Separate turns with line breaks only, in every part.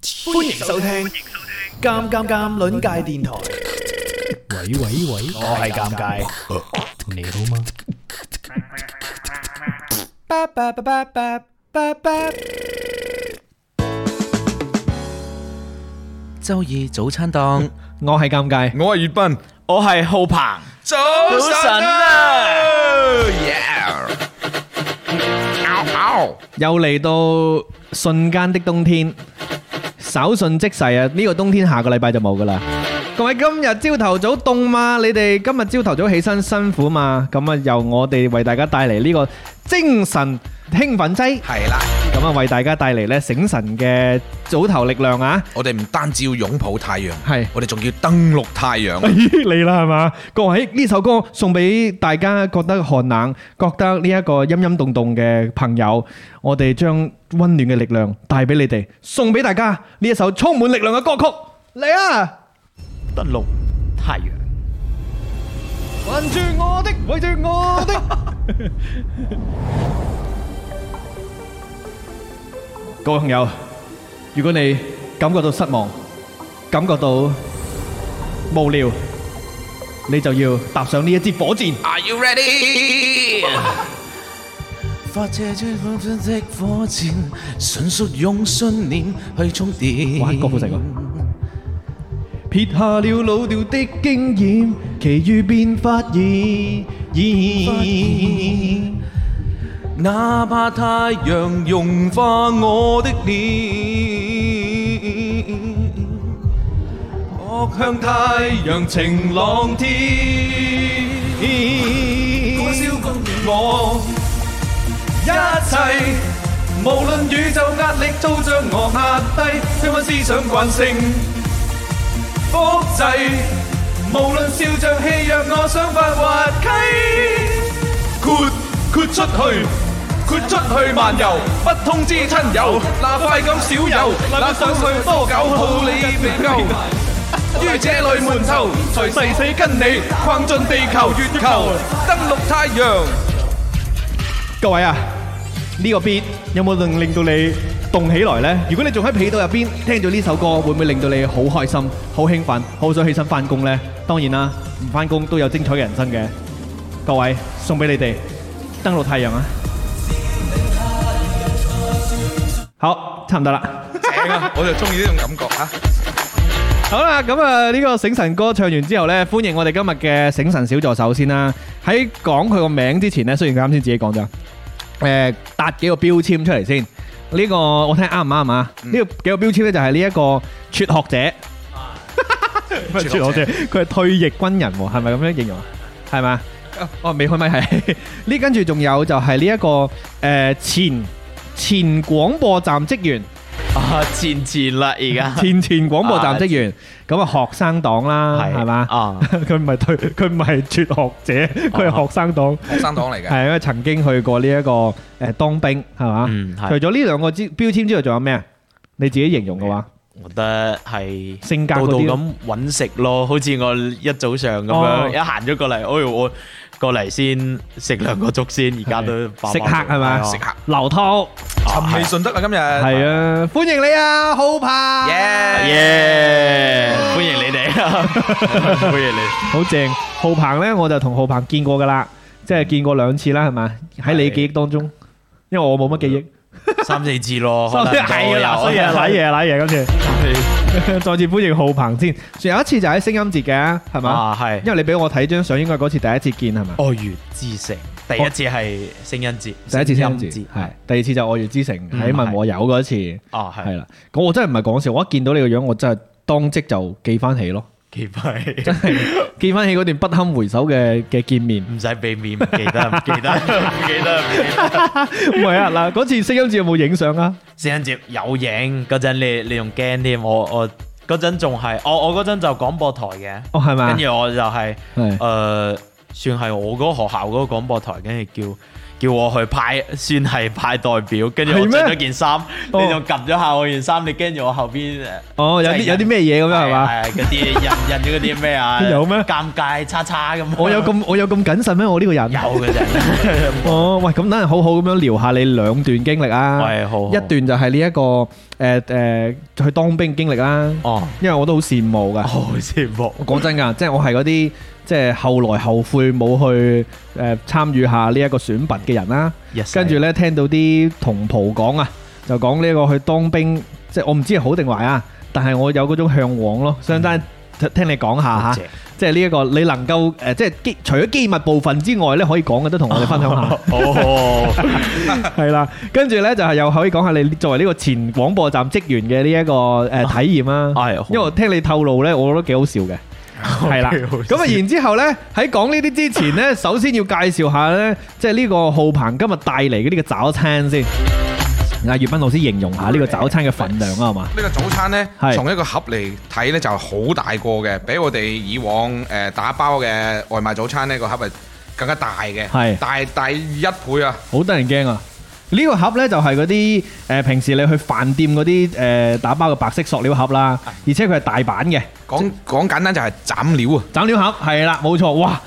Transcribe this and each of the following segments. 歡迎收聽《尷尷尷》鄰界電台。
喂喂喂，
我係尷尬，
你好嗎？
巴巴巴巴巴巴巴。
周二早餐檔，
我係尷尬，
我係粵斌，
我係浩鵬。
早
晨
啊
又嚟到瞬間的冬天，稍瞬即逝啊！呢個冬天下個禮拜就冇噶啦。各位今日朝頭早凍嘛？你哋今日朝頭早起身辛苦嘛？咁啊，由我哋為大家帶嚟呢個精神興奮劑，
係啦，
咁啊為大家帶嚟呢醒神嘅早頭力量啊！
我哋唔單止要擁抱太陽，
係
我哋仲要登陸太
哎
陽。
嚟啦係嘛？各位呢首歌送俾大家覺得寒冷、覺得呢一個陰陰凍凍嘅朋友，我哋將温暖嘅力量帶俾你哋，送俾大家呢一首充滿力量嘅歌曲嚟啊！
登陸太陽，
圍住我的，圍住我的。 各位朋友，如果你感覺到失望，感覺到無聊，你就要踏上呢一支火箭。
Are you ready？
發射出火箭的火箭，迅速用信念去充電。
哇，郭富城啊！撇下了老掉的經驗，其餘便發現。咦
哪怕太陽融化我的臉，我向太陽晴朗天。我一切，無論宇宙壓力都將我壓低，推翻思想慣性複製，無論笑着戲謔，我想法滑稽。豁豁出去，豁出去漫遊，不通知親友，那快感少有，那想去多久抱你被勾。於這裏門頭，誰誓死跟你逛盡地球月球，登陸太陽。
各位啊，呢個 beat 有冇令令到你動起來呢？如果你仲喺被度入邊聽到呢首歌，會唔會令到你好開心、好興奮、好想起身翻工呢？當然啦，唔翻工都有精彩嘅人生嘅。各位送俾你哋登陸太陽啊！好，差唔多啦。
正啊，我就中意呢種感覺啊！
好啦，咁啊呢個醒神歌唱完之後呢，歡迎我哋今日嘅醒神小助手先啦。喺講佢個名之前呢，雖然佢啱先自己講咗，誒、呃，搭幾個標籤出嚟先。呢、個我睇啱唔啱啊？呢、個幾個標籤呢，就係呢一個輟學者，唔係 輟學者，佢係退役軍人喎，係咪咁樣形容啊？係嘛？哦，未開咪係呢，跟住仲有就係呢一個誒、呃前前廣播站職員。
啊，前前啦，而家
前前廣播站職員，咁啊學生黨啦，係嘛？
啊，
佢唔係退，佢唔係 輟學者，佢哦係學啊生黨，
學生黨嚟嘅，
係因為啊曾經去過呢一個誒當兵，係嘛？
嗯，
除
係，
咗呢兩個之標籤之外，仲有咩啊？你自己形容嘅話，
我覺得係。
性格
度
嗰
度
啲
咁揾食咯，好似我一早上咁
哦
樣一行咗過嚟，哎呦我過嚟先食兩個粥先，而家都飽飽
食客嗯係嘛
啊
食客
流湯，
尋味順德啊！今日
係啊，歡迎你啊，浩鵬，
耶！
耶！歡迎你哋， 歡迎你。
好正。浩鵬呢，我就同浩鵬見過噶啦，即係見過兩次啦，係嘛？喺你
係
記憶當中，因為我冇乜記憶。
三四次咯，
係啊，嗱， 所以啊，瀨嘢啊，瀨嘢今次。再次歡迎浩鵬先，仲有一次就喺聲音節嘅，係嘛？
啊哦係，
因為你俾我睇張相，應該係嗰次第一次見係嘛？
愛月之城第一次係聲音節，
第一次聲音節
節
係，第二次就愛粵之城喺文和友嗰一次
啊係
係啦。咁我真係唔係講笑，我一見到你個樣，我真係當即就記翻起咯，
幾弊，
真係記翻起嗰段不堪回首嘅嘅見面。
唔使俾面，唔記 得唔記得唔記得唔記得。
唔係啊，嗱嗰次聲音節有冇影相啊？
聲音節有影嗰陣，你你仲驚添，我我嗰陣仲係我我嗰陣就廣播台嘅，
哦係嘛
跟？住我就係。
係
誒、算係我嗰個學校嗰個廣播台，跟住叫叫我去派， 算係派代表，跟住
係
我
咩
着咗件衫，你
哦
就撳咗下我件衫，你跟住我後邊誒
哦，有啲
即係
有啲咩嘢咁樣係嘛？
係係嗰啲印印咗嗰啲咩啊？
有咩
尷尬叉叉咁。
我有咁我有咁謹慎咩？我呢個人
有啊 嘅啫。
哦，喂，咁等陣好好咁樣聊下你兩段經歷啊。
喂好好
一段就係呢一個誒誒去當兵經歷啦，
哦，
因為我都好羨慕噶。
好羨慕。
我講真㗎，即係我係嗰啲即係後來後悔冇去誒參與下呢一個選拔嘅人啦。
Yes，
跟住咧聽到啲同袍講啊，就講呢個去當兵，即係我唔知係好定壞啊，但係我有嗰種向往咯。相單聽你講下
好
嚇
正，
即係呢一個你能夠誒，即係機除咗機密部分之外咧，可以講嘅都同我哋分享 下。
哦，
係啦，跟住呢，就係又可以講下你作為呢個前廣播站職員嘅呢一個誒體驗啦。
係好
因為我聽你透露呢，我覺得幾啊 好笑嘅。係啦，
幾好
咁啊，然之後呢，喺講呢啲之前呢，首先要介紹下呢，即係呢個浩鵬今日帶嚟嘅呢個早餐先。阿粵斌老師形容下呢個早餐嘅份量啊，係嘛？
呢個早餐呢，
係
從一個盒嚟睇呢，就係好大個嘅，比我哋以往誒打包嘅外賣早餐呢個盒係更加大嘅，
係
大大一倍啊！
好得人驚啊！呢個盒呢，就係嗰啲誒平時你去飯店嗰啲誒打包嘅白色塑料盒啦，而且佢係大版嘅。
講講簡單就係斬料啊！
斬料盒係啦，冇錯，哇！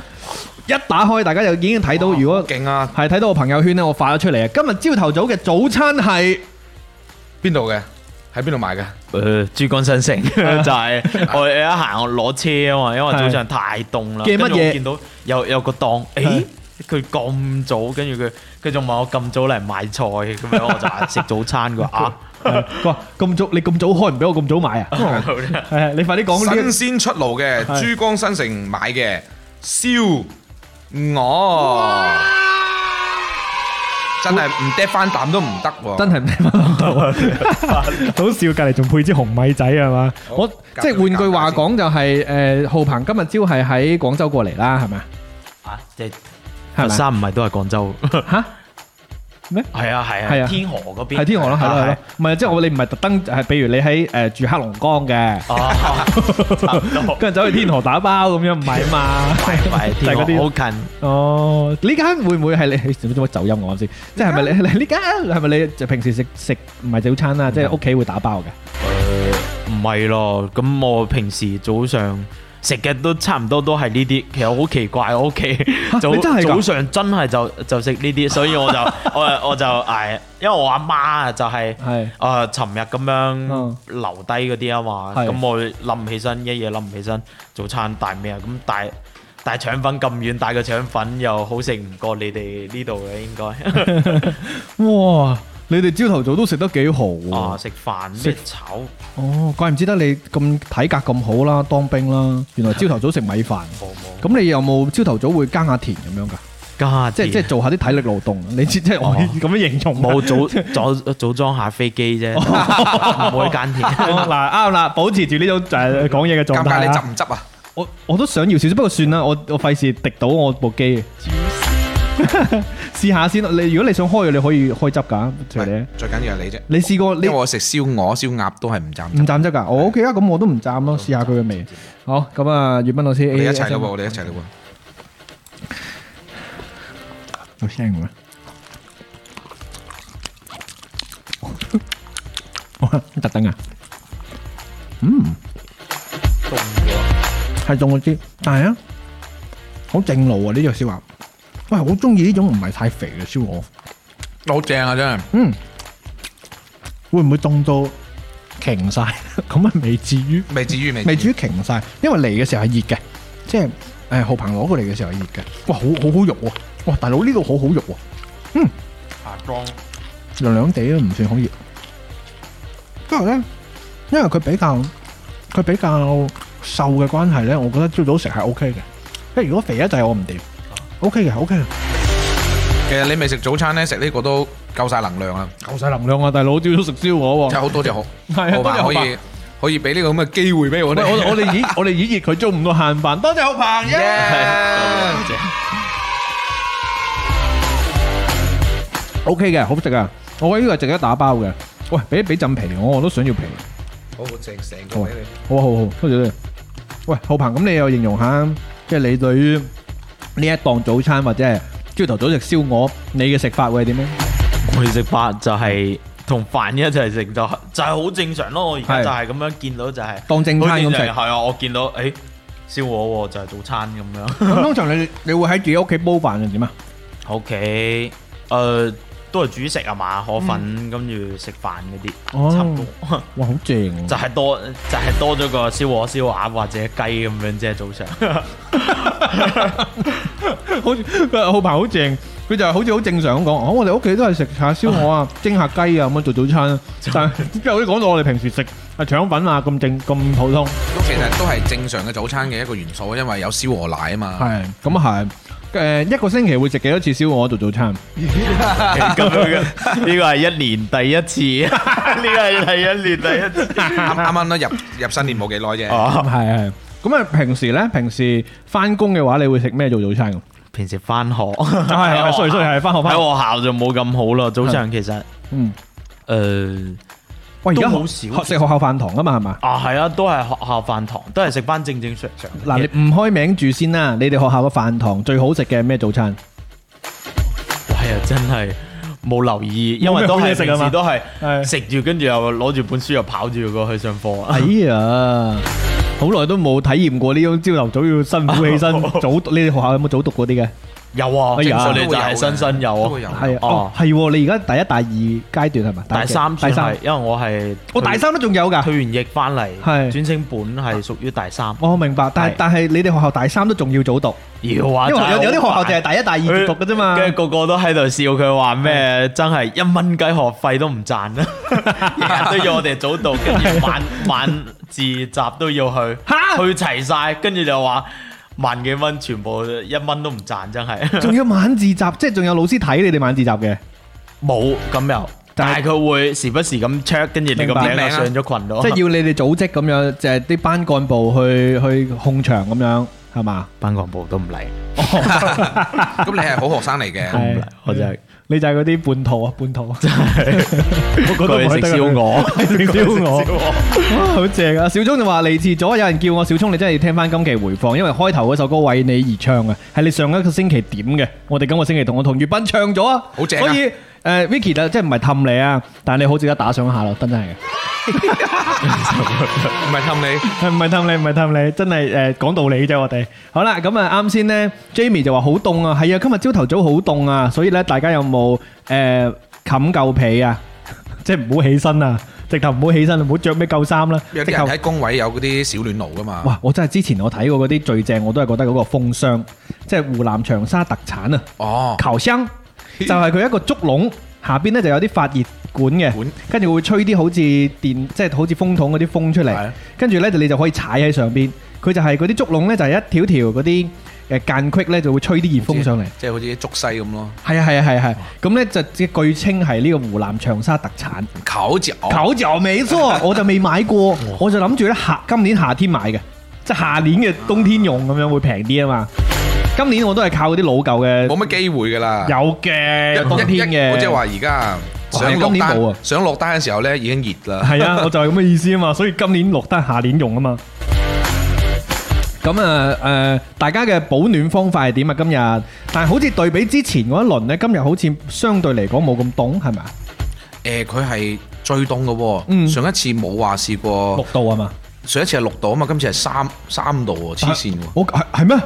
一打開，大家就已經睇到，如果
勁啊！
係睇到我朋友圈咧，我發咗出嚟啊！今日朝頭早嘅早餐 係
邊度嘅？喺邊度買嘅？
誒珠江 新城就係我一行我攞車啊嘛，因為早上太凍啦。
嘅乜嘢
跟住我見到有有個檔，誒佢咁早，跟住佢佢仲問我咁早嚟買菜咁樣，我就話食早 餐佢話啊，
佢話咁早，你咁早開唔俾我咁早 買啊？係啊，你快啲講呢
哦新鮮出爐嘅，
係
珠江新城買嘅燒鵝，真係唔嗒翻啖都唔得
個
喎。
真係唔聽翻到， 好笑！隔離仲配支紅米仔啊係嘛？
啊好
我
夾
即係
咗
換句話
夾咗
講，就係誒浩鵬今日朝係喺廣州過嚟啦，係咪啊？
啊，即係
係
佛
咪啊？
山唔係都係廣州，
嚇咩？
係啊係
係啊
啊，天河嗰邊
係天河咯，係咯係咯
啊，
唔係即係我哋唔係特登係，比如你喺誒住黑龍江嘅。
哦，差唔多。
跟住走去天河打包咁樣，唔係 嘛？
係
就係嗰
天河好
啲
近，
哦。呢間會唔會係你？做乜走音我啱先？即係咪你你 呢間係咪你就平時食食唔係早餐啦？即係屋企會打包嘅。
唔係咯？咁我平時早上食嘅都差唔多都係呢啲，其實好奇怪，我屋企
嚇
早
你真係㗎
早上真係就就食呢啲，所 以我就我我就誒，因為我阿媽啊就係
係
誒尋日咁樣
嗯
留低嗰啲啊嘛，
係
咁我冧唔起身，一夜冧唔起身，早餐帶咩啊？咁帶帶腸粉咁遠，帶個腸粉又好食唔過你哋呢度嘅 應該
哇！你哋朝頭早都食得幾豪
啊！
喎。
食飯
食
咩炒？
哦，怪唔之得你咁體格咁好啦，當兵啦。原來朝頭早食米飯。
冇冇
咁你有冇朝頭早會耕下田咁樣㗎？
家
即係即
姐
係做下啲體力勞動。你知即係我
哦
咁樣形容
冇組 組組裝下飛機啫，唔會耕田。
哦嗱啱啦，保持住呢種就係講嘢嘅狀
尷尬
態
你
啦
執。唔執啊？
我我都想要少少，不過算啦，我我費事滴到我部機。 試下先，你如果你想開嘅，你可以開汁㗎，隨你。
最緊要係你啫，
你試過你
因為我食燒鵝、燒鴨都係唔斬。
唔蘸汁㗎？我 OK 啊，咁我都唔蘸
哦
咯，試下佢嘅味。好，咁啊，粵斌老師，
我哋一齊啦喎，
咯
我哋一齊啦喎。
有聲嘅咩？哇特登啊！Mm. 嗯，凍咗，係凍嗰啲，但係啊，好正路啊！呢隻燒鴨，喂，好中意呢種唔係太肥嘅燒鵝。
好正啊，真係。
嗯，會唔會凍到擎晒？ 咁啊未至於，
未至於未
未至於擎晒，因為嚟嘅時候係熱嘅，即係誒浩鵬攞過嚟嘅時候係熱嘅。哇，好好好肉喎、哇，大佬呢度好好肉喎、
下裝
涼涼地都唔算好熱。不過咧，因為佢比較佢比較瘦嘅關係咧，我覺得朝早食係 O K 嘅。即係如果肥一滯，我唔掂。O K 嘅，O K 嘅，
其實你未食早餐咧，食呢個都夠晒能量啦，
夠晒能量啊！大佬朝早食燒鵝
真係好多謝好，
係啊
好吧
多謝
可以可以俾呢個咁嘅機會俾我哋。
喂，我我哋演 我哋演熱佢做唔到限飯，多謝浩鵬耶！
Yeah！
O K 嘅，好食啊！我覺得呢個係值得打包嘅。喂，俾俾浸皮我，我都想要皮。
好正成個俾你。
好啊，好啊好啊，多謝你。喂，浩鵬，咁你又形容下，即係你對於呢一檔早餐或者係朝頭早食燒鵝，你嘅食法會係點咧？
我哋食飯就係同飯一齊食，就係就係好正常咯。我而家就係咁樣見到就係
當正餐
好
咁
正常
食。
係啊，我見到誒燒鵝喎就係早餐咁樣。
咁通常你你會喺自己屋企煲飯定點啊？
屋企誒都係煮食啊嘛，河粉跟住食飯嗰
哦
啲差唔多。
哇，好正喎！
就係多就係多咗個燒鵝、燒鴨或者雞咁樣啫，早上。
好似佢浩鵬好正，佢就係好似好正常咁講，哦我哋屋企都係食下燒鵝啊、蒸下雞啊咁樣做早餐啊，但係之後都講到我哋平時食啊腸粉啊咁正咁普通，
都其實都係正常嘅早餐嘅一個元素，因為有燒鵝奶啊嘛。
係咁啊係，誒一個星期會食幾多次燒鵝做早餐？
咁樣嘅呢個係一年第一次，呢個係第一年第一次。
啱啱啱都入入新年冇幾耐啫。
哦，
係係。咁啊，平時咧，平時翻工嘅話，你會食咩做早餐㗎？
平時翻學
係係，所以所以係翻學翻
喺
學。
學校就冇咁好啦。早上其實呃
嗯，
誒
喂，而家
都好
學
少
學食學校飯堂啊嘛，係嘛？
啊係啊，都係學校飯堂，都係食翻正正常常嘅
嗱，你唔開名住先啦，你哋學校嘅飯堂最好食嘅係咩早餐？
喂啊，真係冇留意，因
冇
為
咩
都
好嘢
係
食啊
平
嘛
時都係
係
食住，跟住又攞住本書又跑住過去上課。
哎呀，好耐都冇體驗過呢種朝頭早要辛苦起身早讀。你哋學校有冇早讀嗰啲嘅？
有啊，
哎
正
呀
常
都
你就
會有
係
嘅
新生
都
有
會有
啊。
係啊，哦
哦，
係喎，你而家第一、第二階段係咪？
大三
第
算係
三，，
因為我係
我大三都仲有㗎。
退完役翻嚟，
係
轉升本係屬於大三。
我哦明白，但係
係
但係你哋學校大三都仲要早讀，
要啊，
因為有有啲學校就係
真係
大一、大二
佢
讀嘅啫嘛
好煩。跟住個個都喺度笑佢話咩，真係一蚊雞學費都唔 賺啦，日日都要我哋早讀，跟住晚晚自習都要去，
嚇
去齊晒，跟住就話萬幾蚊全部一蚊都唔賺，真係
仲要晚自習，即係仲有老師睇你哋晚自習嘅，
冇咁又，但係佢會時不時咁 check，跟住你
明
個
白
名就上咗群咯
即。係要你哋組織咁樣，就係啲班幹部去去控場咁樣，係嘛？
班幹部都唔嚟，
咁你係好學生嚟
都
嘅，
唔嚟，我真係。
你就係嗰啲半途啊，半途。 覺
我
得
食 燒鵝，
食燒 鵝
燒鵝
哇好正啊！小聰就話嚟遲咗，有人叫我小聰，你真係要聽翻今期回放，因為開頭嗰首歌為你而唱啊，係你上一個星期點嘅，我哋今個星期同我同粵斌唱咗啊，
好正啊
所以誒 Vicky 啊，即係唔係氹你啊，但係你好值得打賞一下咯，真真係嘅，
唔係氹你。
唔係氹你，唔係氹你，真係誒講道理啫，我哋好啦，咁啊啱先呢 Jamie 就話好凍啊，係啊，今日朝頭早好凍啊，所以咧大家有冇誒冚夠被啊？ 即係唔好起身啊，直頭唔好起身，唔好着咩夠衫啦，
有啲
直
人
頭
喺工位有嗰啲小暖爐噶嘛。
哇！我真係之前我睇過嗰啲最正，我都係覺得嗰個風箱，即係湖南長沙特產啊，
哦，
球箱就係佢一個竹籠，下邊咧就有啲發熱管嘅
管，
跟住會吹啲好似電，即係好似風筒嗰啲風出嚟
係，啊
跟住咧就你就可以踩喺上邊，佢就係嗰啲竹籠咧就係一條條嗰啲誒間隙咧就會吹啲熱風上嚟。
即係好似竹西咁咯。
係啊係啊係啊
哦
係，咁咧就即係據稱係呢個湖南長沙特產。
烤腳，
九角尾酥， 我就未買
哦
過，我就諗住咧夏今年夏天買嘅，即係下年嘅冬天用咁樣會平啲啊嘛。今年我都係靠嗰啲老舊嘅，
冇乜機會㗎啦。
有
一
嘅
一
冬天
一我即係話
嘅，
而家
哇
想
今
落
年冇啊
單，想落單嘅時候咧已經熱啦。
係啊， 我就係咁嘅意思啊嘛。所以今年落單，下年用啊嘛。咁啊誒，大家嘅保暖方法係點啊？今日，但係好似對比之前嗰一輪咧，今日好似相對嚟講冇咁凍，係咪啊？
誒，呃佢係最凍嘅
嗯
喎。上一次冇話試
六
過，
度啊嘛，
上一次係六度啊嘛，今次係三三度喎，黐線喎。
我係係咩？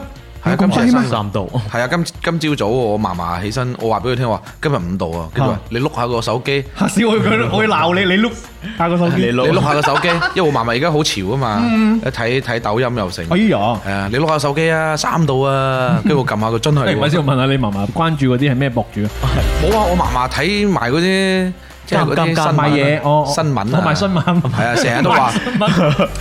係啊今
咁
日
低咩
係？
三度，
係啊，今今朝早我嫲嫲起身，我話俾佢聽話，今日五度啊，跟住話
啊
你碌下個手機，
嚇死我！佢我要鬧你，你碌下個手機。
你碌下個手機， 因為我嫲嫲而家好潮啊嘛，一睇睇抖音又成。
嗯哎呀，
係啊，你碌下手機啊，三度啊，跟住我撳下個樽
喂，
去
咪
喎。
先，我問下你嫲嫲關注嗰啲係咩博主啊？
冇啊，我嫲嫲睇埋嗰啲即係嗰
監監
啲新
監
聞
買嘢，哦，
新聞啊，
我買新聞，
係啊，成日 都話，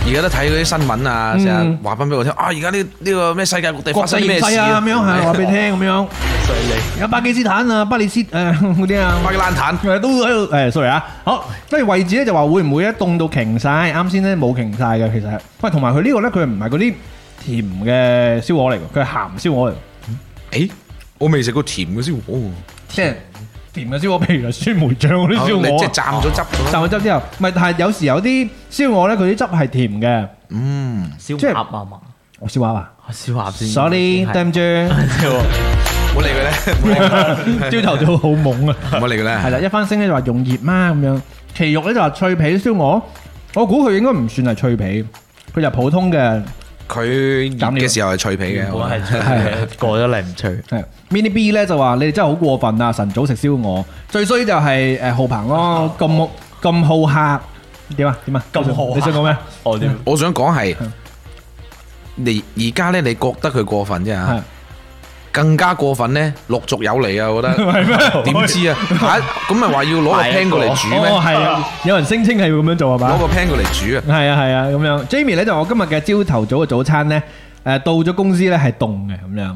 而家都睇嗰啲新聞啊，成日話翻俾我聽啊，而家呢呢個咩世界各地
國
發
際
生
形
咩事
勢啊，咁 樣係話俾你
聽，
聽咁樣。有巴基斯坦啊、巴利斯誒嗰啲啊。
巴基斯坦
誒都喺度誒，sorry 啊，好，跟住位置咧就話會唔會一凍到瓊晒？啱先咧冇瓊晒嘅，其實係，喂，同埋佢呢個咧，佢唔係嗰啲甜嘅燒鵝嚟㗎，佢係鹹燒鵝嚟㗎，
誒，我未食過甜嘅燒鵝
即係甜嘅燒鵝，譬如係酸梅醬嗰啲
喎，
燒
你
鵝
即
啊
係。蘸咗汁咗
就
咯，
咗汁之後，咪但係有時有啲燒鵝咧，佢啲汁係甜嘅。
嗯，
燒
即係
鴨啊嘛，
我燒鴨啊
燒鴨 先。
，sorry，對唔住。
係
好理佢咧，唔好理佢啦
朝頭早好懵啊！
唔好理佢
係
啦。
啦，一翻聲咧就話用熱嗎咁樣，其肉咧就話脆皮燒鵝，我估佢應該唔算係脆皮，佢就普通嘅
佢熱嘅時候係脆皮嘅，
我
我
係脆嘅過咗嚟唔脆。
係 mini B 咧就話你哋真係好過分啊！晨早食燒鵝，最衰就係誒浩鵬咯，咁咁好客點啊點啊
咁好客
你想講咩？
我點？
我想講係你而家咧，你覺得佢過分啫
係
嚇，更加過分咧，陸續有嚟啊！我覺得點 知 啊？嚇咁咪話要攞個
買一個
pan 過嚟煮
哦
咩？
係啊，有人聲稱係要咁樣做係嘛？
攞個 pan 過嚟煮啊！
係啊係啊，咁樣。Jamie 咧就我今日嘅朝頭早嘅早餐咧，誒到咗公司咧係凍嘅咁樣，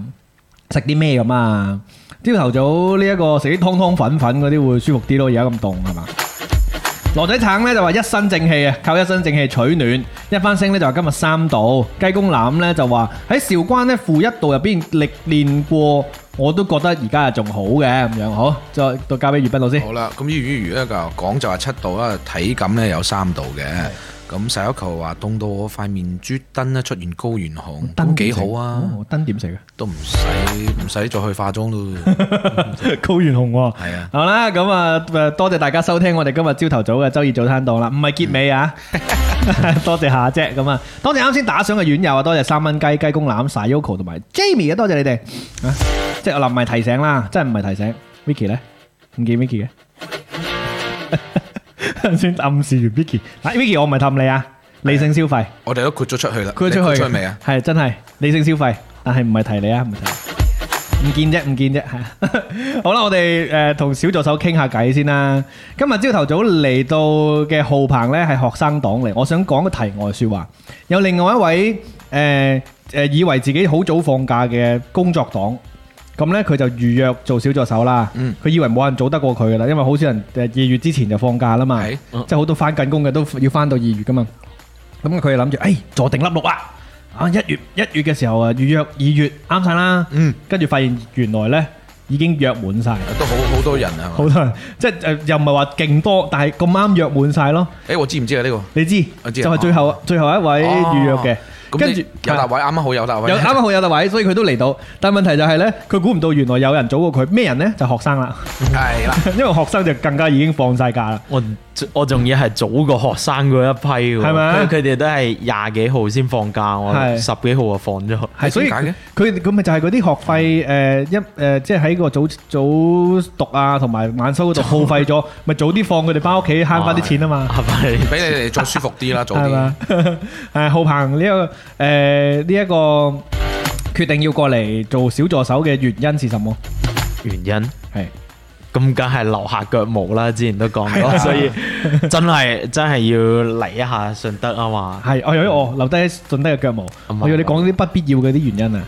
食啲咩咁啊？朝頭早呢一個食啲湯湯粉粉嗰啲會舒服啲咯，而家咁凍係嘛？羅仔橙咧就話一身正氣啊，靠一身正氣取暖。一番星咧就話今日三度，雞公欖咧就話喺韶關咧負一度入邊歷練過，我都覺得而家係仲好嘅咁樣。好，再到交俾粵斌老師。
好啦，咁於如咧就講就話七度啦，體感咧有三度嘅。咁細一球話凍到我塊面珠燈咧出現高原紅，都幾好啊！
哦，燈點食嘅？
都唔使唔使再去化妝 咯。
高原 紅喎，
係啊
好啦，咁啊，誒多謝大家收聽我哋今日朝頭早嘅周二早餐檔啦，唔係結尾啊，多謝下啫，咁啊，多謝啱先打賞嘅院友啊，多謝三蚊雞、雞公欖、Sayoko 同埋 Jamie 啊，多謝你哋，啊即係我嗱唔係提醒啦，真係唔係提醒，Vicky 咧唔 見 Vicky 嘅，啱先暗示完 Vicky，啊 Vicky 我唔係氹你啊，理性消費。
我哋都豁咗出去啦，
佢
你
出
豁
去
出去未啊？？
係真係理性消費，但係唔係提你啊，唔係提你。唔見啫，唔見啫，係。 好啦，我哋誒同小助手傾下偈先啦。今日朝頭早嚟到嘅浩鵬呢係學生黨嚟，我想講個題外説話。有另外一位誒誒、以為自己好早放假嘅工作黨，咁呢，佢就預約做小助手啦。佢、
嗯
以為冇人早得過佢噶啦，因為好少人誒二月之前就放假啦嘛，
係
即係好多翻緊工嘅都要翻到二月噶嘛。咁佢就諗住，誒坐定粒六啦。啊，一月一月嘅時候啊，預約二月啱晒啦。
嗯，
跟住發現原來呢已經約滿晒，
都好好多人啊！
好多人即係誒又唔係話勁多，但係咁啱約滿晒咯。
誒，我知唔知啊？呢個
你知
我知啊
就係最後最後一位預約嘅，
咁
跟
你
住
有大位，啱啊啱好有大位，
有啱啊啱好有特位，所以佢都嚟到。但係問題就係呢，佢估唔到原來有人早過佢，咩人呢？就學生啦，
係啦。
因為學生就更加已經放晒假啦。
我我仲要係早過學生嗰一批喎，
係咪
佢佢哋都係廿幾號先放假，我
係
十幾號就放咗。
係，所以
點解
佢佢咪就係嗰啲學費誒一誒，即係喺個早早讀啊，同埋晚修嗰度耗費咗，咪早啲放佢哋翻屋企慳翻啲錢啊嘛，
係咪？
俾你哋再舒服啲啦，早
係
啲
嘛？誒，浩鵬呢一個誒呢一個決定要過嚟做小助手嘅原因是什麼？
原因
係
咁梗 係留下腳毛啦，之前都講過，所以真係真係要嚟一下順德啊嘛，
係，哎我有我留低順低嘅腳毛，
啊
我要你講啲不必要嘅啲原因啊，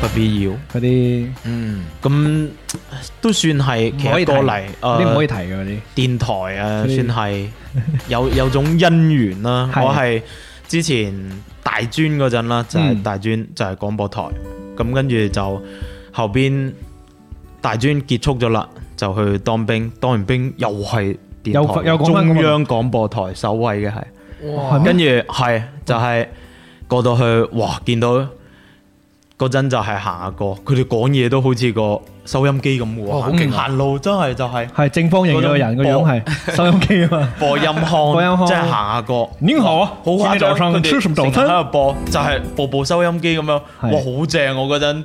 不必要。
嗰啲
嗯，
咁都算係其
唔可以
實呃
提
過嚟，
嗰啲唔可以
誒
提嘅嗰啲，
電台啊，
嗰啲
算係有有種姻緣啦。
嗯係
我係之前大專嗰陣啦，就
嗯
係大專就係廣播台，咁跟住就後邊大專結束咗啦，就去當兵，當完兵又係
又
電
又
台
講返嗰
中
個
央廣播台首位嘅係。
係咩
跟住係就係、過到去，哇！見到嗰陣就係行下歌，佢哋講嘢都好似個收音機咁嘅喎，
哇好勁啊
行路真係就係
係正方形嘅人個樣係 收音機啊 嘛。
播音腔，
播音腔
即係行下歌。
你好
哇好誇
今天早
張，
上
佢哋
吃什麼
成
早
日
餐
喺度播，就係部部收音機咁樣，哇！
係
好正我嗰陣。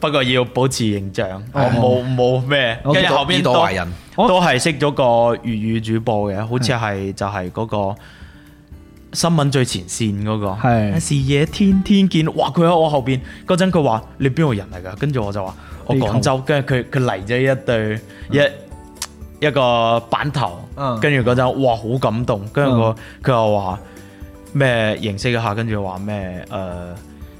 不過要保持形象，我
哦
冇冇咩，
我
跟
耳
住
朵
後邊
耳
都
朵懷人，
哦
都係識咗個粵語主播嘅，好似
嗯
係就係嗰個新聞最前線嗰個。
係
視野天天見，哇！佢喺我後邊嗰陣，佢話你邊個人嚟㗎？跟住我就話我
地球
廣州，跟住佢佢嚟咗一對一一個板頭
嗯，
跟住嗰陣哇好感動，跟住我佢又話咩認識一下，跟住話咩誒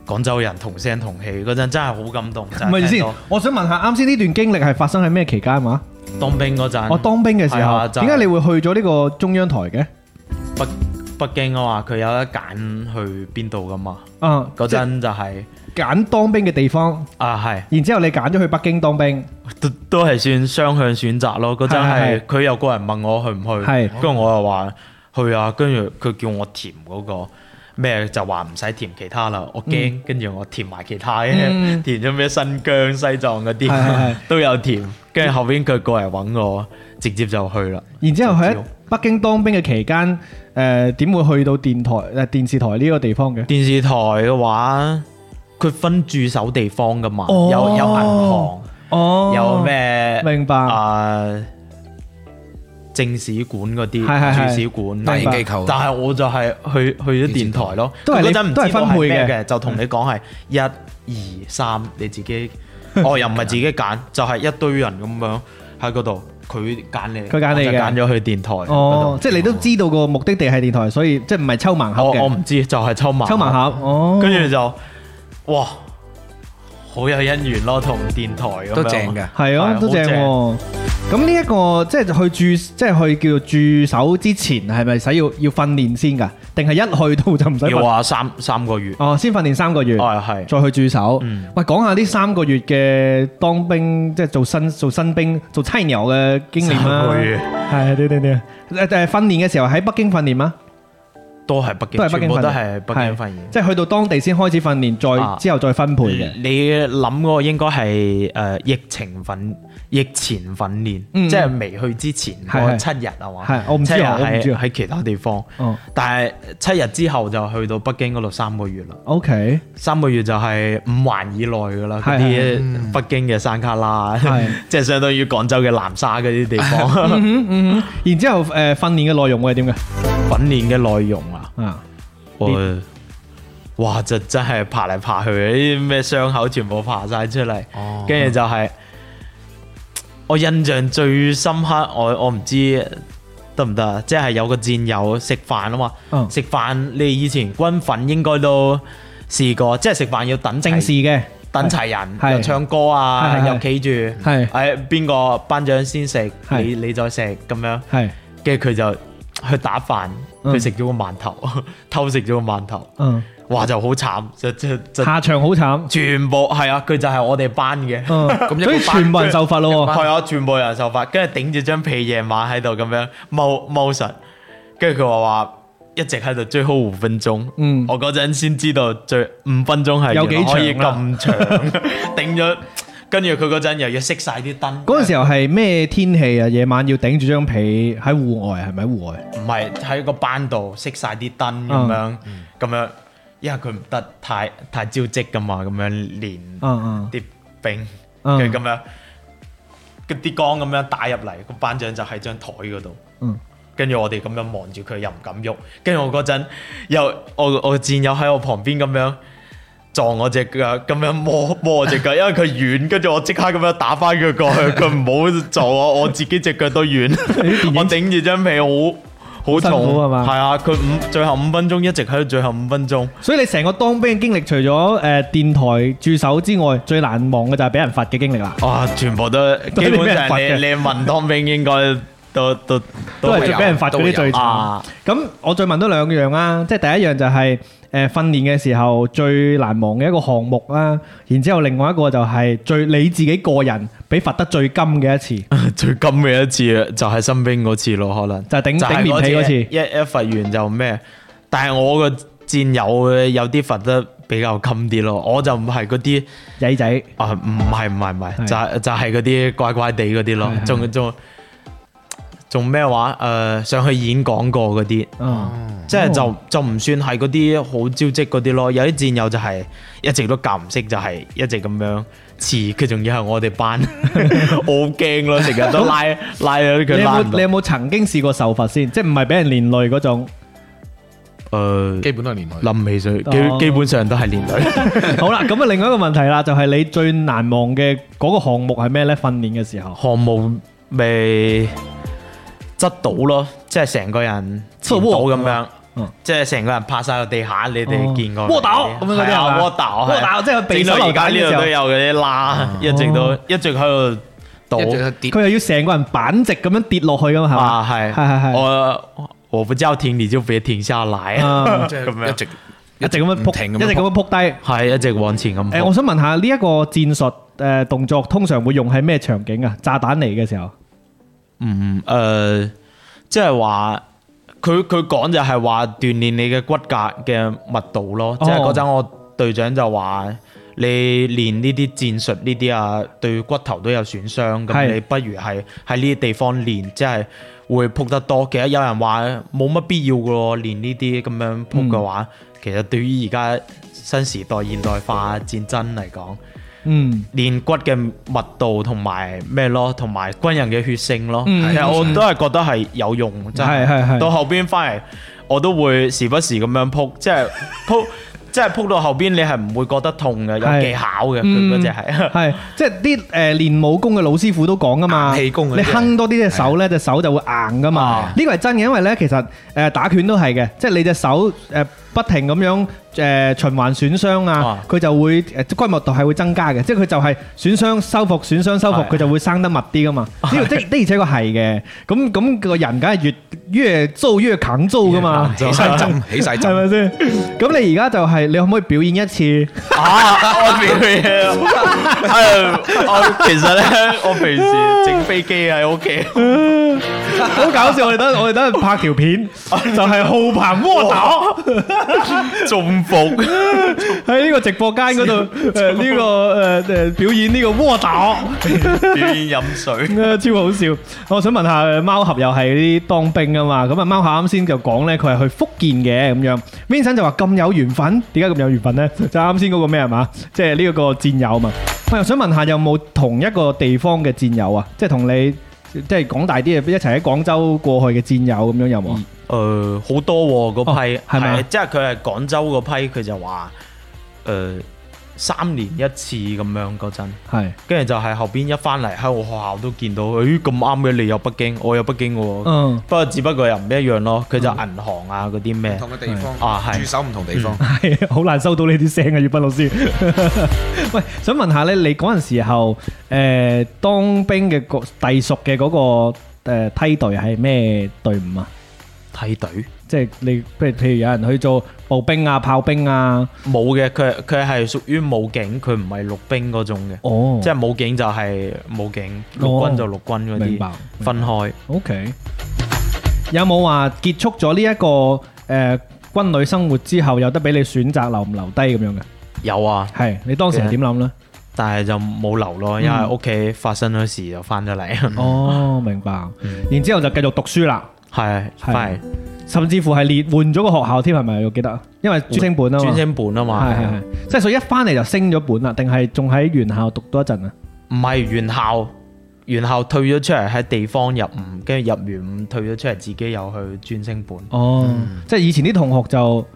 廣州人同聲同氣，嗰陣真係好感動。
唔係
聽
先
到，
我想問下，啱先呢段經歷係發生喺咩期間嘛？
當兵嗰陣，
我哦當兵嘅時
係
候，
啊就
點
係
解你會去咗呢個中央台嘅？
北北京啊嘛，佢有得揀去邊度噶嘛？
啊，
嗰陣就係、
即係揀當兵嘅地方，
啊，係
然之後你揀咗去北京當兵，
都都係算雙向選擇咯。嗰陣
係係
係佢有個人問我去唔去，
係
跟住我又話去啊，跟住佢叫我填嗰、個。咩就話唔使填其他啦，我驚，跟住我填埋其他嘅
嗯，
填咗咩新疆、西藏嗰
係係
啲
係
都有填，跟住後邊佢過嚟揾我，直接就去啦。
然之後
就知
喺
道
北京當兵嘅期間，誒點會去到電台誒呃電視台呢個地方嘅？
電視台嘅話，佢分駐守地方噶嘛，
哦
有有銀行，
哦
有？咩
明白
啊？政使館嗰啲，
係係係
駐使館
大型
明白
機構
但係我就係去去咗電台咯，
都係你
佢嗰陣唔
都係
知道
分配
係咩
嘅
嘅，就同你講係一、二、三，你 自己，哦又唔係自己揀，就係一堆人咁樣喺嗰度，佢揀你，
佢揀你嘅
我就揀咗去電台嗰度
哦，即係你都知道個目的地係電台，所以即係唔係抽盲盒
我
嘅？
我唔知，就係抽盲
抽盲盒哦，
跟住就哇，好有姻緣咯，同電台咁樣
都正嘅。
係
係
啊，
好
都正喎。咁呢一個即係去駐，即係去叫做駐守之前，係咪使要要訓練先㗎？定係一去到就唔使
要
訓？
話三三個月，
哦，先訓練三個月。
啊係，
再去駐守。
嗯
喂，講下呢三個月嘅當兵，即係做新做新兵做菜鳥嘅經驗啦。
三個月
係啊對對對，誒誒訓練嘅時候喺北京訓練嗎？
都係北
都係北
京，全
京
部
訓練，
都係北京發現。
即係去到當地先開始訓練，再
啊嗯
之後再分配嘅。
你諗嗰個應該係誒疫情訓疫前訓練，
嗯
即係未去之前嗰
係係
七日係嘛？
係我唔知啊
七日
我唔知
喺
啊
喺其他地方，
哦
但係七日之後就去到北京嗰度三個月啦。
，OK，
三個月就係五環以內噶啦，
係嗯
嗰啲北京嘅山卡拉
係，
即係相當於廣州嘅南沙嗰啲地方。
嗯嗯，然之後誒訓練嘅內容會係點嘅？
訓練嘅內容啊，
啊，
我哇就真係爬嚟爬去，啲咩傷口全部爬晒出嚟，
哦
跟住就係我印象最深刻，我我唔知得唔得啊？即係有個戰友食飯啊嘛，
嗯
食飯你以前軍訓應該都試過，即係食飯要等
正
齊
視嘅，
等齊人，
係
又唱歌
係
啊，
係
又企住，
係
誒邊個班長先食，
係
你你再食咁樣，
係，
跟住佢就去打飯，
嗯
佢食咗個饅頭， 偷食咗個饅頭，
嗯，
哇就好慘，就就就
下場好慘，
全部係啊，佢就係我哋班嘅，
嗯，
一個
所以
班
全部人受罰咯喎。
係啊，全部人受罰，跟住頂住張被夜晚喺度咁樣踎踎實，跟住佢話話。一直喺度追好五分鐘，
嗯
我嗰陣先知道最五分鐘係
有幾
原來可以
長啦啊
咁長， 頂咗，跟住佢嗰陣又要熄晒啲燈。
嗰陣時候係咩天氣啊？夜晚要頂住張被喺戶外，係咪喺戶外？
唔係喺個班度熄晒啲燈咁樣，
嗯
咁樣，因為佢唔得太太招積噶嘛，咁樣連
嗯
啲兵，
嗯
跟住咁樣，嗰啲光咁樣打入嚟，個班長就喺張台嗰度，
嗯
跟住我哋咁樣望住佢又唔敢喐，跟住我嗰陣又我我個戰友喺我旁邊咁樣。撞我只腳，咁樣摸摸我只腳，因為佢軟，跟住我即刻咁樣打翻佢過去，佢唔好撞我，我自己只腳都軟，我頂住張被好好
好辛苦係
重，
嘛
係啊，佢五最後五分鐘一直喺度，最後五分鐘
所以你成個當兵嘅經歷，除咗誒電台駐守之外，最難忘嘅就係俾人罰嘅經歷啦。
啊，全部都
都係俾
基
人
本上
罰嘅
你你問當兵應該都都
都係
會
最
有
俾人罰嗰啲最慘。
啊，
咁我再問多兩樣啦，即係第一樣就係誒訓練嘅時候最難忘嘅一個項目啦，然之後另外一個就係最你自己個人俾罰得最金嘅一次，
最金嘅一次就係新兵嗰次咯，可能
就係頂
就係
頂面皮嗰次。
一一罰完就咩？但係我個戰友嘅有啲罰得比較襟啲咯，我就唔係嗰啲。
曳仔
啊，唔係唔係唔
係
係，就係就係嗰啲乖乖地嗰啲咯，仲仲仲咩話？誒、呃上去演講過嗰啲，
嗯，
即係就就唔算係嗰啲好招積嗰啲咯。有啲戰友就係一直都教唔識，就係一直咁樣似，佢仲要係我哋 班，我好驚咯，成日都拉拉咗
你
佢
有冇
拉唔
你
到。
有冇曾經試過受罰先？即係唔係俾人連累嗰 種？
誒，
基本都係連累。
冧呃起水，
哦
基基本上都係連累。
好啦，咁啊，另外一個問題啦，就係你最難忘嘅嗰個項目係咩呢？訓練嘅時候，
項目咪執到咯，即係成個人
側
前
窩
倒咁樣
嗯，
即係成個人趴晒個地下，你哋見過
窩豆咁樣嗰啲係嘛
係啊，窩豆係
窩豆即係避
整
手
到
榴彈
而家呢
嘅時候
度
哦
都有嗰啲啦，一直都一直喺度倒
一直跌
佢又要成個人板直咁樣跌落去噶嘛，係嘛？
啊，
係
係
哦係係
我我不叫停，你就別停下來，
啊
即
咁樣
係一直
一直咁樣
唔
撲，哦
停
一直咁樣撲低。
係一直往前咁
誒，
撲。
我想問下呢一個戰術誒動作通常會用喺咩場景啊？炸彈嚟嘅時候，
呃嗯誒，即係話佢佢講就係話鍛鍊你嘅骨骼嘅密度咯，即係嗰陣我隊長就話你練呢啲戰術呢啲啊，對骨頭都有損
係
傷，咁你不如係喺呢啲地方練，即係會撲得多。其實有人話冇乜必要嘅喎，練呢啲咁樣撲嘅話，其實對於而家新時代現代化戰爭嚟講。
嗯，
練骨嘅密度同埋咩咯，同埋軍人嘅血性咯，
嗯
其實我都係覺得係有用，真
係係係
係。到後邊翻嚟，我都會時不時咁樣撲，即係 撲，即係撲到後邊你係唔會覺得痛嘅，
係
有技巧嘅佢
嗯
嗰只係。
係即係啲誒練武功嘅老師傅都講噶嘛，
硬氣功嗰啲
你哼多啲隻手咧，隻手就會硬噶嘛
啊。
呢個係真嘅，因為咧其實誒打拳都係嘅，即係你隻手誒不停咁樣誒循環損傷啊
啊，
佢就會誒骨密度係會增加嘅，即係佢就係損傷修復、損傷修復，
係
佢就會生得密啲噶嘛。呢個的的而且確係嘅，咁咁個人梗係越越做越扛做噶嘛，
起晒針，起晒
係
針。
咪先？咁你而家就係你可唔可以表演一次？
啊！我表嘢，我其實咧，我平時整飛機喺屋企，
好搞笑！我哋等我哋等陣拍條片，就係浩鵬窩打
中伏。
喺呢個直播間嗰度，誒呢個誒誒表演呢個窩打，
表演飲水。
誒超好笑！我想問下誒貓俠又係啲當兵啊嘛，咁啊貓俠啱先就講咧，佢係去福建嘅咁樣。Vincent 就話咁有緣分，點解咁有緣分咧？就啱先嗰個咩係嘛，即係呢一個戰友啊嘛。我又想問下有冇同一個地方嘅戰友啊？即係同你即係講大啲嘅，一齊喺廣州過去嘅戰友咁樣有冇啊？
誒呃好多喎嗰批
哦，係咪啊
係即係佢係廣州嗰批，佢就話誒三年一次咁樣嗰陣，
係。
跟住就係後邊一翻嚟喺我學校都見到，誒咁啱嘅，你有北京，我有北京嘅喎，
嗯，
不過只不過又唔一樣咯，佢就銀行啊嗰啲
唔
咩
同。嘅地
啊
方，
係
駐守唔同地方。
系 好難收到呢啲聲嘅，葉斌老師。 喂，想問下咧，你嗰阵時候，诶、當兵嘅嗰隸屬嘅嗰個诶梯隊係咩隊伍啊？
梯隊
即係你，譬如譬如有人去做步兵啊、炮兵啊，
冇嘅，佢佢係屬於武警，佢唔係陸兵嗰種嘅，
哦，
即係武警就係武警，陸軍就陸軍嗰
明白
啲，分開。
OK，有冇話結束咗呢一個诶、軍旅生活之後，有得俾你選擇留唔留低咁樣嘅？
有啊，
係你當時係點諗咧？
但係就冇留咯，因為屋企發生咗事就翻咗嚟。
嗯哦，明白。然之後就繼續讀書啦。
係
係
係
甚至乎係列換咗個學校添，係咪？我記得，因為專升本啊嘛，
專升本啊嘛，
係係係，即係所以一翻嚟就升咗本啦，定係仲喺原校讀多一陣啊？
唔係原校，原校退咗出嚟喺地方入伍，跟住入完伍退咗出嚟，自己又去專升本。
哦，即係以前啲同學就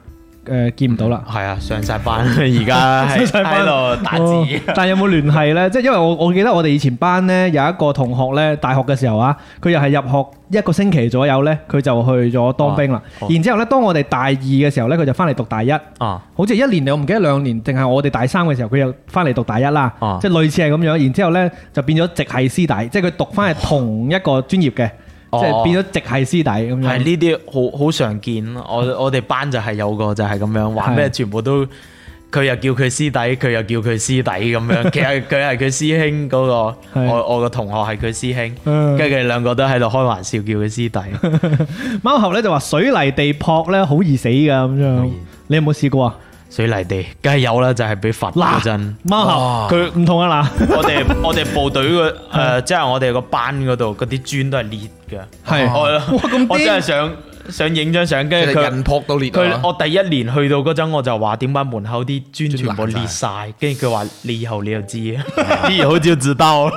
誒見唔到 啦。
係啊，上晒班，而家
上
喺
晒班
喺度打
哦
字。
但係有冇聯繫呢？即係因為我我記得我哋以前班呢，有一個同學呢，大學嘅時候啊，佢又係入學一個星期左右呢，佢就去咗當兵啦。
哦哦
然之後呢，當我哋大二嘅時候呢，佢就翻嚟讀大一。
啊，
好似一年我唔記得兩年，定係我哋大三嘅時候，佢又翻嚟讀大一啦，
啊
即係類似係咁樣。然之後呢，就變咗直系師弟，即係佢讀翻係同一個專業嘅，
哦
即係變咗直系師弟咁樣。
係呢啲好好常見。我我哋班就係有個就係咁樣，
嗯
話
係
咩全部都。佢又叫佢師弟，佢又叫佢師弟咁 樣。其實佢係佢師兄嗰、個，
係
我我個同學係佢師兄，
嗯
跟住佢哋兩個都喺度開玩笑叫佢 師弟。
貓後呢就話水泥地撲呢好易死㗎咁樣，你有冇試過啊？
水泥地梗係有啦，就係俾罰嗰陣。
貓
哇
後佢唔同啊
我哋我哋部隊 嘅誒，即係我哋個班嗰度嗰啲磚都係裂嘅。
係
我
哇咁癲
我真係想想影張相，跟
佢
住
哋人
佢
撲到裂
佢
啊！
我第一年去到嗰陣，我就話點解門口啲磚全部
爛晒
裂晒，跟住佢話你以後你就知，你以後就知道。
嗱，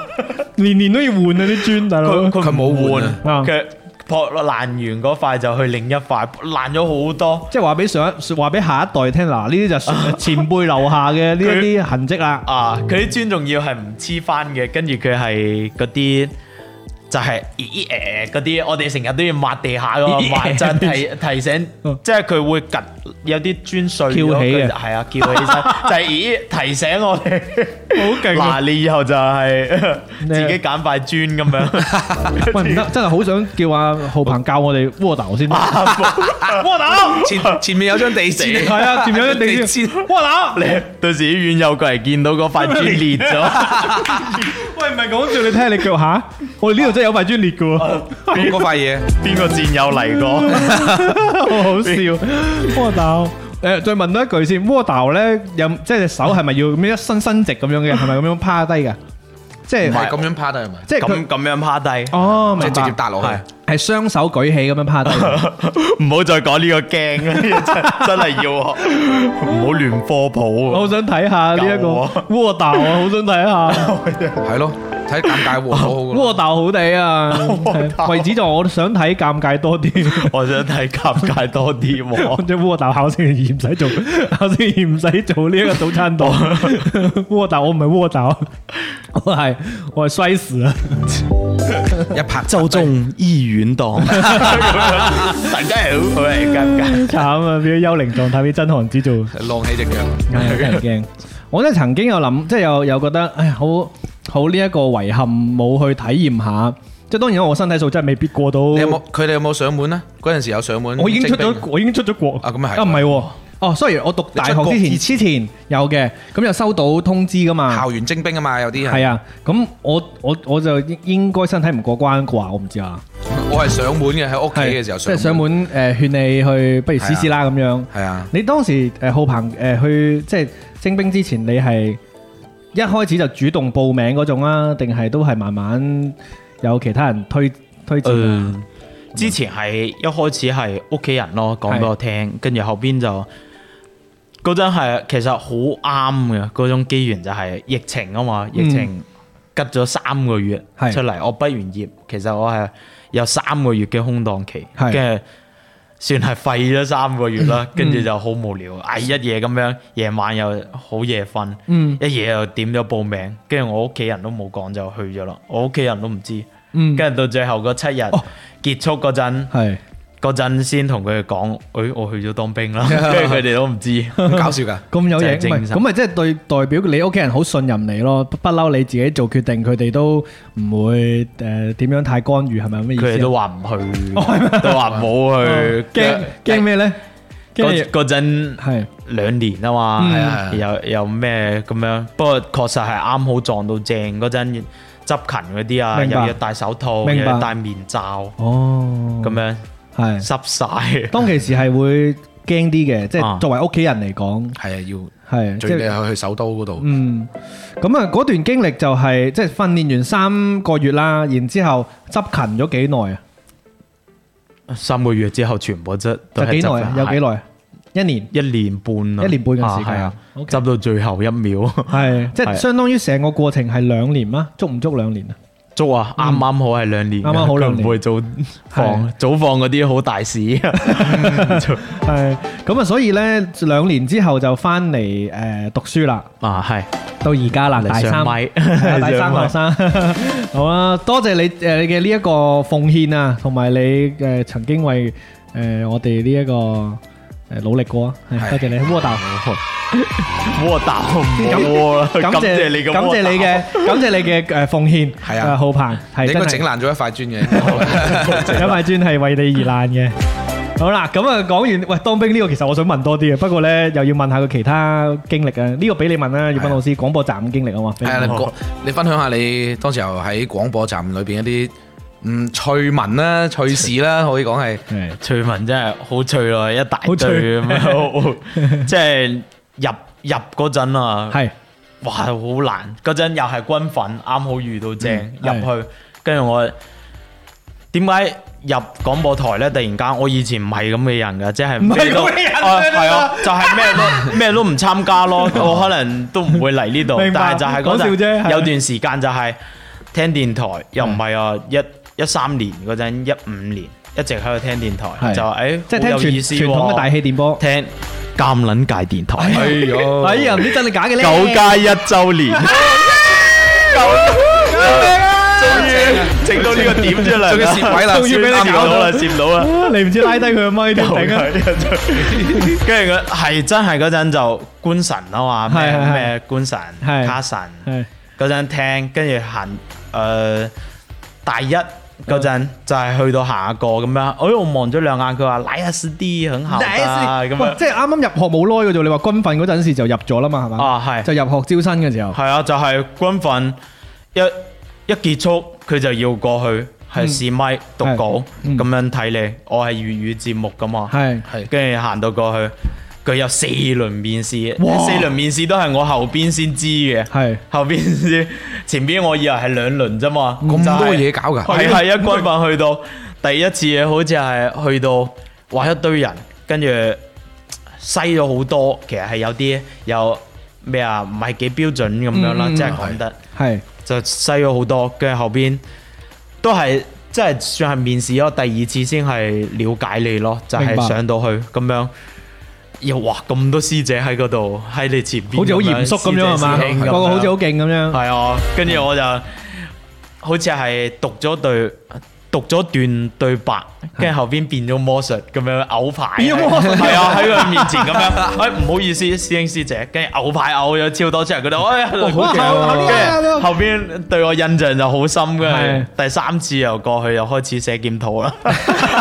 年年都要換啊啲磚，大佬。
佢
佢冇
唔
換啊
佢破爛完嗰塊就去另一塊，爛咗好多。
即係話俾上一話俾下一代聽嗱，呢啲就 係前輩留下嘅呢一啲痕跡啦。
啊！佢啲磚仲要係唔黐翻嘅，跟住佢係嗰啲就係咦誒嗰啲，我哋成日都要抹地下噶嘛，
咦
抹震提提醒
嗯，
即係佢會趌有啲磚碎咗
翹起嘅
佢就係啊，翹起 身就係咦提醒我哋，好
勁啊
嗱，你以後就係
你
自己揀塊 磚咁樣，
喂，唔得，真係好想叫阿浩鵬教我哋窩頭先。窩頭。
前前面有張地氈，
係啊，前面有張地
氈
氈，哇嗱，
你到時醫院有 個人見到嗰塊磚裂咗，
喂唔係講笑，你睇下你腳下，我哋呢度真係有塊磚裂嘅 喎，
咁嗰塊嘢
邊個戰友 嚟過？
好 好笑。窝豆，诶，再問多一句先，窝豆咧有即係隻手係咪要咁樣一伸伸直咁樣嘅，係咪咁樣趴低嘅？即
唔係
係
咁樣趴低係咪？
即係佢
咁咁樣趴低，
哦，
即
明
係直接
白，
搭落去。
係雙手舉起咁樣 趴低。
唔好再講呢個驚啦，真真係要學，唔好亂科普
我
啊
好！想睇下呢一個
夠啊
窝豆啊，好想 睇下
係咯，睇尷尬喎，好好㗎
窝
咯。
豆好地啊
窩豆！
為止就我想睇尷尬多啲。
我想睇尷尬多啲 喎。
即係窩豆考星期二唔使做，考星期二唔使做呢一個早餐檔。窩豆我唔係窩豆，哦 我係我係衰死啊！
一拍
周中醫院檔， 大家好，我係 尷尬。
慘啊，變咗幽靈狀態，俾真寒子做，係
浪起只腳，
啊真係驚。 我真係曾經有諗，即係有有覺得，唉，好好呢一個遺憾冇去體驗下。即係當然我身體素質未必過到，
你有
我
冇？佢哋有冇上門咧？嗰陣時有上門，
已經出咗
徵，兵
我已經出咗國
啊咁啊係
啊唔係喎。哦，sorry，我讀大學之前之前有嘅，咁又收到通知噶嘛。
校園徵兵啊嘛，有啲人
係啊，咁我我我就應應該身體唔過關啩，我唔知啊。
我係上門嘅，喺屋企
係
嘅時候
即係上
門。
門誒勸你去，不如試試啦咁樣。
係啊，
你當時誒浩鵬誒去即係徵兵之前，你係一開始就主動報名嗰種啊，定係都係慢慢有其他人推推薦啊？
誒，嗯之前係一開始係屋企人咯，講俾我聽，跟住後邊就嗰陣係其實好啱嘅嗰種機緣就係疫情啊嘛，疫情吉咗三個月
嗯係
出嚟，我畢完業，其實我係有三個月嘅空檔期，
係嗯
跟住。算係廢咗三個月啦，跟住就好無聊，唉一夜咁樣，夜晚又好夜瞓，
嗯
一夜又點咗報名，跟住我屋企人都冇講就去咗啦，我屋企人都唔知，
嗯，
跟住到最後嗰七日
哦
結束嗰陣，
係
嗰陣先同佢哋講，誒我去咗當兵 啦，跟住佢哋都唔知，
咁搞笑㗎。
咁有影，
就係
唔係
精神
咁咪即係對代表你屋企人好信任你咯，不不嬲你自己做決定，佢哋都唔會誒點樣太干預，係咪咁嘅意思啊？
佢哋都話唔去，
哦
都話唔好去，
驚驚咩咧？哦驚你
嗰嗰陣
係
兩年啊嘛，
嗯
係啊又又咩咁樣，不過確實係啱好撞到正嗰陣執勤嗰啲啊，
明白
又要戴手套，又
明白
要戴面罩，
哦，
咁樣
係
濕晒。
當其時係會驚啲嘅，即係
啊
作為屋企人嚟
係
講，
啊，
係
要
即
最
係
你去首都嗰度，
嗯，咁啊嗰段經歷就係即係訓練完三個月啦，然之後執勤咗幾耐啊？
三個月之後全部執都
就
係
幾耐
執
啊？
返
有幾耐啊？一年
一年半啊，
一年半嘅時間
係啊，
OK
執到最後一秒，
係即係
係
相當於成個過程係兩年嗎？足唔足兩年啊？
足啊，啱啱好係兩年㗎，
啱啱好兩
佢
年
唔會早放，早放嗰啲好大事，
嗯係咁啊，所以呢，兩年之後就翻嚟誒讀書啦，
啊係，
到而家啦，啊大
嚟
三
上。咪，
係 啊第三
上
學
咪
生，好啦，多謝你誒你嘅呢一個奉獻啊，同埋你誒曾經為誒我哋呢一個誒努力過啊，係
係
多謝你，窩豆，
窩蛋冇啦，
感
感謝你嘅窩
感謝你
蛋，
嘅感謝你嘅誒奉獻，
係啊
誒浩鵬係
你應
真
該整
係
爛咗一塊磚嘅。
有塊磚係為你而爛嘅。好啦，咁啊講完，喂，當兵呢個其實我想問多啲嘅，不過咧又要問下佢其他經歷啊，呢個俾你問啦，葉斌老師廣播站經歷啊嘛，俾
係啊，
你
你
問
講你分享下你當時候喺廣播站裏邊一啲嗯趣聞啦、趣事啦， 可以講係。
係
翠文真係好脆咯，一大
好脆
堆咁樣， 即係入入嗰陣啊，
係
哇，好難！嗰陣又係軍訓，啱好遇到正入
嗯
去，跟住我點解入廣播台呢？突然間，我以前唔係咁嘅人㗎，即係
係
咩都
咁嘅人
啊
真係
係啊，就係 咩都咩都唔參加咯。我可能都唔會嚟呢度
明，白
但係就係
講笑
嗰
啫係
陣有段時間就係聽電台，又唔係啊一一三年嗰陣，一五年一直喺度聽電
係
台，就誒
即係聽傳傳統嘅大氣 電波。
聽鑑撚界電台。
哎呦
哎呀，唔知真定假嘅咧。
九加一周年，整到呢個點出嚟，
仲要攝位啦
終於俾你搞到啦，攝到啦，
啊，你唔知拉低佢個咪點頂啊？
跟住佢係真係嗰陣就官神啊嘛，咩
係係係
咩官神、
係
卡神
係
嗰陣聽，跟住行誒大一。嗰陣就係去到下一個咁樣，哎我望咗兩眼，佢話 Nice D 很好啊咁
喂
樣，
即係啱啱入學冇耐嘅啫，你話軍訓嗰陣時就入咗啦嘛，係嘛？
啊係。
就入學招生嘅時候，
係啊，就係軍訓一一結束，佢就要過去係試咪讀稿
嗯
咁樣睇你，我係粵語節目噶嘛，
係
係
跟住行到過去，佢有四輪面試，
哇
四輪面試都係我後邊先知嘅，
係
後邊先，前邊我以為係兩輪啫嘛，
咁
就係
多嘢搞㗎
哦
係係一軍訓去到第一次好似係去到話一堆人，跟住篩咗好多，其實係有啲有咩啊，唔係幾標準咁樣啦，
嗯嗯
即係講得。
係
就篩咗好多，跟住後邊都係即係算係面試咯，第二次先係了解你咯，就
明
係、
白
上到去咁樣。又哇咁多師姐喺嗰度喺你前邊，
好似好嚴肅咁樣係嘛？
師姐師兄咁
個
樣
個好似好勁咁樣，
係啊，跟住我就好似係讀咗對讀咗段對白，跟住後邊變咗魔術咁樣嘔牌，
變咗魔術
係啊喺佢面前咁樣， 哎唔好意思師兄師姐，跟住嘔牌嘔咗超多出嚟，佢就哎
哇好勁
好
啊
跟住後邊對我印象就好深
係
嘅，第三次又過去又開始寫檢討啦，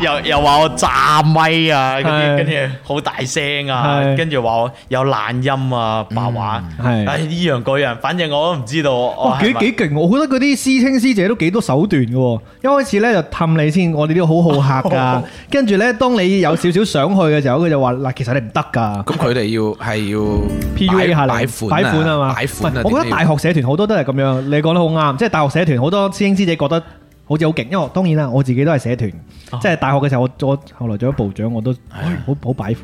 又又話我炸咪啊，
係
嗰啲跟住好大聲啊
係，
跟住話我有懶音啊白
嗯
話。
係
唉，呢樣嗰樣，反正我都唔知道我
哇，
哦係
幾
咪
幾勁！我覺得嗰啲師兄師姐都幾多手段嘅喎。一開始咧就氹你先，我哋都好好客 㗎。跟住咧，當你有少少想去嘅時候，佢就話：嗱，其實你唔得㗎。
咁佢哋要係要
PUA 下你，
擺款
擺款係嘛？
擺款啊！
唔係
點
我覺得
都要
大學社團好多都係咁樣，你講得好啱，即係大學社團好多師兄師姐覺得。好似好勁，因為我當然啦，我自己都係社團，
哦
即係大學嘅時候，我我後來做咗部長，我都好好擺款，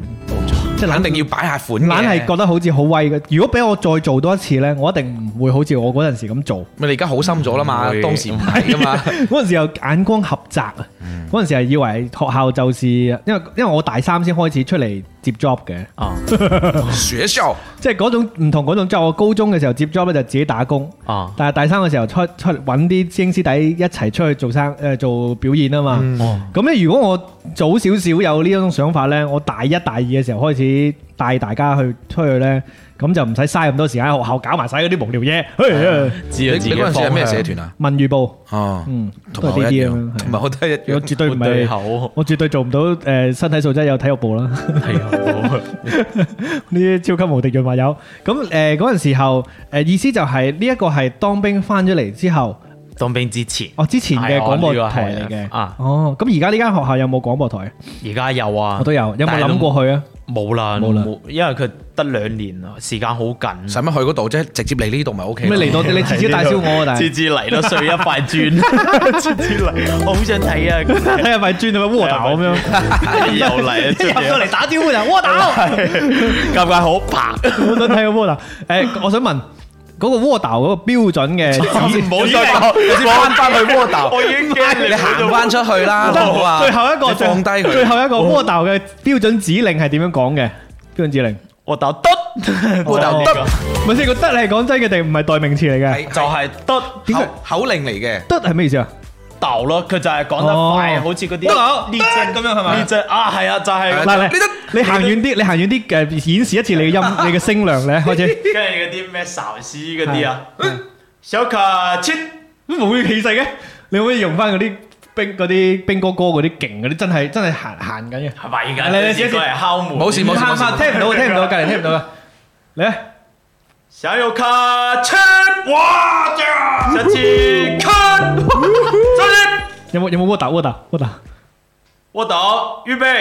即係
肯定要擺下款嘅，
懶係覺得好似好威嘅。如果俾我再做多一次呢，我一定唔會好似我嗰陣時咁做。
咪你而家好心咗啦嘛，
會
當時唔係噶嘛，
嗰陣時又眼光狹窄啊！
嗯
嗰陣時係以為學校就是，因為因為我大三先開始出嚟接 job 嘅，
啊
學校
即係嗰種唔同嗰種 job。我高中嘅時候接 job 咧就自己打工，
啊
但係大三嘅時候出出揾啲師兄師弟一齊出去做生誒、呃做表演啊嘛。咁咧、如果我早少少有呢種想法呢，我大一大二嘅時候開始帶大家去出去呢，咁就唔使嘥咁多時間喺學校搞埋晒嗰啲無聊嘢。嘿
知
你
道
你
自己
嗰陣時係咩
方向
社團啊？
文娛部，
哦，
嗯，都
同我
係
一
呢啲
樣
咁樣，係
同埋我都係一
我
樣。
絕對唔
會對
係。
口
我絕對做唔到誒、呃身體素質有體育部啦， 呢
係啊，
啲超級無敵潤滑油。咁誒嗰陣時候，誒、呃意思就係呢一個係當兵翻咗嚟之後，
我當兵之前，
哦之前嘅
係我
廣播
呢個係
台嚟嘅。
啊
哦，咁而家呢間學校有冇廣播台？
而家有啊，
我都有，有冇
但係都
諗過去啊？
冇啦，
冇啦
冇，因為佢得兩年啊，時間好緊。
使乜去嗰度啫？直接嚟呢度咪 O K
咁你 嚟 到你次次帶燒我啊，但
次
係
次嚟都碎一 塊磚，次次嚟，我好想睇啊！
睇下塊磚咁樣窩頭咁樣，
哎
又嚟啊， 出
一入到
嚟
嚟打招呼就窩頭，
尷尬好 白，
我想睇個窩頭。誒，我想問嗰個窩頭嗰個標準 嘅指
唔好再講，
翻翻去窩豆
我，已經驚
你行翻出去 啦，好唔好啊？
最後一個
你放低
最後
佢，
一個窩豆嘅標準指令係點樣講嘅？標準指令，
我打得，我打
哦
得，
咪先個得係講真嘅定唔係代名詞嚟嘅？
係
就係得
點解
口口令嚟嘅。
得係咩意思啊？
豆咯，佢就係講得快，好似嗰啲呢只咁樣係咪？呢只啊，係啊，就係
嗱，嚟
你得
你行遠啲，你行遠啲誒，演示一次你嘅 音，你嘅聲量咧，開始
跟住嗰啲咩壽司嗰啲啊，小卡切
都冇氣勢嘅。你可唔可以用翻嗰啲兵嗰啲兵哥哥嗰啲勁嗰啲，真係真係行行緊嘅。
係咪而家？
你你試一
試
試
過嚟敲門，
冇事冇事
行
冇
行
事，
聽唔到，聽唔到，隔離聽唔到啊！嚟啊，
小有卡切，哇呀！小切卡，再
有
見，
冇有冇窩豆窩豆窩豆？
我等，預備，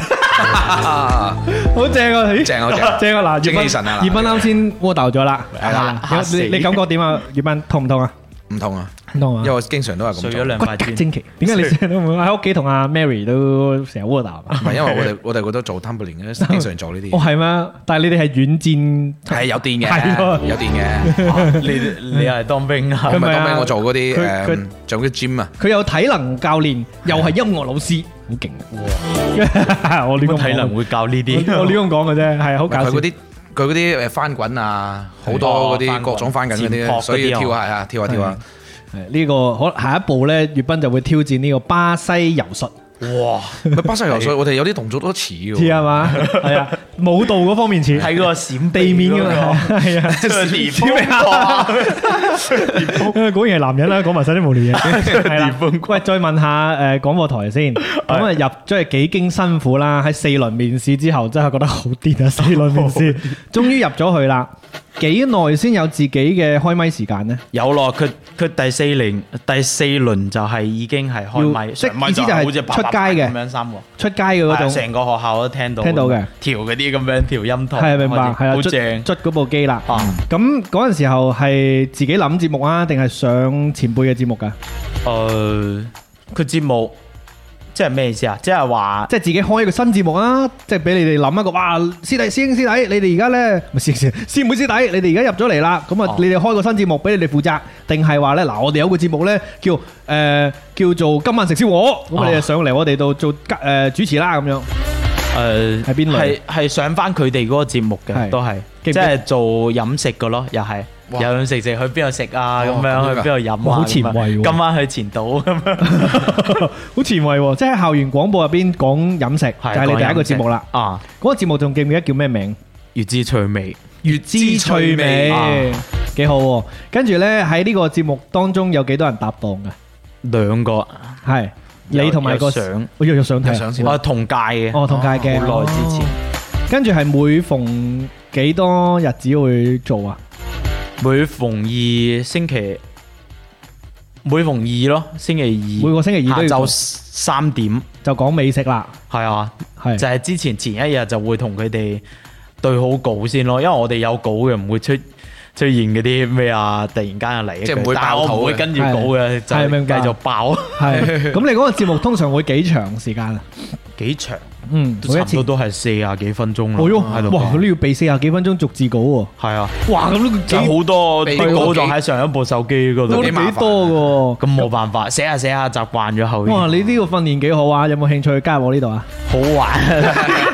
啊
好正啊！咦
正啊正啊
正啊！嗱，
精
葉斌
氣神啊嗱
葉斌啱先窩豆咗啦，
係啦
嚇死
你你感覺點啊？葉斌痛唔痛啊？
唔痛啊，
唔痛啊
因為！我經常都係咁做
碎咗兩
骨
塊
骼
磚，
精奇，點解你成日都唔喺屋企同阿 Mary 都成日窩豆啊？
唔係因為我哋我哋覺得做 tumbling 咧，經常做呢啲
哦，
嘢，
係咩？但係你哋係遠戰，
係有電
係喎
嘅，有電嘅。
你你係當兵啊
唔
咪
係
啊
當俾我做嗰啲
佢佢
誒，做啲 gym 啊，
佢有體能教練，又係音樂老師，好勁！ 我亂咁講
體能會教呢
我我亂
啲，
咁講嘅啫，係好搞
佢
笑
嗰。啲佢嗰啲誒翻滾啊，好多嗰
哦
啲
翻滾
各種翻滾嗰
前
啲
撲嗰啲
啊，所以要
啊
跳下啊，跳下跳下。
係呢個可下一步咧，粵斌就會挑戰呢個巴西柔術，
哇！
咪巴西游水，我哋有啲動作都似
知
嘅。
係 嘛？係啊，舞蹈嗰方面似
睇嗰個閃
地面㗎嘛， 係啊。
即係
果然係男人啦，講埋晒啲無聊嘢。係啦
地方，
喂，再問下誒廣播台先，咁啊入咗係幾經辛苦啦，喺四輪面試之後真係覺得好癲啊！四輪面試終於入咗去啦，幾耐先有自己嘅開咪時間呢？
有咯，佢佢第四輪第四輪就係已經係開
要
咪，
即係
上咪
意思就係
係好似啪
出
啪
街
啪
嘅
咁樣三個，
出街嘅嗰
係
種
成個學校都聽到
聽到嘅，
調嗰啲咁樣調音筒，
係明白，係啊啦，
好
捽
正
捽嗰部機啦。
啊！
咁嗰陣時候係自己諗節目啊，定係上前輩嘅節目㗎？
誒，呃佢節目即係咩意思啊？即係話
即係自己開一個新節目啊！即係俾你哋諗一個，哇！師弟、師兄、師弟，你哋而家咧，唔係師兄、師師妹、師弟，你哋而家入咗嚟啦，咁啊
哦，
你哋開個新節目俾你哋負責，定係話咧，嗱，我哋有個節目咧叫誒、呃叫做今晚食燒鵝，咁啊，你哋上嚟我哋度做誒、呃主持啦，咁樣
誒
係邊類啊
係係上翻佢哋嗰個節目
係
嘅，都係
記
即
唔記
係做飲食嘅咯，又係有
哇
飲食食去邊度食啊？
哦
咁
咁
樣
樣
去
㗎
邊度飲啊？
哇好
咁樣
前衛喎
今晚去前島咁樣，
好前衞喎！即係校園廣播入邊講飲食，就係你第一個節目啦。
啊！
嗰個節目仲記唔記得叫咩名？
粵之趣味，
粵之趣味
啊，
幾好喎！跟住咧喺呢個節目當中有幾多人搭檔㗎？
兩個
係
有
你同埋個
有相
我約咗相睇
有
啊
相。先
我係同屆嘅，
哦，同屆嘅，
好耐之前
哦。跟住係每逢幾多日子會做啊？
每逢二星期，每逢二咯，星期二
每個星期二都
下
要做
晝三點，
就講美食啦，
係啊，
係
就係之前前一日就會同佢哋對好稿先咯，因為我哋有稿嘅，唔會出出現嗰啲咩啊，突然間就嚟一句，
即係唔會
但係
爆
我
肚
唔會
嘅
跟住稿嘅，就
係明
繼
白
續 爆
係。咁你嗰個節目通常會幾長時間啊？
幾長，
嗯，每
差
一
唔
次
多。都係四啊幾分鐘啦，
哦喲，
喺度
哇！
講
佢都要備四十幾分鐘逐字稿喎，
係啊，
哇！咁都幾
就好多
幾
啲稿就喺上一部手機嗰
都
幾
度
幾，
麻煩啊
多嘅
咁冇辦法，寫下寫下習慣咗後
喎。哇！
面。
你呢個訓練幾好啊？有冇興趣加入我呢度啊？
好玩，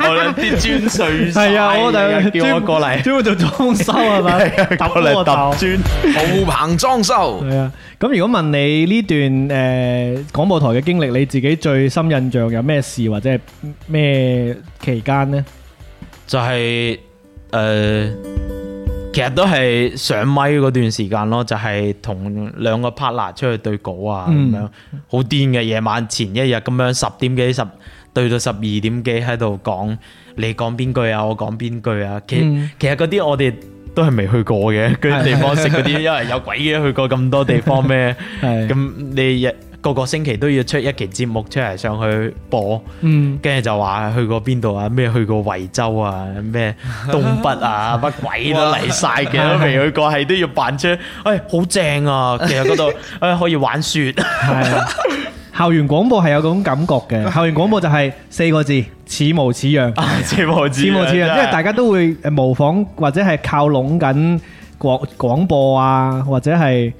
我哋啲磚碎晒
係啊，我
日日
哋
叫我過嚟，
專門做裝修係咪？
過嚟
我
揼
頭
磚。
浩棚裝修。
系啊，咁如果問你呢段誒廣播台嘅經歷，你自己最深印象有咩事或者係咩期間呢？
就係、呃其實都係上咪嗰段時間咯，就係、同兩個 partner 出去對稿啊咁、
嗯
樣，好癲嘅。夜晚前一日咁樣十點幾十對到十二點幾喺度講，你講邊句啊，我講邊句啊。其、
嗯
其實嗰啲我哋都係未去過 嘅，嗰啲地方食嗰啲，因為有鬼嘅去過咁多地方咩？
係
咁你日個個星期都要出一期節目出嚟上去播。
嗯，
跟住就話去過邊度啊？咩去過惠州啊？ 咩東北啊？乜鬼都嚟晒嘅，都未去過，係都要扮出，哎，好正啊！其實嗰度，哎，可以玩雪，
係啊校園廣播係有種感覺嘅，校園廣播就係四個字，似模似樣，
似冇
啊
似
似模似樣，啊因為大
家
家都會誒模仿或者係靠攏緊廣廣播啊，或者係。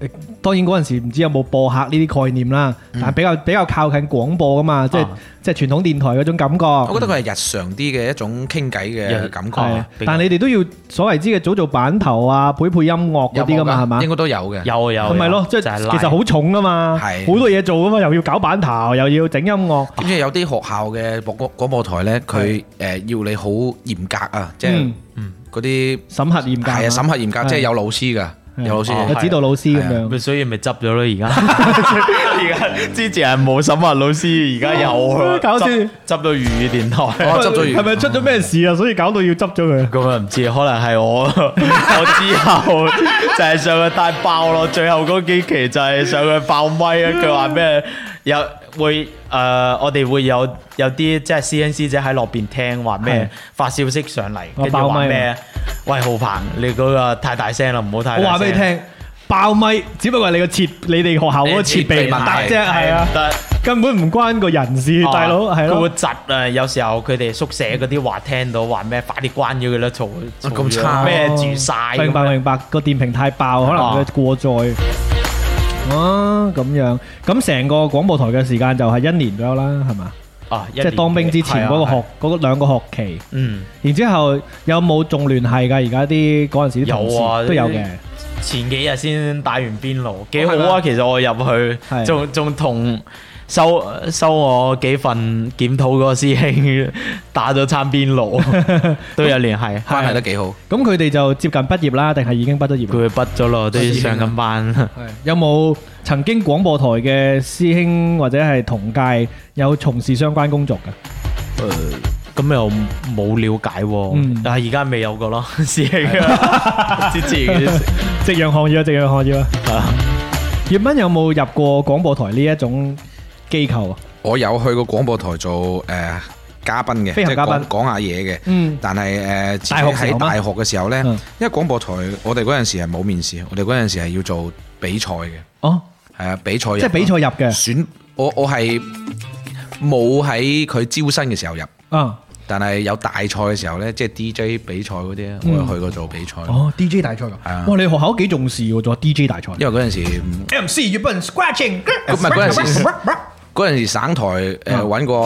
誒當然嗰陣時唔知有冇播客呢啲概念啦，
嗯
但係比較比較靠近廣播噶嘛，即係
啊
即係傳統電台嗰種感覺。
我覺得佢係日常啲嘅一種傾偈嘅感覺
係
啊，，
比較
但係你哋都要所謂之嘅早做版頭啊，配配音樂嗰啲噶嘛，係嘛
應？該都有嘅。
有啊有啊，
咪咯，即
有
係
就係
其實好重噶嘛，
係
好多嘢做噶嘛，又要搞版頭，又要整音樂，
點知有啲學校嘅播廣廣播台呢，佢誒要你好嚴格啊，即係
嗯
嗰啲
審核嚴格，
係啊審核嚴格，即係有老師㗎，
係
有老
哦
師啊
有指導老師咁樣。
咪所以咪執咗咯，而 家而家之前係冇審核老師，而家有啊，
搞笑
執執到粵語電台。
哦執咗
係
完
咪出咗咩事啊？所以搞到要執咗佢。
咁啊唔知，可能係我 我之後就係上去帶爆咯，最後嗰幾期就係上去爆咪啊！佢話咩有會誒、呃我哋會有有啲即係師兄師姐喺落邊聽話咩發消息上嚟，
我
跟
爆
住話
咪啊
咩？喂，浩鵬，你嗰個太大聲啦，唔好太大
我
聲。
話俾你聽，爆咪只不過係你個設，你哋學校嗰
你
個設備唔
設備問
得
題
啫，係啊
唔，得。
根本唔關個人事，大佬
啊
係
佢會
咯。
窒啊！有時候佢哋宿舍嗰啲話聽到話咩，快啲關咗佢啦，嘈
啊
嘈
咁
住啦
差
咩住晒咁樣，
明白明白，個電瓶太爆，可能佢過載。啊，咁樣，咁成個廣播台嘅時間就係一年左右啦，係嘛？
啊！一
即係
年
當兵之前
係啊
嗰個
係
學嗰個兩個學期，
嗯。
然之後有冇仲聯繫㗎？而家啲嗰陣時啲同
有啊
事都有嘅，
前幾日先打完邊爐，幾好
係
啊！
嘛
其實我入
哦係
去，仲仲同收收我幾份檢討嗰個師兄 打咗餐邊爐， 都有聯繫。
關係都幾好。
咁佢哋就接近畢業啦，定係已經畢咗業啦？
佢畢咗咯，都
啊
要上緊班。
有冇曾經廣播台嘅師兄或者係同屆有從事相關工作㗎？
咁又冇了解喎
嗯。
但係而家未有個咯， 師兄，之前嘅事
夕陽行業啊，夕陽行業啊。葉斌有冇入過廣播台呢一種機構啊？
我有去過廣播台做誒、呃嘉賓嘅，
飛行
即係
嘉賓
講講下嘢嘅。
嗯
但係誒、呃自己
大學時候
喺
嗎
大學嘅時候呢，
嗯
因為廣播台我哋嗰陣時係冇面試，我哋嗰陣時係要做比賽嘅，
哦，
係啊比賽入
即係比賽入嘅。
選我我係冇喺佢招生嘅時候入，
啊，
但係有大賽嘅時候呢，即係 DJ 比賽嗰啲咧，我有去過做比賽。
嗯哦，DJ 大賽㗎。
啊
哇，你學校都幾重視喎，做 DJ 大賽。
因為嗰陣時唔
MC 葉斌 scratching，
唔係嗰陣時嗰陣時省台誒揾個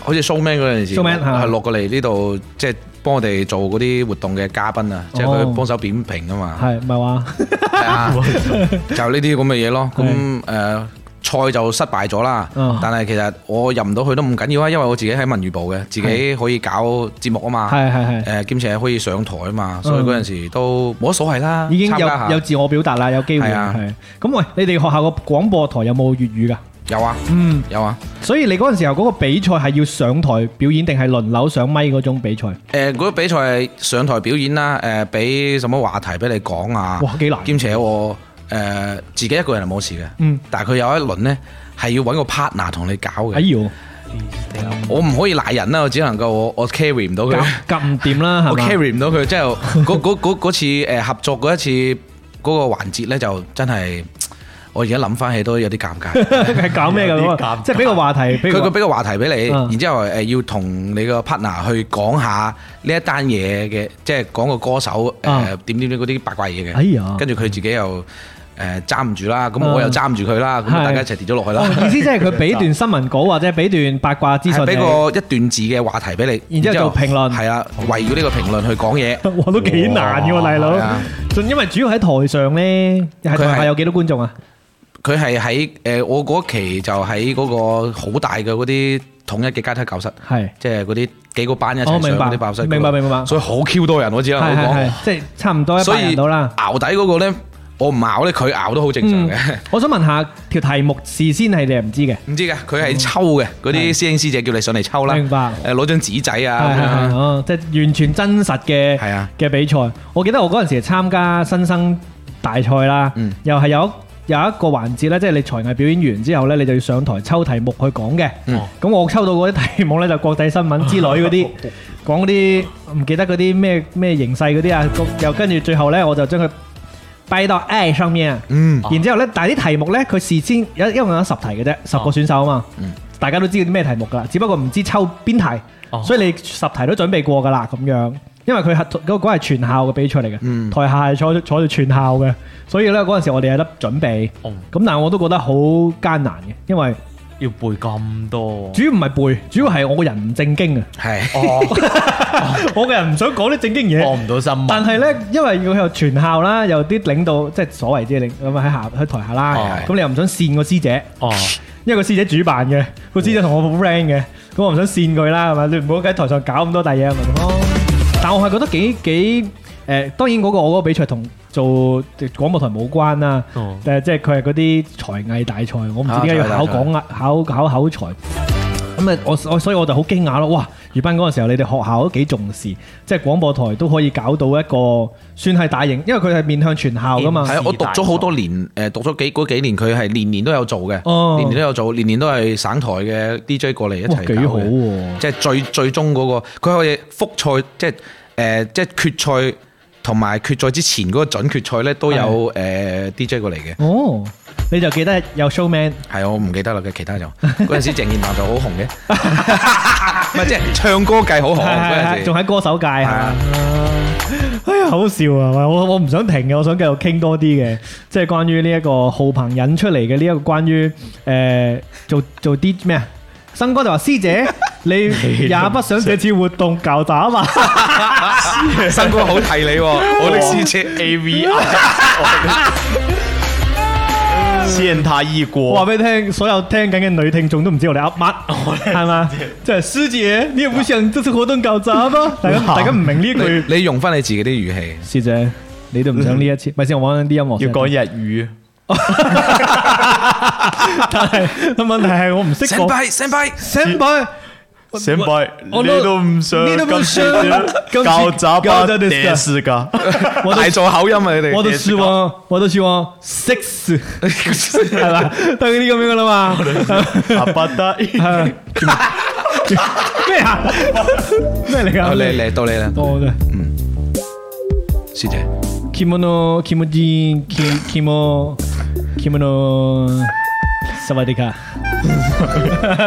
好似 showman 嗰陣時，
嗯 Showman，啊
係落過嚟呢度，即係幫我哋做嗰啲活動嘅嘉賓啊，即係
哦
佢幫手點評啊 嘛，
係唔係話？
係 啊，就呢啲咁嘅嘢咯。咁誒賽就失敗咗啦，
哦
但係其實我入唔到去都唔緊要啊，因為我自己喺文娛部嘅，自己可以搞節目啊嘛，
係係係，
誒兼且可以上台啊嘛，所以嗰陣時都冇乜所謂啦，
嗯已經
參
有
加下
有自我表達啦，有機會
係啊
係。咁喂，你哋學校個廣播台有冇粵語㗎？
有啊
嗯。
有啊。
所以你嗰陣時候嗰個比賽係要上台表演定係輪流上咪嗰種比賽？
誒嗰個比賽係上台表演啦，誒俾什麼話題俾你講啊？
哇幾難
兼且我誒、自己一個人係冇事嘅，
嗯
但係佢有一輪呢，係要揾個 partner 同你搞嘅，
哎呦，
我唔可以賴人啦，我只能夠我我 carry 唔到佢
夾，夾唔掂啦，
我
係嘛？
carry 唔到佢，即係 嗰嗰嗰嗰次誒合作嗰一次嗰個環節呢，就真係我而家諗翻起都有啲尷尬。
係 搞咩㗎
有啲
嗰
尷
個？
尬
即係俾個話題，
佢
俾
佢
個
俾個話題俾你，
嗯
然之後誒要同你個 partner 去講下呢一單嘢嘅，即係講個歌手誒
嗯
點點點嗰啲八卦嘢
哎
嘅。
呀！
跟住佢自己又誒揸唔住啦，咁
嗯
我又揸唔住佢啦，咁
係
大家一齊跌咗落去啦
哦，。意思即係佢俾段新聞稿或者俾段八卦資訊
係俾
你，
個一段字嘅話題俾你，
然之後做評論
係啦，圍繞呢個評論去講嘢。
哇都幾難嘅喎，大佬
係啊。
仲因為主要喺台上咧，
佢
係
係
台下有幾多觀眾啊？
佢係喺誒我嗰期就喺嗰個好大嘅嗰啲統一嘅階梯教室，
係。
即係嗰啲幾個班一
哦
齊上
明白
嗰啲教室嗰度。
明白明白
所以好 Q 多人，我只能
係
夠
係
講。
係，即係差唔多一
所
百
以
人到啦。
熬底嗰個咧，我唔熬咧，佢熬都好正常嘅。
我想問下條題目事先係你係唔知嘅，
唔知㗎，佢係抽嘅，嗰啲師兄師姐叫你上嚟抽啦。
嗯明白
誒，攞張紙仔
係係係
啊，
哦，即係完全真實嘅
係啊
嘅比賽。我記得我嗰陣時參加新生大賽啦
嗯，
又係有有一個環節咧，即係你才藝表演完之後咧，你就要上台抽題目去講嘅。
嗯
咁我抽到嗰啲題目咧就國際新聞之類嗰 啲，講嗰啲唔記得嗰啲咩咩形勢嗰啲啊，咁又跟住最後咧我就將佢掰到 A 上面啊。
嗯，
然之後咧，但係啲題目咧，佢事先因因為有十題嘅啫，十
哦
個選手啊嘛，
嗯
大家都知道啲咩題目噶啦，只不過唔知抽邊題，
哦
所以你十題都準備過噶啦咁樣。因為佢係嗰嗰係全校嘅比賽嚟嘅，
嗯
台下係坐坐住全校嘅，所以咧嗰陣時我哋有得準備，咁、
哦
但係我都覺得好艱難嘅，因為
要背咁 多
主。要唔係背，主要係我個人唔正經啊，
係
哦，
我個人唔想講啲正經嘢。
放唔到心
但係咧，因為要有全校啦，有啲領導即係所謂啲領咁喺下喺台下啦
哦，
咁你又唔想跣個師姐，
哦，
因為個師姐主辦嘅，個師姐同我好 friend 嘅，咁我唔想跣佢啦，係咪？你唔好喺台上搞咁多大嘢，係咪咁咯？但我係覺得幾幾誒、呃，當然嗰個我嗰個比賽同做廣播台冇關啦，誒、
哦
即係佢係嗰啲才藝大賽，我唔知點解要
啊才藝大賽
考講啊考考口才。咁啊，我我所以我就好驚訝咯！哇，粵斌嗰陣時候，你哋學校都幾重視，即係廣播台都可以搞到一個算係大型，因為佢係面向全校噶嘛。
係啊，我讀咗好多年，誒讀咗幾嗰幾年，佢係年年都有做嘅，
哦
年年都有做，年年都係省台嘅 DJ 過嚟一齊
哇，
搞
幾
嘅
好喎！
即係最最終嗰、個，佢可以複賽，即係誒、呃即係決賽同埋決賽之前嗰個準決賽咧，都有誒、呃 DJ 過嚟嘅。
哦，你就記得有 showman。
係我唔記得啦嘅，其他就 嗰陣時鄭健南就好紅 嘅，唔係即係唱歌計好紅嗰陣
係係係，
時。
仲喺歌手界係
係啊
嘛？哎呀，好笑啊！我我唔想停嘅，我想繼續傾多啲嘅，即係關於呢一個浩鵬引出嚟嘅呢一個關於誒、呃做做啲咩啊？生哥就話師姐，你也不想這次活動搞砸啊嘛？
新哥好替 你喎，我的師姐
A V R，陷他一
我話
鍋。
俾你聽，所有聽緊嘅女聽眾都唔知我哋噏乜，係嘛？即係師姐，你也不想這次活動搞砸啊嘛？大家大家唔明呢句。
你你用翻你自己啲語氣，
師姐，你都唔想呢一次，咪先，我玩緊啲音樂
要
先。
講日
但係問題係我唔識
先
講。
輩先輩，
先輩，
先輩，
我
你都唔想
你都唔
今次
想今次
搞砸吧
搞砸ですか
電視噶？
我都
大做口音啊！你哋
我都希望，我都希望 six 系嘛，等嗰啲咁樣噶啦嘛，
啊不得，
咩啊？咩嚟
好
噶？
你嚟到你啦，
多啫。
師姐。
kimono kimoji ki- kimo kimono สวัสดีค่ะ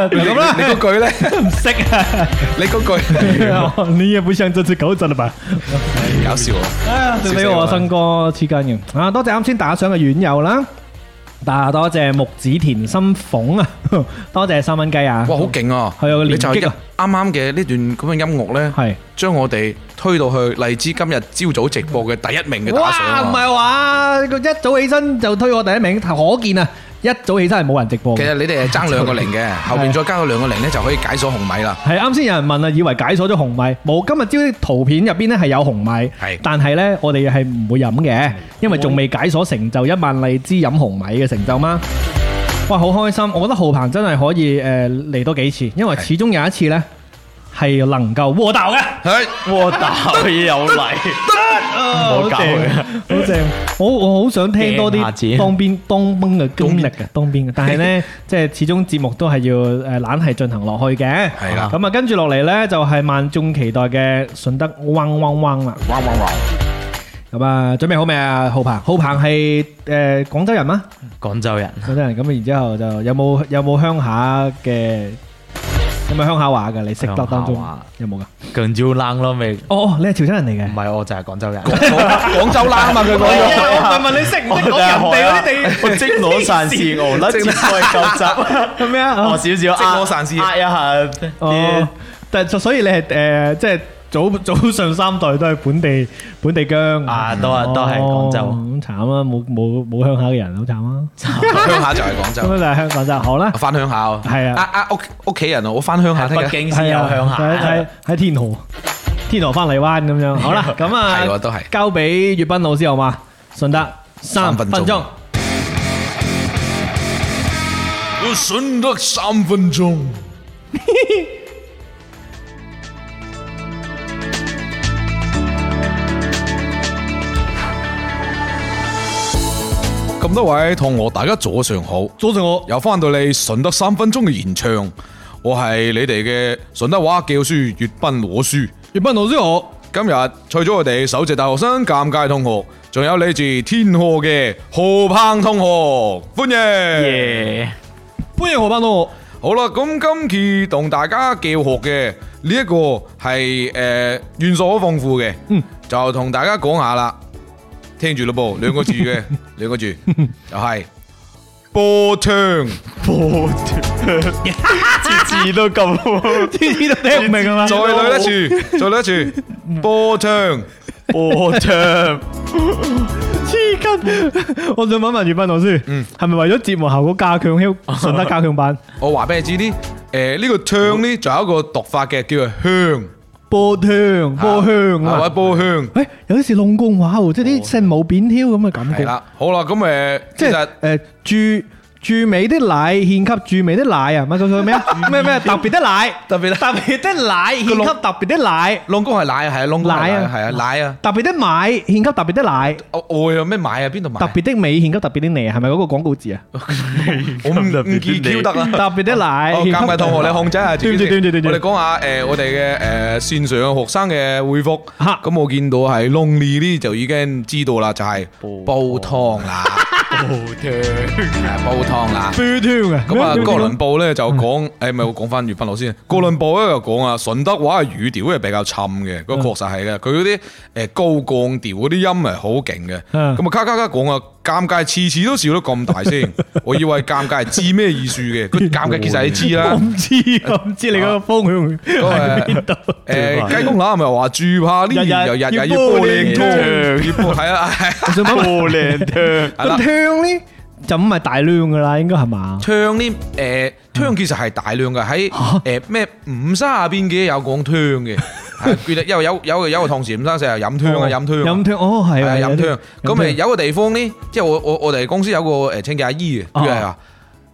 你咁啦，你嗰句咧，
唔識啊！
你嗰句
你也不像這次狗仔啦吧？
搞笑啊！
最俾我新歌黐筋嘅啊！多謝啱先打賞嘅院友啦，但多謝木子甜心鳳啊， 多謝三蚊雞啊！
哇，好勁啊！
係啊個連
你就係
擊啊
啱啱嘅呢段咁嘅音樂咧，
係
將我哋推到去荔枝今日朝早直播嘅第一名嘅打賞
哇，唔
啊。
係話佢一早起身就推我第一名，可見啊！一早起身係冇人直播
其
嘅。
實你哋係爭兩個零嘅，後邊再加個兩個零咧就可以解鎖紅米啦。
係啱先有人問啊，以為解鎖咗紅米，冇。今日朝啲圖片入邊咧係有紅米
係，
但係咧我哋係唔會飲嘅，因為仲未解鎖成就一萬荔枝飲紅米嘅成就嘛。哇，好開心！我覺得浩鵬真係可以呃誒嚟、多幾次，因為始終有一次咧係能夠窩到嘅。
係
我打有嚟，
Ờ,
唔好搞佢。
好正！我我好想聽多
驚下
啲
子
當兵當兵嘅經歷嘅當兵嘅，但係呢，即係始終節目都係要誒懶係進行落去嘅。
係啦
咁啊，跟住落嚟呢，就係萬眾期待嘅順德嗡嗡嗡啦。
汪汪汪！
咁啊，準備好未啊？浩鵬，浩鵬係誒廣州人嗎？
廣州人
廣州人咁，然之後就有冇有冇鄉下嘅有冇鄉下話㗎？你識得當
鄉
中
下話
有冇㗎？
更招冷咯，咪唔
哦哦，你係潮州人嚟嘅。
係我就係廣州人。
廣州啦嘛，佢講
係
咗。
啊我咪問你識唔識講人哋嗰啲地
我即攞散事我甩接開夠集，
係咩啊？
我少少
即攞散事
呃一下
哦
啲，
但係所以你係誒，即係早 早上三代都係本地本地姜
啊，都
Ờ.
係都係廣
哦
州。
咁慘啊！冇冇冇鄉下嘅人，好慘啊！
鄉下就係廣
咁
州，
就係香港就好啦，
翻鄉下啊。
係啊
啊啊屋屋企人啊，我翻鄉下聽
北
嘅。
京先有鄉
喺
下，
喺天河，天河翻荔灣咁樣。好啦，咁
係喎
啊，
都係
交俾粵斌老師好嘛？順德三
三
分
分
鐘
鐘。順德三分鐘。咁多位同學，大家早上好。
早上我
又翻到你順德三分鐘嘅現場，我係你哋嘅順德話教書粵賓我書。
粵斌老師好，
今日除咗我哋首席大學生尷尬同學，仲有嚟自天河嘅何鵬同學，歡迎。
耶！
歡迎何班老。
好啦，咁今期同大家教學嘅呢一個係誒元素好豐富嘅，
嗯
就同大家講下啦。聽住咯噃，兩個字 嘅，兩個字就係波槍。
次次都咁，
次 次都聽唔明啊嘛！
再嚟一次，再嚟一次，波槍。
我唱
黐筋，我想問問粵斌老師，
嗯
係咪為咗節目效果加強香順德加強版
我話俾你知啲，誒呢個槍呢，仲有一個讀法嘅，叫做香，
波香波香
係咪
啊？
波香？
喂，有啲似龍宮話喎，即係啲聖母扁挑咁嘅感
係
覺，
啦，好啦，咁誒，其
即
實
係誒駐駐美的奶獻給駐美的 奶啊，咪叫佢咩啊？咩咩特別的奶，
特別
特別的奶獻給特別的奶，
龍宮係奶啊，係啊，龍宮係
奶
奶
啊
啊，係啊，奶啊，
特別的買獻給特別的奶，
我我有咩買啊？邊度買？
特別的美獻給特別的你，係咪嗰個廣 告字啊？
我 唔唔記 Q 得啦。
特別的奶，
哦，尷尬同學，你控制下自己先。
對唔住對唔住對唔住
我哋講下誒我哋嘅誒線上嘅學生嘅回覆。
嚇
咁我見到係 lonely 呢就已經知道啦，就係煲湯 啦，係煲湯啦。
煲湯啊！
咁啊，哥倫布咧就講，誒咪我講翻粵賓老師先。哥倫布咧就講啊，順德話嘅語調係比較沉嘅，個確實係嘅。佢嗰啲誒高降調嗰啲音係好勁嘅。
嗯
咁啊，卡卡卡講啊，尷尬次次都笑得咁大 聲，我以為尷尬係知咩意思嘅， 佢尷尬其實你知
我
啦。
唔知，我唔知你嗰個方向喺邊度。
誒 雞公乸咪話住怕呢年又日日要煲靚湯，要煲係啊，
我想問，
好靚聽，
係
咁
啦。
聽咧就唔係大量噶啦，應該係嘛？
槍呢？誒槍其實係大量嘅，喺誒咩五沙邊嘅有講槍 嘅，係記得有有有有個同事五沙成日飲槍啊飲槍啊
飲湯哦，係
係
啊
啊飲槍，咁咪
咪
有個地方呢，即係我我我哋公司有個誒清潔阿姨嘅，佢係話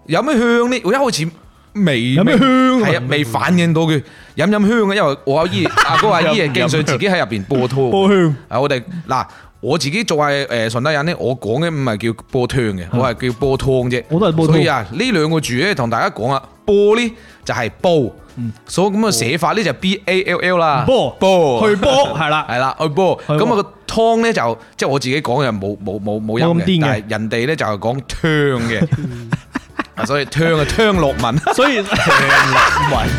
有咩香呢？我一開始未
有咩香啊
係啊，未反映到佢飲飲香嘅，因為我 阿姨阿哥阿姨係經常自己喺入邊播湯。
煲香
啊！我哋嗱，我自己做係誒順德人咧，我講嘅唔係叫煲湯嘅，我係叫煲湯啫。
我都係煲湯
所以啊，呢兩個字咧，同大家講啊，煲咧就係煲，所以咁嘅寫法咧就 B A L L 啦。
煲
煲
去波係啦，
係啦，去煲。
去煲
咁啊個湯咧就即係我自己講嘅冇冇冇冇
冇咁
音嘅
癲嘅，
但係人哋咧就係講湯 嘅。啊所以湯啊湯洛文，
所 以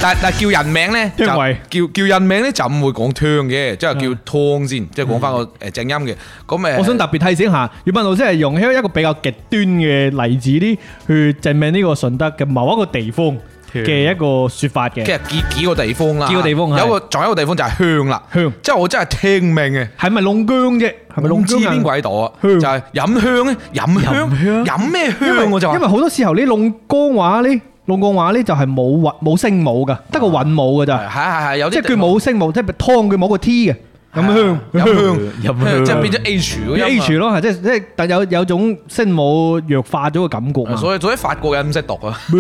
但但叫人名咧，就
湯唯
叫叫人名咧就唔會講湯嘅，即係叫湯先，即係講翻個誒正音嘅。咁誒，
我想特別提醒下，葉問老師係用一個比較極端嘅例子啲去證明呢個順德嘅某一個地方嘅一個説法
其
嘅，
實幾幾個地方啦，
幾個地方係
有一個仲有一個地方就係香啦，
香
即係我真係聽命嘅。
係咪弄姜啫？係咪
我唔
弄
知
姜啊
邊鬼度啊？就
香
係飲香咧，飲香，飲咩香我就話
因為好多時候呢弄江話呢，弄江話呢就係冇韻冇聲母噶，得個韻母噶
係
咋，
係係有啲
即係佢冇聲母，即係湯佢冇個 T 嘅，咁香
飲香。
入
即係變咗 H 嗰個音啊
H 咯，係即係即係但有有種聲母弱化咗嘅感覺啊。
所以所以法國人唔識讀啊，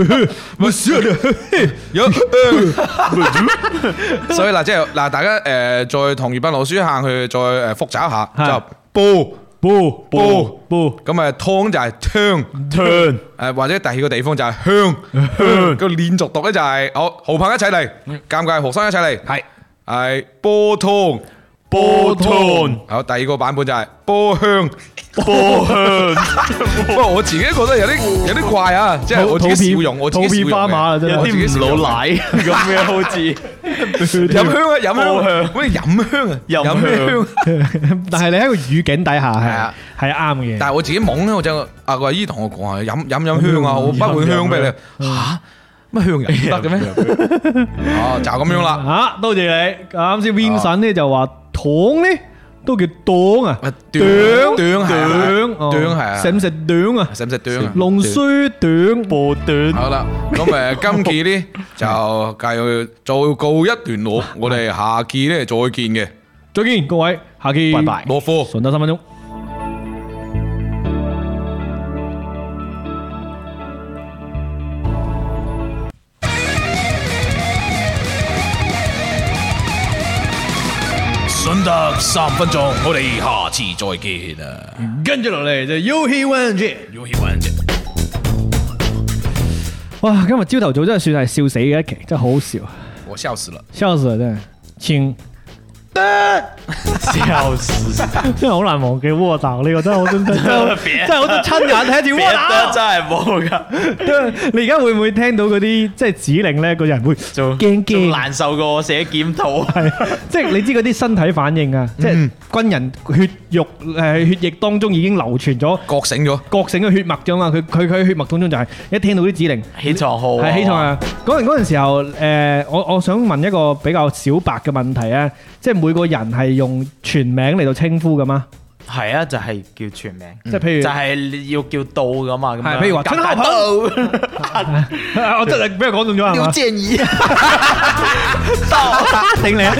有
所以嗱即係嗱大家誒再同粵賓老師行去再誒複習一下，
係
就煲
煲
煲
煲
咁誒湯就係湯
turn
誒或者第二個地方就係香香個連續讀咧就係好豪朋一齊嚟，尷尬學生一齊嚟，係係煲湯。
波頓
好，第二個版本就係波香，
波香
不過我自己覺得有啲有啲怪啊，即係我自己少用，我自己少用
肚皮花馬啊真
嘅
係
有
我自己
啲
少
唔
用嘅
老奶咁嘅好似，
飲 香啊，飲香
波
啊
香，
喂，飲香啊，
飲
飲咩香
香
啊？
但係你喺個語境底下
係啊
係係啱嘅。
但係我自己懵咧，我就啊個阿姨同我講啊，飲飲飲香啊，我不換香俾你嚇，乜香人唔得嘅咩？ 哦，就咁樣 啦。
啊，多謝你。啱先 Vincent 咧就話糖咧都叫黨啊，
啊哚哚係啊
黨
哚係啊
哦食唔食黨啊？
使唔使啄啊？
龍須黨
波頓
好啦， 咁誒，今期咧就繼續做告一段落，我哋下期咧再見嘅，
再見各位，下期
拜拜
落課。
順德三分鐘。
順德三分鐘，我哋下次再見啊！
跟住落嚟就 U He One G。
要喜歡啫。
哇，今日朝頭早真係算係笑死嘅一期，真係好好笑，
我笑死了。
笑死啦啊真係。 請
笑死！
真係好難忘記窩豆呢個真係好真真真係好多親眼睇住
別
窩
得
豆
真。係冇噶，
你而家會唔會聽到嗰啲即係指令咧？個人會
仲
驚
仲
驚。
難受過我寫檢討。
係，即係你知嗰啲身體反應啊，即係軍人血肉誒血液當中已經流傳咗
覺醒咗，
覺醒嘅血脈啫嘛，佢佢佢血脈當中就係一聽到啲指令
起床號
係起床啊！嗰陣嗰陣時候誒，我我想問一個比較小白嘅問題啊，即係每個人係用全名嚟到稱呼噶嘛？
係啊，就係叫全名，
即係譬如
就係你要叫到噶嘛。咁
係
樣
譬如話
夾大
啊我真係俾佢講中咗係嘛？
建議
頂你啊！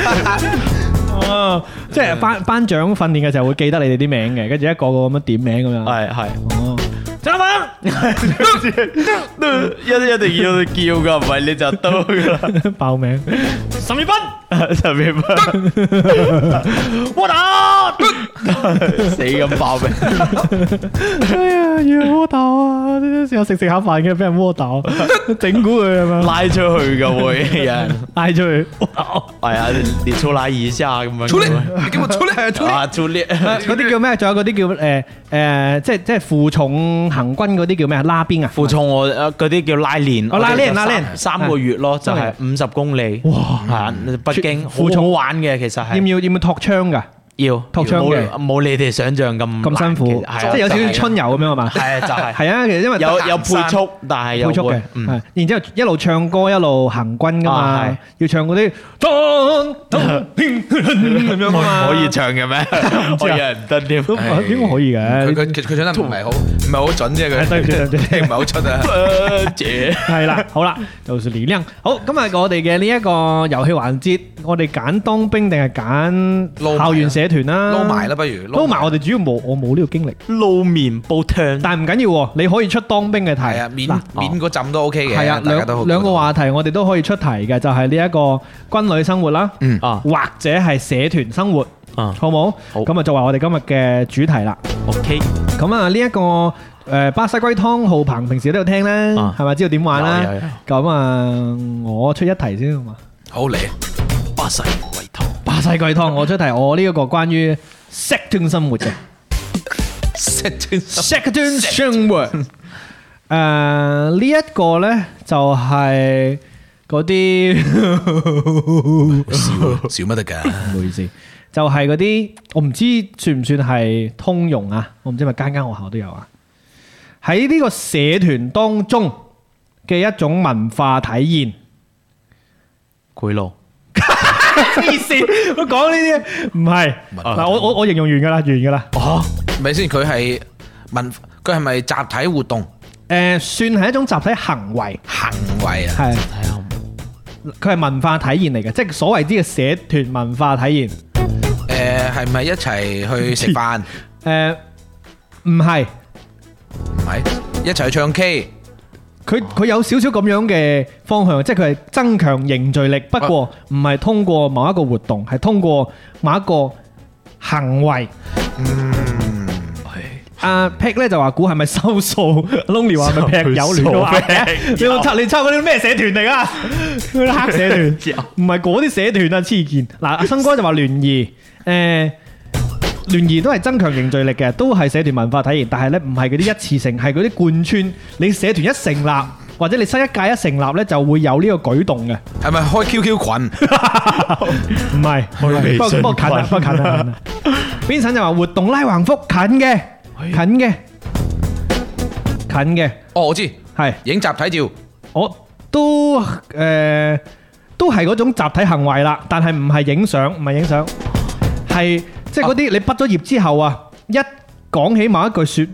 哦，即係班班長訓練嘅時候會記得你哋啲名嘅，跟住一個個咁樣點名咁樣。
係係，
哦，
張文 一一定要叫噶，唔係你就到噶啦。
爆名。
岑 月斌，岑月斌，我 打死咁爆命，
哎呀，要窩豆啊！有時候食食下飯嘅，俾人窩豆，整蠱佢係嘛？
拉出去噶會有人，
嗌出去。
係啊，你出來一下咁樣，
出力，你叫我出力，出力。
啊，出力，
嗰啲叫咩？仲有嗰啲叫誒誒，即係即係負重行軍嗰啲叫咩啊？拉邊啊？
負重我誒嗰啲叫拉練，
哦拉練
我哋就
拉啊練
三三個月咯，就係五十公里，哇，係啊，北京
負
好
重
重玩嘅其實
要唔
係
要要唔要托槍㗎？
要
托槍嘅
冇冇你哋想象咁
咁辛苦，
難嘅係啊
即係有少少
就係
春遊咁樣係嘛？
係啊，就 係
係啊，其實因為
有
得
有
行
配
山
速，但係又
配速
會
嘅，
嗯
係然之後一路唱歌一路行軍㗎嘛
啊，
要唱嗰啲咁樣啊嘛，
可以唱嘅 咩？
啊
我有人得添。
都
唉
應該可以嘅。
佢佢佢佢唱得唔係好，唔係好準啫，
唉對唔住對唔住
佢聽唔係好出 啊。
誒姐，
係啦，好啦，就是力量。好，今日我哋嘅呢一個遊戲環節，我哋揀當兵定係揀
撈埋啦
校園社團啦？
撈埋啦，不如
撈埋。我哋主要冇我冇呢個經歷，
露面煲湯，
但係唔緊要喎，你可以出當兵嘅題。
係啊，面
嗱
面嗰陣都 OK 嘅，
係啊，
大家都好
兩兩個話題我哋都可以出題嘅，就係呢一個軍旅生活啦，
嗯
啊
或者係社團生活，
啊
好冇？
好
咁啊，作為我哋今日嘅主題啦。
，OK，
咁啊，呢一個誒巴西龜湯，浩鵬平時都有聽啦
啊，
係咪知道點玩
有有有
啦？咁啊，我出一題先好嘛？
好嚟，
巴西維托，
巴西龜湯，我出題，我呢一個關於 second 生活嘅 second 生活。誒呢一個咧就係嗰啲。
笑笑乜得㗎？
唔好意思，就係嗰啲我唔知算唔算係通用啊？我唔知係咪間間學校都有啊？喺呢個社團當中嘅一種文化體現。
賄賂，
黐線，我講呢啲唔係
文化
嗱，我我我形容完㗎啦，完㗎啦。
哦，
咪先，佢係文，佢係咪集體活動
誒，呃算係一種集體行為，
行為啊？
係
睇下
佢係文化體現嚟嘅，即係所謂啲嘅社團文化體現。
誒，呃係咪一齊去食 飯？唔
誒，呃唔係，
係，一齊去唱 K？
佢佢有少少咁樣嘅方向，即係佢係增強凝聚力，不過唔係通過某一個活動，係通過某一個行為。阿 Pick 咧就話估係咪收數，Lonely 話係咪劈友聯到嗌嘅？ 你有參你參嗰啲咩社團嚟噶？嗰啲黑社團，唔係嗰啲社團啊！黐線。嗱，阿新哥就話聯誼，誒、聯誼都係增強凝聚力嘅，都係社團文化體現，但係咧唔係嗰啲一次性，係嗰啲貫穿。你社團一成立，或者你新一屆一成立咧，就會有呢個舉動嘅。
係咪開 QQ 群？
唔係，
微
不過
信
不過近啊，不過近啊。近啊 Vincent 就話活動拉橫幅近嘅，近嘅，近嘅，
哦，我知，
係
影集體照。
我都誒都係嗰種集體行為啦，但係唔係影相，唔係影相，係即係嗰啲你畢咗業之後啊，一講起某一句説，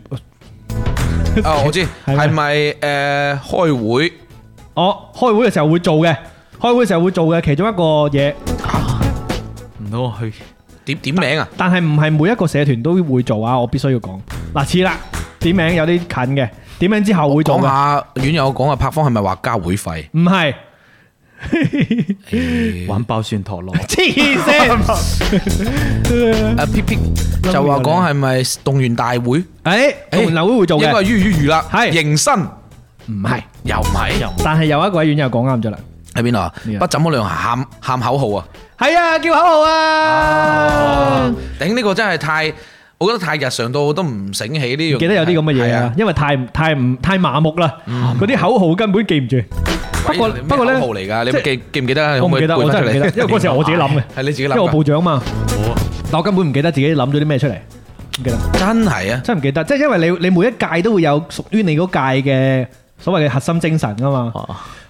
啊，我知，
係咩
係咪誒開會？
我開會嘅時候會做嘅，開會嘅時候會做嘅其中一個嘢，
唔到我去，
點點名啊？
但係唔係每一個社團都會做啊，我必須要講嗱似啦，點名有啲近嘅，點名之後會做
講
嘅，
下院友講下啊拍方係咪話交會費？
唔係
玩爆蒜陀螺，
黐線，嗯
啊 P P 就話講係咪動員大會？
誒同流會會做
應該係
嘅，
於於娛啦，
係
迎新
唔係，
又唔係
但係有一個喺院又講啱咗啦。
喺邊度啊
呢？個
不怎麼量喊喊口號啊！
係啊，叫口號啊！
頂呢個真係太，我覺得太日常到我都唔醒起呢樣嘢。
記得有啲咁嘅嘢
係
啊，，因為太唔太唔太麻木啦，嗰啲口號根本記唔住。不過
喂你咩
不過咧
口號，嚟㗎，你
即
記記唔記得啊？
我唔記得，我真係唔記得，因為嗰時
時
候我自己諗嘅，
係你自己
因
諗
為我
㗎，
部長嘛，但我根本唔記得自己諗咗啲咩出嚟，唔記得，
真係啊！
真係唔記得。即係因為你你每一屆都會有屬於你嗰屆嘅所謂嘅核心精神啊嘛。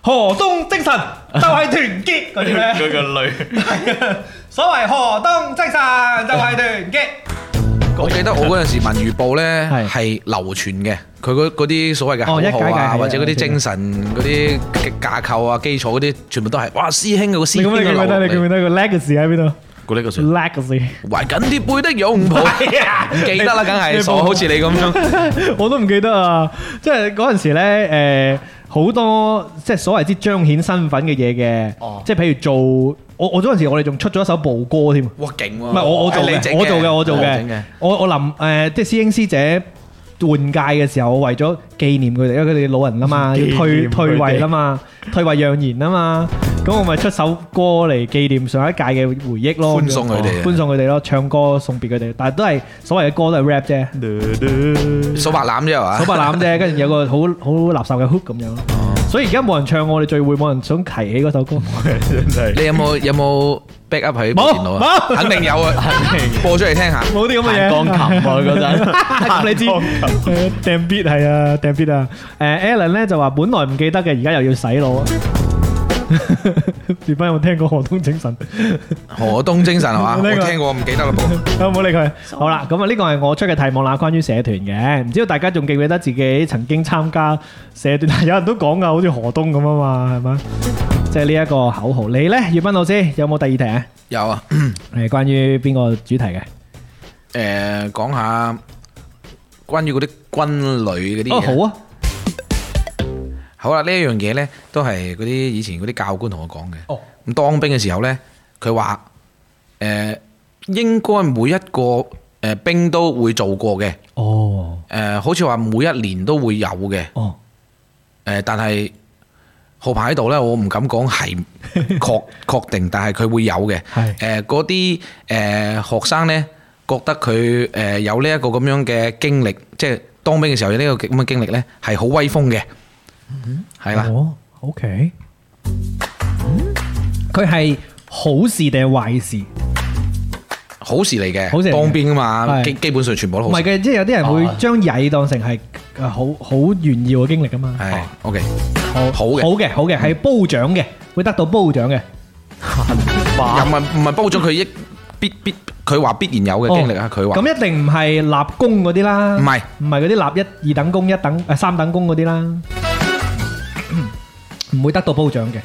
河東精神就係團結嗰啲咧。
佢個女，
所謂河東精神就係團結。
我記得我嗰陣時文娛部咧
係
係流傳嘅，佢嗰嗰啲所謂嘅
哦一
口
解
號
解
啊，
係
或者嗰
我
啲
知
精神嗰啲嘅架構啊、基礎嗰啲，全部都係哇師兄有個師
你
兄
咁你記唔記得？你
嘅
記唔記
流
得個 legacy 喺邊度
嗰呢個算，
？legacy。
懷緊啲背的擁抱，唔記得啦，梗係
你
傻，
報
好似你咁樣。
我都唔記得啊！即係嗰陣時咧，誒、好多即係所謂之彰顯身份嘅嘢嘅，
哦
即係譬如做我我嗰陣時，我哋仲出咗一首部歌添，唔
哇勁喎！唔
係我我做嘅，我做嘅，我做
整
嘅
嘅，
我我臨誒、即係師兄師姐換屆嘅時候，我為咗紀念佢哋，因為佢哋老人啦嘛，
紀
要
念
退
佢哋
退位啦嘛，退位讓賢啊嘛，咁我咪出首歌嚟紀念上一屆嘅回憶咯，
歡送佢哋啊
歡送佢哋咯，唱歌送別佢哋，但係都係所謂嘅歌都係 rap 啫。
數白攬啫係嘛？
手白攬啫，跟住有個好好垃圾嘅 hook 咁樣。所以而家冇人唱我哋聚會，冇人想提起嗰首歌。
真係
你有冇有冇 back up 喺部
冇
電腦啊？
冇
肯定有啊，播出嚟聽下。
冇啲咁嘅嘢。
鋼琴啊嗰 陣，
咁你知誒掟 beat 係啊，掟 beat 啊。誒 Alan 咧就話本來唔記得嘅，而家又要洗腦。葉斌有冇聽過河東精 神？
河東精神係嘛？
呢個
我聽過，唔記得啦，不過
啊唔好理佢。 好啦，咁啊呢個係我出嘅題目啦，關於社團嘅，唔知道大家仲記唔記得自己曾經參加社團？ 有人都講噶，好似河東咁啊嘛，係咪？即係呢一個口號。你呢，葉斌老師有冇第二題啊？
有啊。
係關於邊個主題嘅？
誒，講下關於嗰啲軍旅嗰啲嘢。
哦，好啊，
好啦，呢一樣嘢呢，都係嗰啲以前嗰啲教官同我講嘅。哦，咁當兵嘅時候呢，佢話誒應該每一個誒兵都會做過嘅。
哦，
誒，好似話每一年都會有嘅。
哦，
誒，但係號牌喺度呢，我唔敢講係確 確定，但係佢會有嘅。
係
誒嗰啲誒學生呢，覺得佢誒有呢一個咁樣嘅經歷，即係當兵嘅時候有呢個咁嘅經歷呢，係好威風嘅。係啦。
哦，OK，佢 Ừ. 係好事定係壞事？
好事嚟嘅，
好事嚟嘅
當兵啊嘛，
係
基基本上全部都
唔
好
係
事。
嘅，即係有啲人
哦
會將曳當成係呃好好炫耀嘅經歷噶嘛。
係
哦
OK，
好
好嘅
好嘅，好嘅，係褒獎嘅，會得到褒獎嘅。
又唔係唔係煲咗佢一必必，佢話必然有嘅經歷啊，佢話
咁一定唔係立功嗰啲啦，
唔係
唔係嗰啲立一二等功、一等誒三等功嗰啲 啦，唔會得到褒獎嘅。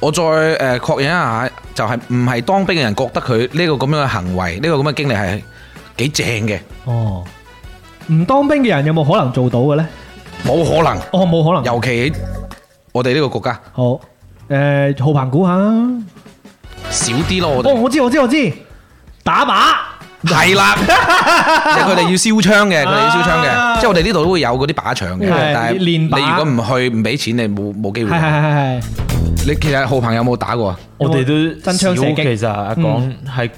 我再誒確認一下，就係唔係當兵嘅人覺得佢呢個咁樣嘅行為，呢個咁嘅經歷係幾正嘅，
哦，唔當兵嘅人有冇可能做到嘅呢？
冇可能。
哦，冇可能。
尤其我哋呢個國家
好，誒，浩鵬估下。哦，
少啲咯，我哋
我知我知我知，打靶。
係啦，即係佢哋要燒槍嘅，佢哋要燒槍嘅，
啊
即係我哋呢度都會有嗰啲靶場嘅，
係
但係你
練靶
如果唔去唔俾錢，你冇冇機
係
會。
係係係係。
你其實浩鵬有冇打過啊？
我哋都
真槍射擊
少其實阿講喺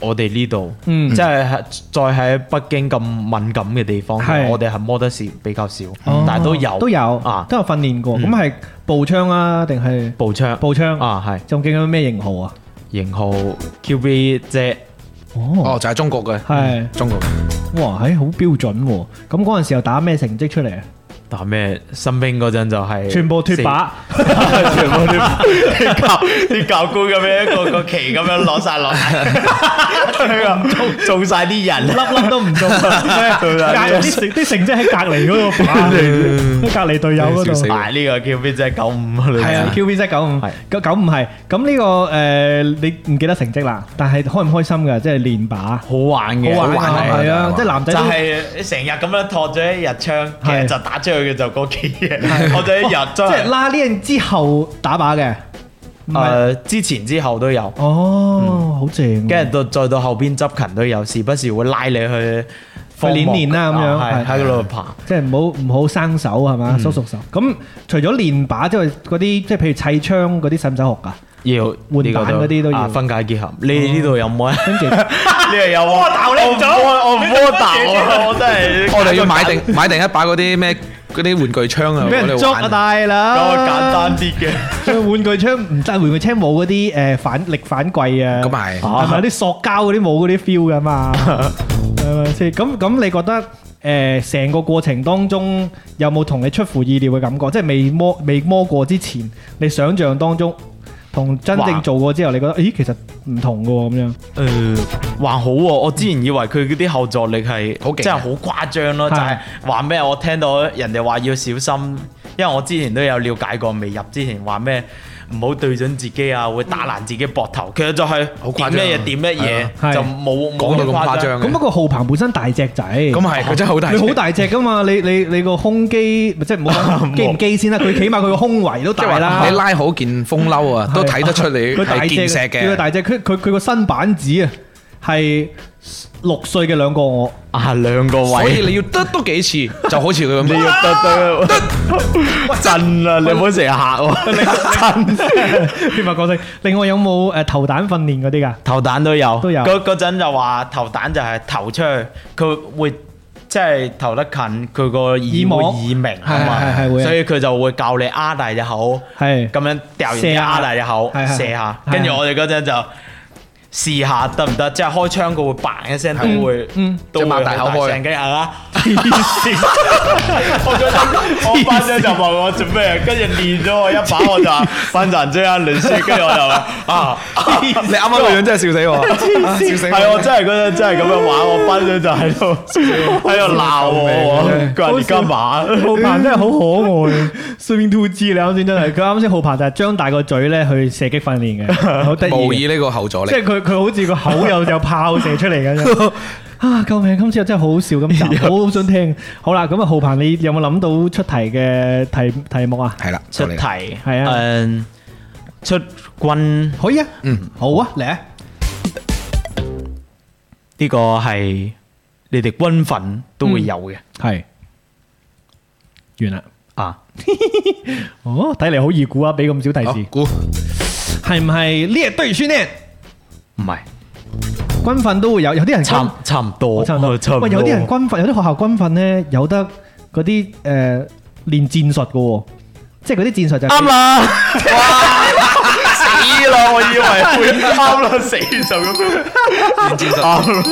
我哋呢度，
嗯
即係再喺北京咁敏感嘅地方，
係
我哋係摸得少比較少，
哦
但係都有
都有
啊
都有訓練過。咁係步槍啊，定係
步槍
步槍？
啊，係
仲記緊咩型號啊？
型號 QB 啫，
哦，
哦，就係中國嘅，
係。
中國嘅。
哇，係好標準喎！咁嗰陣時候打咩成績出嚟啊？
打咩新兵嗰陣就係
全部脱靶，
全部啲啲教啲教官咁樣一個個旗咁樣攞晒 落嚟，做做晒啲人，粒粒都唔 中，
隔啲成啲成績喺隔離嗰個靶，隔離隊友嗰
笑死
度。
埋呢個 QB 啫九五啊，
係啊
你
，QV 即九
係
五，九九五係。咁呢個誒，你唔記得成績啦，但係開唔開心㗎？即係練靶，好
好玩嘅，
玩
好玩
啊！係
好
啊
玩，
即係男仔
就
都
係成日咁樣托咗一日槍，其實
係
就打出去嘅就嗰幾嘢，托咗一 日
即
真
係
係。
拉呢人之後打靶嘅。唔係
誒，呃之前之後都有，
哦，好正。
跟住到再到後邊執勤都有，時不時會拉你去放
去練
牧
練啦咁樣
啊
係
係喺嗰度爬。
即係唔好唔好生手係嘛，收熟手。咁除咗練靶之外，嗰啲即係譬如砌槍嗰啲使唔使學㗎？
要
換
呢個
彈嗰啲都要哦
啊分解結合。你哋呢度有冇啊？
跟 住
你哋有冇？我打你唔到，我唔窩打，我真係
我哋要買定買定一把嗰啲咩嗰啲玩具槍啊，
俾
我
人
哋
捉啊
玩。
大
搞
啦！
個簡單啲嘅。
玩具 槍唔得，玩具槍冇嗰啲誒反力反跪啊，
咁係
係 咪有啲塑膠嗰啲冇嗰啲 feel 噶嘛？係咪先？咁咁你覺得誒成個過程當中有冇同你出乎意料嘅感覺？即係未摸未摸過之前，你想象當中同真
哇
正做過之後，你覺得咦其實唔同嘅喎咁樣。
誒呃還好喎，我之前以為佢嗰啲後座力係
好勁啊
真係好誇張咯，就係話咩我聽到人哋話要小心，因為我之前都有了解過，未入之前話咩唔好對準自己啊，會打爛自己膊頭，其實就係
好誇張
點
啊
咩嘢點乜
係啊
嘢
係
就冇
講
冇
到咁誇張
咁
嘅
不，過浩鵬本身大隻仔，
咁係佢真係好大隻。
你好大隻噶嘛？你你你個胸肌，即係唔好 講肌唔肌先啦，佢起碼佢個胸圍都
即係
大啦
話。你拉好件風褸啊，都睇得出你
佢大
係
隻
健碩
佢
嘅。
大隻，佢佢佢個新板子啊，係六歲嘅兩個我，
啊兩個
所
位
以。你要得多幾次，就好 似佢
你
咁
要。得得 震啊！你唔好成日嚇 我，震
血脈過性。啊另外有冇誒投彈訓練嗰啲㗎？
頭彈都有，
都有
嗰嗰陣就話頭彈就係投出去，佢會即係投得近，佢個耳
耳膜
會耳鳴啊嘛，
係係係會啊
所以佢就會教你擘大隻口，
係
咁樣掉完
射
啲
下
擘大隻口
係係
射下，
係
跟住我哋嗰陣就試下得唔得？即係開槍佢會 bang 一聲都會，都
即係擘大口開
成嘅啊！黐線！我嗰陣我班長就問我做咩，跟住練咗我一把，我就話班長這樣練先，跟住我就話啊，
你啱啱個樣真係笑死 我，啊笑死
係我
我！
真係嗰陣真係咁樣玩，我班長就喺度喺度鬧我，佢話你今晚。
浩鵬真係好可愛，Swimming Two G 你啱先真係，佢啱先浩鵬就係張大個嘴咧去射擊訓練 嘅，好得意
模
嘅。
擬呢個後座
即
力，
係佢佢好似個口有有炮射出嚟咁 樣。啊！救命！今次真係好好笑咁集，我好想聽。好啦，咁啊，浩鵬，你有冇諗到出題嘅題題目啊？
係啦，
出
就嚟啦
題
係啊
誒出軍
可以啊，
嗯，
好啊，嚟啊！
呢個係你哋軍訓都會有嘅
係
完啦。
啊。
哦，睇嚟好易估啊，俾咁少提
好
哦
示，
估
係唔係列隊訓練？
唔係，
軍訓都會有，有啲人
差唔差唔多，
差唔多，
差唔多。
喂，有啲人軍訓，有啲學校軍訓咧，有得嗰啲誒練戰術嘅喎，即係嗰啲戰術就係
啱啦， 死啦！我以為啱啦，死就咁
練戰術
啱啦，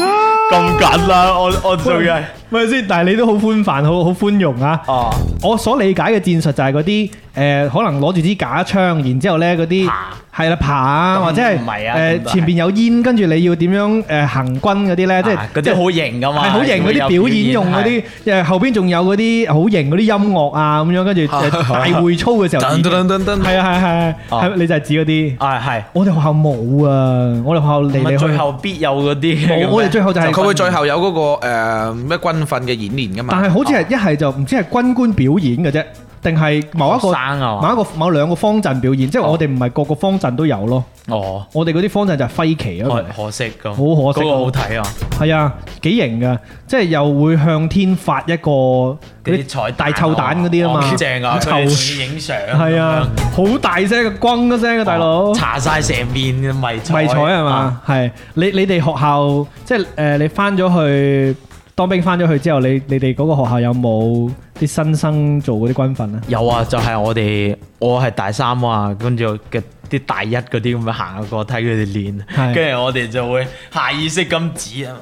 咁緊啦，我我做嘅
咪先？但係你都好寬泛，好好寬容啊！
哦，
我所理解嘅戰術就係嗰啲誒，可能攞住支假槍，然之後咧嗰啲係啦爬啊，
咁
或者係
唔係啊咁
誒
就係
前邊有煙，跟住你要點樣誒行軍嗰啲咧，即係
啊嗰啲好型噶嘛，
係好型嗰啲表演用嗰
係
啲，誒後邊仲有嗰啲好型嗰啲音樂啊咁樣，跟住誒大會操嘅時候已
噔
經，
噔噔噔
係啊係係
哦
係，你就係指嗰啲。
啊係，
我哋學校冇啊，我哋學校嚟
唔
嚟
係
去
最後必有嗰啲嘅咩，
冇，我哋最後就係
佢會最後有嗰個誒咩軍訓嘅演練噶
但
嘛，
係好似係一係就唔知係軍官表演嘅啫，定係某一個
學生啊
某一個某兩個方陣表演，即係我哋唔係個個方陣都有咯，
哦，
我哋嗰啲方陣就係揮旗啊
可
咯，
可惜咁，
好可惜啊
嗰個好睇啊，
係啊，幾型噶，即係又會向天發一個嗰
嗰啲彩
大臭蛋嗰啲啊嘛，
好正啊，
臭
佢哋影相
係啊，好大聲嘅，轟一聲嘅大佬。
搽晒成面嘅迷
迷彩係
啊
嘛？係你你哋學校即係誒，你翻咗去當兵翻咗去之後，你你哋嗰個學校有冇啲新生做嗰啲軍訓啊？
有啊，就係我哋，我係大三啊，跟住嘅啲大一嗰啲咁樣行過，睇佢
係
哋練，跟住我哋就會下意識咁指 啊，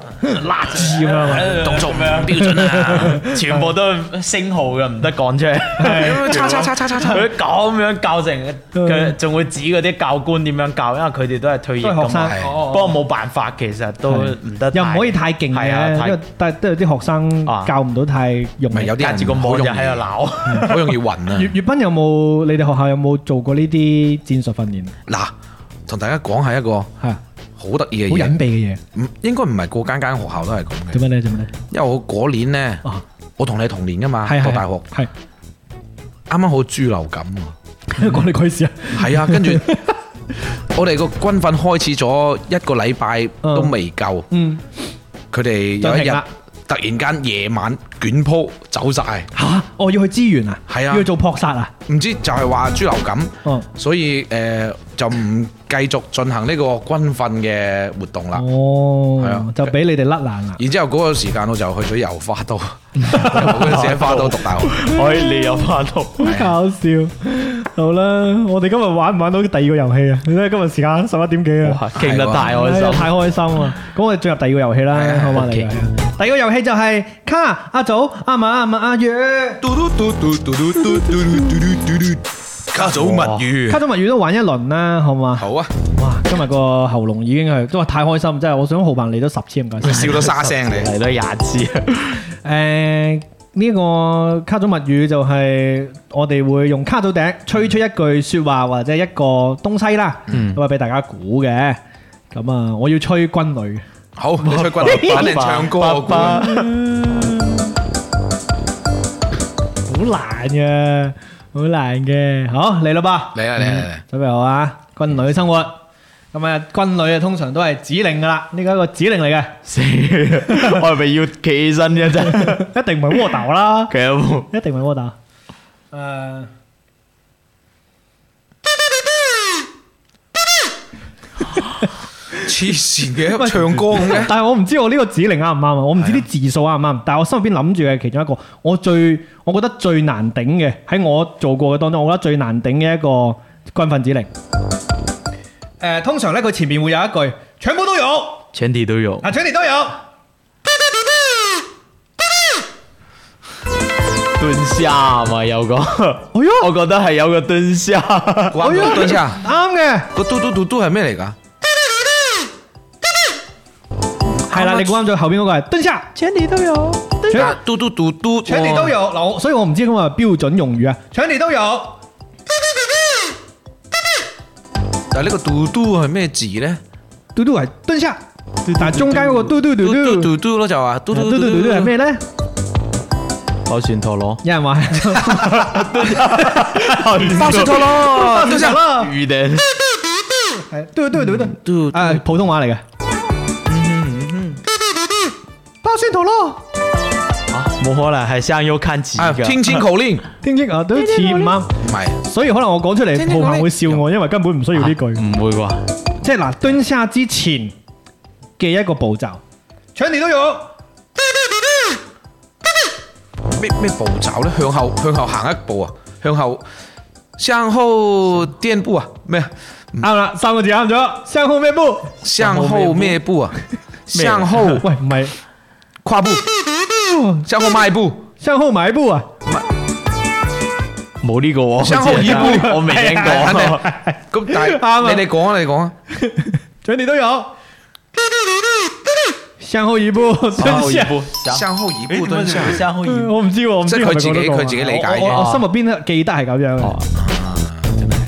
拉字
咁樣啊
動作唔標準啊，全部都係星號嘅，唔得講出嚟。
叉叉叉叉叉叉，
佢咁樣教成，佢仲會指嗰啲教官點樣教，因為佢哋都係退役
嗯都係學
㗎
生
嘛。
係
不過冇辦法，其實都唔得。
又唔可以太勁
係啊
嘅，
太
因為但係都有啲學生
啊
教唔到太用
咪
力
有。啲
隔
人
住個
好
網
容
就
易
喺度鬧。
好容易暈啊
粵！粵斌有冇你哋學校有冇做過呢啲戰術訓練？
嗱，同大家講係一個
係啊
好得意嘅
好隱
嘢，
秘嘅嘢，
唔應該唔係個間間學校都係咁嘅
做，乜咧？做乜咧？
因為我嗰年呢，
啊，
我同你同年噶嘛，
係
讀
係
大學
係
啱啱好豬流感 喎。
講你鬼事啊！
係啊，跟住我哋個軍訓開始咗一個禮拜都未夠，
嗯，
佢哋
就
有一
停
日
啦
突然間夜晚捲鋪走晒，
嚇！我要去支援啊，
係啊
要去做撲殺啊！
唔知就係話豬流感，
哦
所以诶、呃就唔繼續進行呢個軍訓嘅活動啦。係
哦
啊，
就俾你哋甩爛啦。
然之後嗰個時間我就去咗油花都，嗰陣時喺花都讀大學，
可以哎你有翻到。
好搞笑。好啦，我哋今日玩唔玩到第二個遊戲啊？你睇今日時間十一點幾啊？
哇傾得太開
哎呀
心。
太開心啊！咁我哋進入第二個遊戲啦
係，啊
好嘛？嚟
OK
嚟第二個遊戲就係卡阿祖、阿敏、阿敏、阿月。
家族 物
卡
語
祖物語都玩一輪啦，好嘛？
好啊，
哇！今日個喉嚨已經係都話太開心，真係我想浩鵬嚟都十次唔該晒。
笑到沙聲你，
嚟到廿次，
誒呃呢個卡祖物語就係我哋會用卡祖笛吹出一句説話或者一個東西啦，咁啊俾大家估嘅。咁啊，我要吹軍隊嘅。
好你出 軍啦，反正唱歌我估
爸爸
好難嘅，好難嘅。好嚟啦吧，
嚟啊嚟啊嚟啊！
準備好啊！軍旅生活，咁啊軍旅啊通常都係指令噶啦，呢個係一個指令嚟嘅，
死！ 我係咪要企起身嘅啫？
一定唔係窩豆啦，
佢有冇？
一定唔係窩豆。誒，
黐線嘅，唱歌咁嘅。
但係我唔知我呢個指令啱唔啱啊，我唔知啲字數啱唔啱，但係我心入邊諗住嘅其中一個，我最我覺得最難頂嘅喺我做過嘅當中，我覺得最難頂嘅一個軍訓指令。誒、通常咧佢前面會有一句全部都有
全体都有。
啊，全体都有。
蹲下嘛，有個，
哎
我覺得係有個蹲下。
哇，等一下，
啱嘅，
個嘟嘟嘟嘟係咩嚟㗎？
係啦，你估啱咗後邊嗰個係蹲下，全體都有，
啊嘟嘟嘟嘟，
全體都有。嗱，我所以我唔知咁啊標準用語啊，全體都有。
但係呢個嘟嘟係咩字咧？
嘟嘟係蹲下，但係中間嗰個嘟嘟嘟
嘟嘟
嘟
嘟嘟咯就話嘟
嘟
嘟
嘟嘟嘟係？咩咧？
我船陀 螺，
有人話
包船陀螺，
蹲下啦，
魚定
係嘟嘟嘟嘟，
嘟
啊普通話嚟嘅。包蒜頭咯，
啊，冇可能係向右看幾
啊，
個。
天天口令唔
聽清啊都似唔啱，
係
所以可能我講出嚟，
聽
浩鵬會笑我，因為根本唔需要呢句。
唔會啩？
即係嗱，蹲下之前嘅一個步驟，搶你都有。
咩咩步驟咧？向後向後行一步啊，向後向後墊步啊，咩啊？
啱啦，三個字啱咗，向後咩步？
向後咩步 啊？向後
喂，唔係
跨 步，向後邁步，
向後埋步啊！
冇呢個喎。
向後移步哎
我未 聽
肯定
過。。
咁
啱啊
但係你哋講啊，你哋講啊。
搶你都有。向後一步，
向後
蹲
移
下。
步，
向後移步蹲下。
向後移步。
哎我唔知喎，我唔知
即係
係
佢
咪
自己
講得過啊
佢自己理解嘅
我我我心入邊記得係咁樣嘅。啊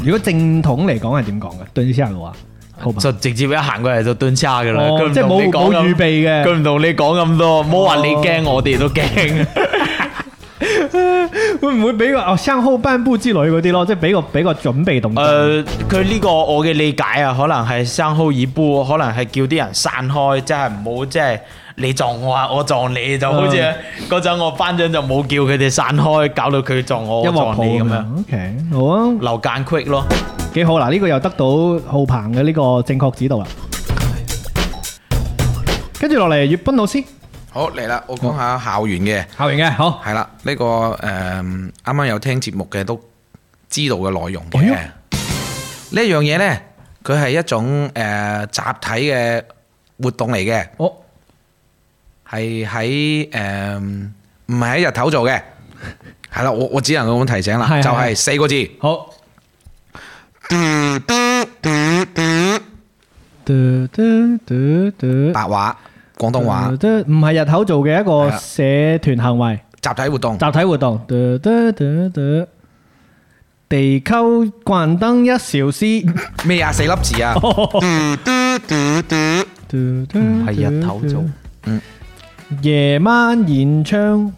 如果正統嚟講係點講嘅？蹲下嘅話，好吧。
就直接一行過嚟就蹲叉噶啦，
哦
佢唔
即係
同
冇
你講
冇預
咁，
備嘅，
佢唔同你講咁多，冇話你驚，我哋都驚。
會唔會俾個哦向後半步之類嗰啲咯？即係俾個俾個準備動作。
誒，呃佢呢個我嘅理解啊，可能係生好耳波，可能係叫啲人散開，即係唔好即係你撞我啊，我撞你，就好似嗰陣我班長就冇叫佢哋散開，搞到佢撞我，
音
我
樂
撞
譜
你咁
咁
樣，
樣，OK，好啊，
留間隙咯。
幾好嗱！呢個又得到浩鵬嘅呢個正確指導啦。跟住落嚟，粵斌老師，
好嚟啦，我講下校園嘅。
校園嘅好，
係啦，呢、個誒啱啱有聽節目嘅都知道嘅內容
哎
嘅。
呦
呢樣嘢呢，佢係一種誒、呃集體嘅活動嚟嘅，
我
係喺誒唔係喺日頭做嘅。係啦，我我只能咁樣提醒啦，
係係
就係四個字。
好。嘟嘟嘟嘟，
白話、廣東話
嘟嘟唔係日頭做嘅一個
係啊
社團行為。
集體活動，
集體活動，嘟嘟嘟嘟，地溝逛燈一 小時，
咩啊？四粒字啊！
哦嘟嘟
唔係日頭做，
夜晚現唱。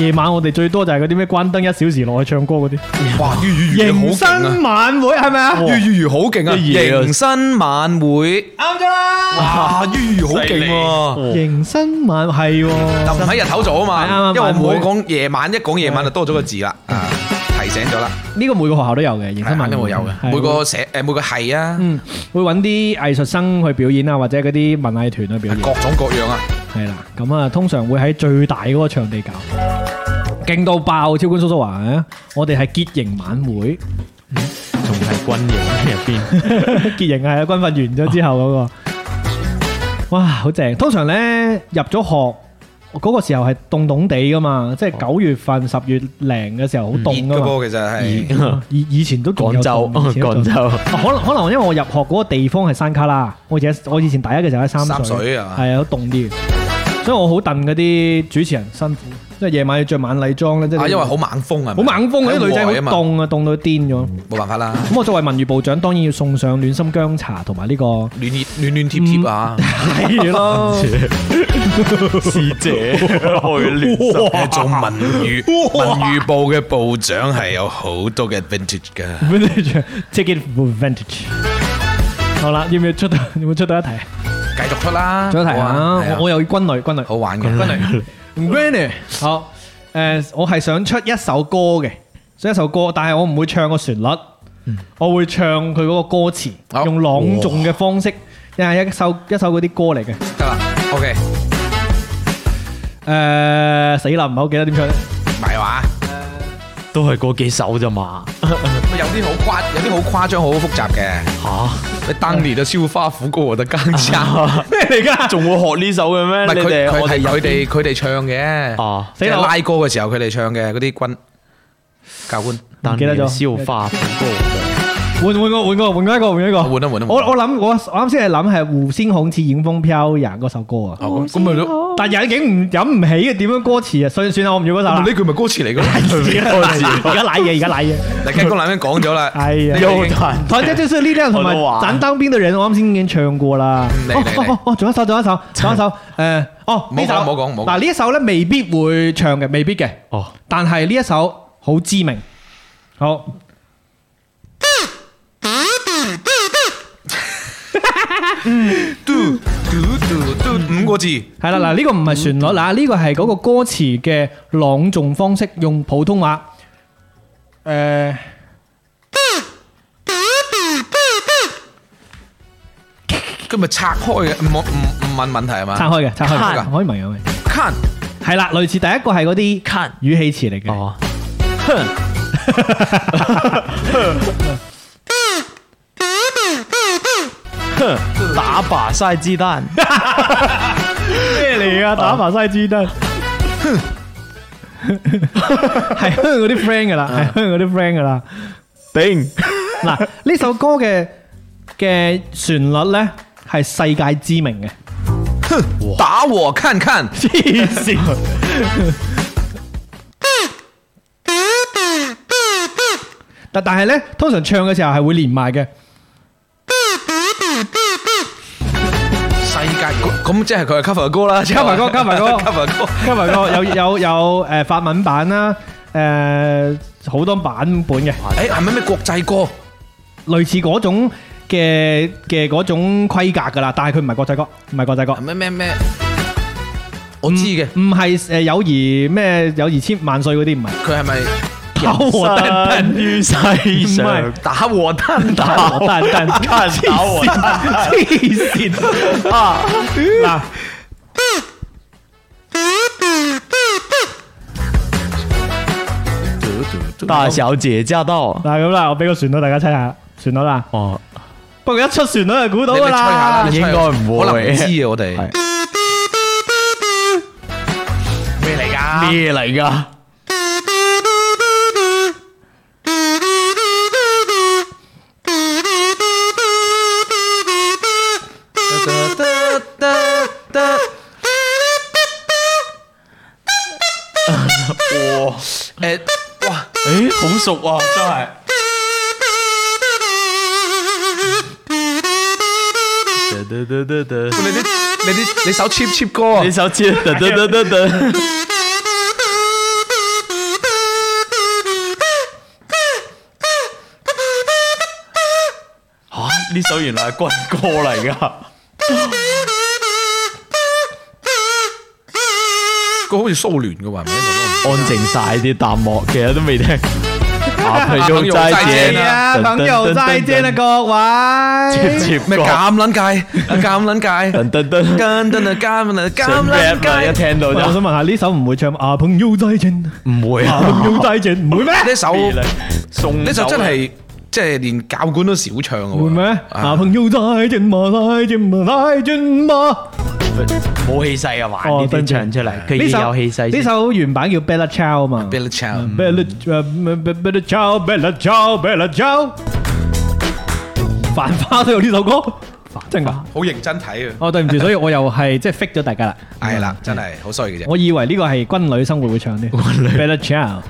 夜晚我哋最多就係嗰啲咩關燈一小時落去唱歌嗰啲，
哇，粵語粵
迎
語好勁啊！
新晚會係咪啊？
粵語粵語好勁啊！
嘢啊
迎新晚會，
啱咗啦！
哇，粵語好勁喎！
迎新晚係
就唔
喎，
喺日頭做啊
係啱
嘛，
啱
因為我
晚會
講夜晚，一講夜晚就多咗個字啦，啊提醒咗啦，
呢個每個學校都有嘅迎新
肯
晚
定
會
會有嘅，
係
每個社誒每個系啊，
嗯會揾啲藝術生去表演啊，或者嗰啲文藝團去表演。
各種各樣啊，
係啦，咁啊，通常會喺最大嗰個場地搞，勁到爆！超官叔叔話啊，我哋係結營晚會，
仲係軍營入邊，
結營係啊，軍訓完咗之後嗰、個，哇，好正！通常呢，入咗學嗰、個時候係凍凍地噶嘛，即係九月份、十月零嘅時候好
熱
凍
嘅
噶嘛。
噃其實係，哦
以 以前都仲有
廣州，
凍以前都
廣
仲
州
啊可能可能因為我入學嗰個地方係山卡啦，我而家我以前大一嘅時候喺三
三水
水，係
啊
啊，好凍啲，所以我好戥嗰啲主持人辛苦，因為夜晚要着晚禮裝咧，即
啊
係
因為好猛風啊，
好猛風，
喺
啲女仔好
戶外啊嘛，
凍啊，凍到癲咗。
冇辦法啦，
咁我作為文娛部長，當然要送上暖心薑茶同埋呢個
暖熱暖暖貼貼
嗯
啊，
係咯，
師姐開
你做文娛 文娛部嘅部長係有好多嘅 advantage 噶，
take it for advantage。好啦，要唔要出到？要唔要出到一題？
繼續出啦，
出一題啊！我嗯我
我
又要軍旅，軍旅。
好玩嘅，
Granny，好，誒、我係想出一首歌嘅，想一首歌，但係我唔會唱個旋律，我會唱佢嗰個歌詞，
好
用朗誦嘅方式，又係一首一首嗰啲歌嚟嘅。誒、
得啦，OK，
死啦，唔係好記得點唱咧。
唔係話。
Hãy subscribe cho kênh Ghiền Mì Gõ Để không bỏ lỡ
都係嗰幾首咋嘛？
有啲好誇，有啲好誇張，好複雜嘅。
吓，
你當年的燒花苦過我的更 加，
哦
咩嚟噶？仲會學呢首嘅
唔
咩？
係
你
佢
哋
佢
我
係
哋
佢哋佢哋唱嘅。
啊，
即
死
係
啦
拉歌嘅時候佢哋唱嘅嗰啲軍教官，
但
記得咗
燒花苦過我
換換個換個換個一個換一個。
換一換一換。
我我諗我我啱先係諗係湖仙孔似影風飄呀嗰首歌啊，
哦咁咁咪咯，
但係引景唔飲唔起嘅點樣歌詞啊？算算啦，我唔要嗰首啦
咁。呢句咪歌詞 嚟嘅。
而家賴嘢，而家賴嘢。
嗱，雞公男人講咗 啦，
係啊
呢個已經
又彈
台姐就是力量同埋
我都話
咱當兵的人，我啱先已經唱過啦。
嗯嚟
哦
嚟
哦
嚟
哦哦，仲有一首，仲有一首，仲有一首。誒，哦呢首
唔好講唔好講唔好講
嗱呢一首咧未必會唱嘅，未必嘅。
哦，
但係呢一首好知名。好，
嘟嘟嘟嘟五個字，
係啦，嗱
嗯
呢個唔係旋律，嗱呢個係嗰個歌詞嘅朗誦方式，用普通話。誒，
呃佢咪拆開嘅，唔唔唔問問題係啊嘛？
拆開嘅，拆開
卡
嘅，可以明嘅。
看
係啦，類似第一個係嗰啲
看
語氣詞嚟嘅。
哦， 哼，打靶晒雞蛋，
咩嚟啊？打麻晒豬得， 係香港嗰啲 friend 噶啦，係香港嗰啲 friend 噶啦。
頂
嗱，呢首歌嘅嘅旋律咧係世界知名嘅，
打我看看，
黐線。但但係咧，通常唱嘅時候係會連埋嘅，
世界咁咁即係佢係 cover 歌啦
cover 歌，cover 歌
cover 歌，
cover 歌有有有誒法文版啦，誒好多版本嘅。
誒係咪咩國際歌？
類似嗰種嘅嘅嗰種規格噶啦，但係佢唔係國際歌，唔係國際歌
係，咩咩咩？我知嘅，
唔係誒友誼咩友誼千萬歲嗰啲唔係，
佢係咪
打和蛋蛋
生於世
唔係
上，
打和蛋打？
打和蛋蛋，
看打我蛋
黐線
啊！
嗱，
大小姐駕到，
嗱咁啦，我俾個旋律大家猜下，旋律啦，
哦，
不過一出旋律就估到
你
噶
你吹下啦
啦，
你吹下
啊應該唔會
可能唔知啊，我哋咩嚟㗎？
咩嚟㗎？
誒，哇！
诶，好熟啊，真係。得得得得
你啲你啲你首 cheap cheap 歌啊
呢，首歌得得得得得，吓呢首原來係軍歌嚟㗎，
個好似蘇聯 嘅喎，係咪？
安靜晒啲彈幕，其實都未聽。啊，朋友再
係
係
見
啊，朋友再見啦，各
接
位，
接
咩咁撚界？咁撚界？
噔噔噔，
咁撚界？咁
想 rap 啦，一
撚界？
聽到
我
就
想問下呢首唔會唱啊，朋友再見，
唔會啊。
朋友再見，唔會咩？
呢首呢
送
首真
係
係即係連教官都少唱嘅喎。
會咩？啊，
啊
朋友再見嘛，再見嘛，再見嘛。
冇氣勢啊嘛，
哦
呢啲唱出嚟，
呢
佢已經
首
有氣勢
呢
先。
首原版叫 Bella Ciao 啊嘛。
Billy Chan，
Bella 誒咩 Bella Ciao，Bella Ciao，Bella Ciao。繁花都有呢首歌，真㗎？
好認真睇啊！
哦，對唔住，所以我又係即係 fake 咗大家啦。
係啦，真係好衰嘅啫。
我以為呢個係軍旅生活會唱啲。軍旅 Bella Ciao。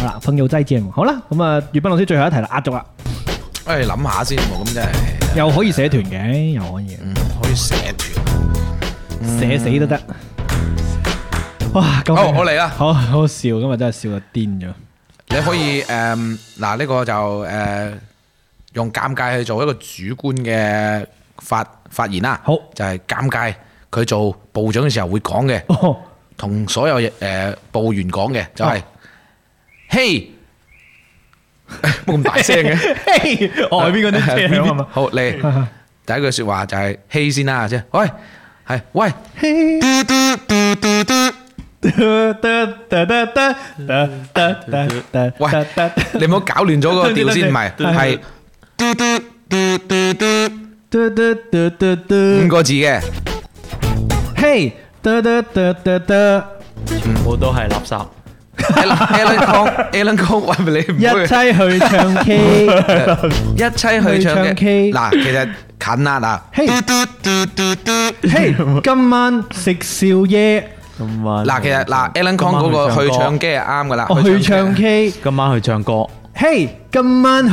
好啦，朋友再見。好啦，咁啊，粵斌老師最後一題啦，壓軸啦，
誒諗下先喎，咁真係
又可以社團嘅，又可以
嗯可以社團。
社死都得。哇，咁
好，我嚟啦。
好好笑，今日真係笑到癲咗。
你可以誒嗱呢個就誒、用尷尬去做一個主觀嘅發發言啦。
好
就係尷尬佢做部長嘅時候會講嘅，
哦
同所有誒、部員講嘅就係、嘿，冇咁大聲 嘅。
嘿，我外邊嗰啲車響啊嘛。
好 嚟第一句 説話就係嘿先啦，即係喂係喂。
嘿，
你唔好搞亂咗個調先，唔係係五個字嘅，
全部都係垃圾。
Alan Kong Alan Kong，喂你唔好一齊去唱
去唱
嘅
K
嗱，其實近啦嗱。
今晚
嗱，其實
啊
嗱，Alan Kong 嗰個去唱 K 係啱噶啦，K
哦
今晚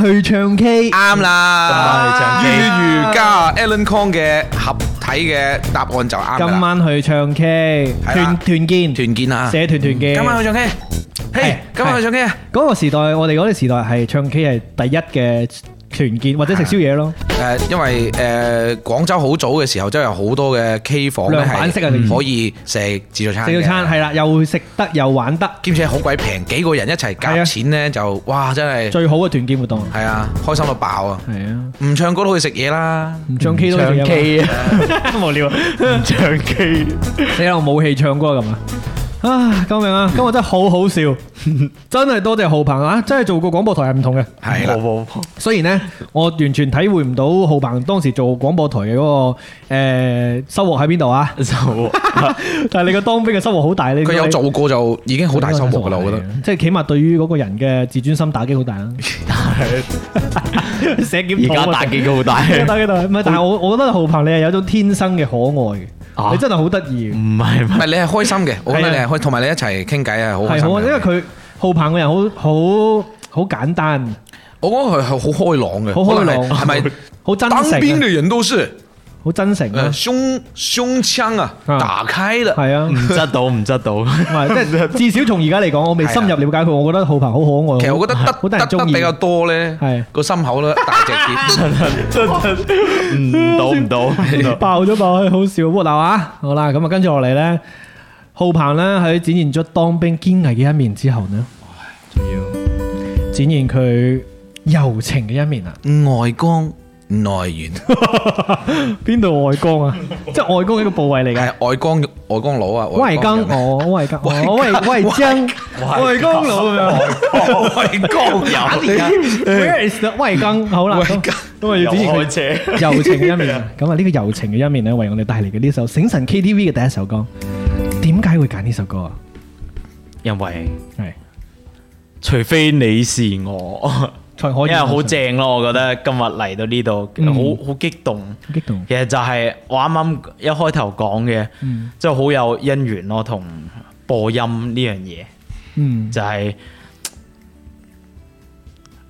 去唱歌，
啱
啊
啦。
今晚去唱 K，
於如加 Alan Kong 嘅合體嘅答案就啱㗎啦。團建啊！今晚去唱 K，嘿
係，
今晚去唱 K 啊！
嗰個時代，我哋嗰啲時代係唱 K 係第一嘅團建，或者食宵夜咯。
誒，因為誒廣州好早嘅時候，真係有好多嘅 K 房咧
量板式啊你
係可以食自助餐嘅，
食到餐係啦，又食得又玩得，
兼且好鬼平，幾個人一
係
齊夾
啊
錢咧就哇真係
最好嘅團建活動。
係啊，開心到爆啊！
係啊，
唔唱歌都可以食嘢啦，
唔唱 K 都
唱
仲有啊
K 啊，無聊，唱 K。
死啦！我冇氣唱歌咁啊！啊，救命啊！今日真係好好笑，真係多謝浩鵬啊！真係做過廣播台係唔同嘅，
係啦，
冇冇，
雖然呢，我完全體會唔到浩鵬當時做廣播台嘅嗰個呃收穫喺邊度啊！
就
但係你個當兵嘅收穫好大，你
佢有
你
做過就已經好大收穫噶啦，我覺得。
啊即係起碼對於嗰個人嘅自尊心打擊好大啦。啊 寫檢啊
而家打擊都好大。
打擊到，唔係，但係我我覺得浩鵬你係有種天生嘅可愛嘅，
啊
你真係好得意
唔，係唔
唔
係，
係你係開心嘅，我覺得
係啊
你係開，同埋你一齊傾偈嗯係好開
係
心
好啊，因為
嘅。
佢浩鵬個人好好好簡單，
我覺得佢係好開朗嘅，
好開朗
可能係係咪？
好真
當
誠
兵
啊，
的人都是，
好真誠啊
誒，胸胸腔啊
啊
打開的，
係啊
唔，執到唔 執到。
唔係 即係至少從而家嚟講，我未深入了解佢，我覺得浩鵬好可愛。
啊其實我覺得
好
得
得人
得得
中意
比較多咧
係，
個心口咧大隻 啲。
唔到唔到，
爆咗爆開，好笑。哇嗱啊，好啦，咁啊，跟住落嚟咧，浩鵬咧喺展現咗當兵堅毅嘅一面之後呢，仲要展現佢柔情嘅一面啊！
外光內圓
邊度外光 啊？即係外光一個部位嚟嘅。
係外光外光佬啊，
外
光
光
人啊
哦，外光哦，外外江，外光佬咁
啊
樣。
外光有
Where is the 外光？好啦，
外
咁
光
咁啊要展現佢
車。
柔情嘅一面 啊。咁啊呢個柔情嘅一面咧，為我哋帶嚟嘅呢首《醒神 KTV》嘅第一首歌，點解會揀呢首歌啊？
因為
係
除非你是我，
才可
因
以。
為好正咯，我覺得今日嚟到呢度，好好激動。
激動。
其實就係我啱啱一開頭講嘅，即係好有因緣咯，同播音呢樣嘢。
嗯
就係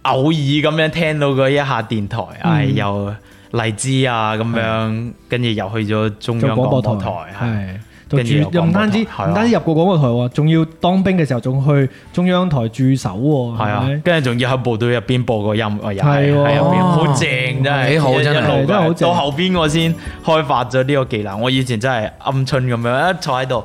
偶爾咁樣聽到嗰一下電台，唉、又荔枝啊咁樣，跟住又去咗中
做
央
廣
廣
播
播
台
台，
係。做
跟住
駐
有
又唔單止
廣播台係啊
唔單止入過廣播台喎，仲要當兵嘅時候仲去中央台駐守喎，
係係啊
咪，
跟住仲要喺部隊入邊播個音，我又
係
係
喎
係入邊
哦
好正真係，
幾好
一
真係
一路
真係好正
到後邊我先開發咗呢個技能，我以前真係鵪鶉咁樣一坐喺度。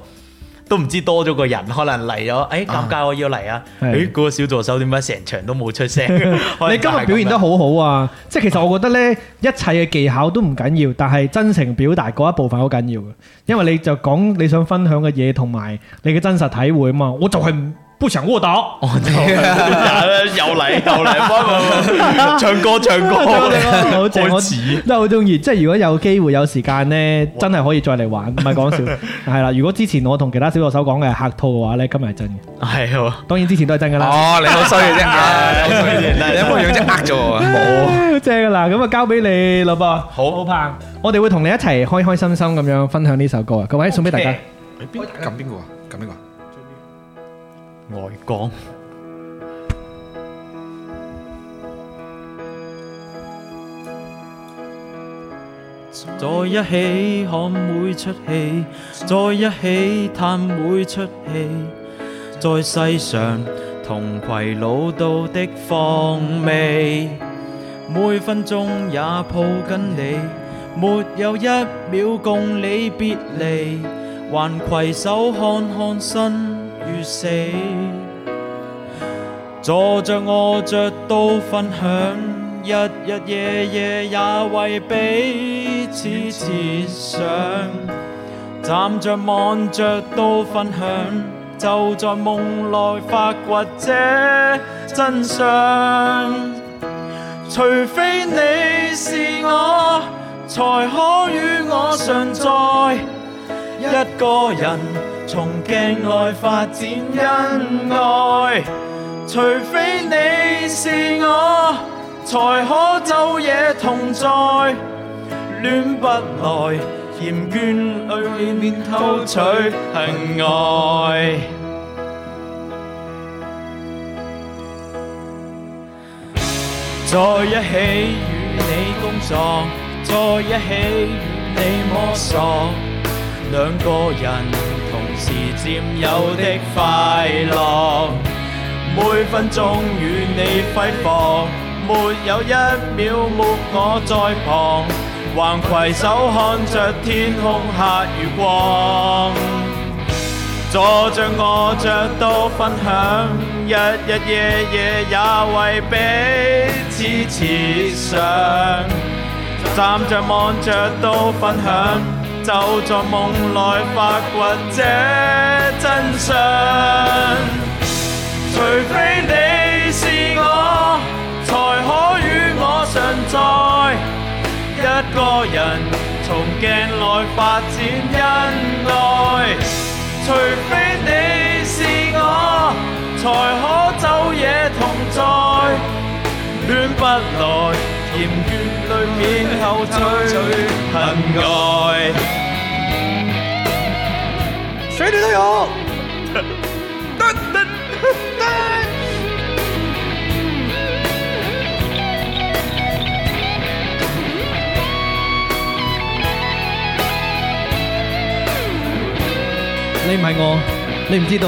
都唔知多咗個人，可能嚟咗，誒尷尬，我要嚟啊！
係
誒嗰個小助手點解成場都冇 出聲？
你今日表現得好好啊！即係其實我覺得呢，一切嘅技巧都唔緊要，但係真誠表達嗰一部分好緊要嘅，因為你就講你想分享嘅嘢同埋你嘅真實體會啊嘛。我就係唔不想卧倒，
我就又嚟又嚟，唔唔唔唱歌唱歌，
好正，我
開始
真係好中意。即係如果有機會有時間呢，真係可以再嚟玩，唔係講笑。係啦，如果之前我同其他小助手講嘅係客套嘅話呢，今日係真嘅。
係喎，
當然之前都係真
啊
㗎啦。
哦，你好衰嘅啫啊，你好衰嘅啫
係
你有冇樣啫呃 咗我啊？
好正噶啦，咁啊交俾你啦噃，
好
好棒！我哋會同你一齊開開心心咁樣分享呢首歌啊，各位送俾大家。
邊撳邊個啊？撳邊個啊？
外光
在一起看每出戲，在一起嘆每出戲，在世上同攜老到的況味，每分鐘也抱緊你，沒有一秒共你別離，還攜手看看生與死，坐着餓着都分享，日日夜夜也為彼此設想。站着望着都分享，
就在夢內發掘這真相。除非你是我，才可與我常在。一個人從鏡內發展恩愛。除非你是我，才可晝夜同在。戀不來，厭倦裏面偷取恨愛。在一起與你工作，在一起與你摸索，兩個人同時佔有的快樂，每分鐘與你揮霍，沒有一秒沒我在旁，橫攜手看着天空下月光。助着我着到分享，日日夜夜也為彼此設想。站着望着都分享，就在夢內發掘這真相。除非你是我，才可與我常在。一個人從鏡內發展恩愛。除非你是我，才可晝夜同在。戀不來，厭倦裏面後退，恨愛。
你唔係我，你唔知道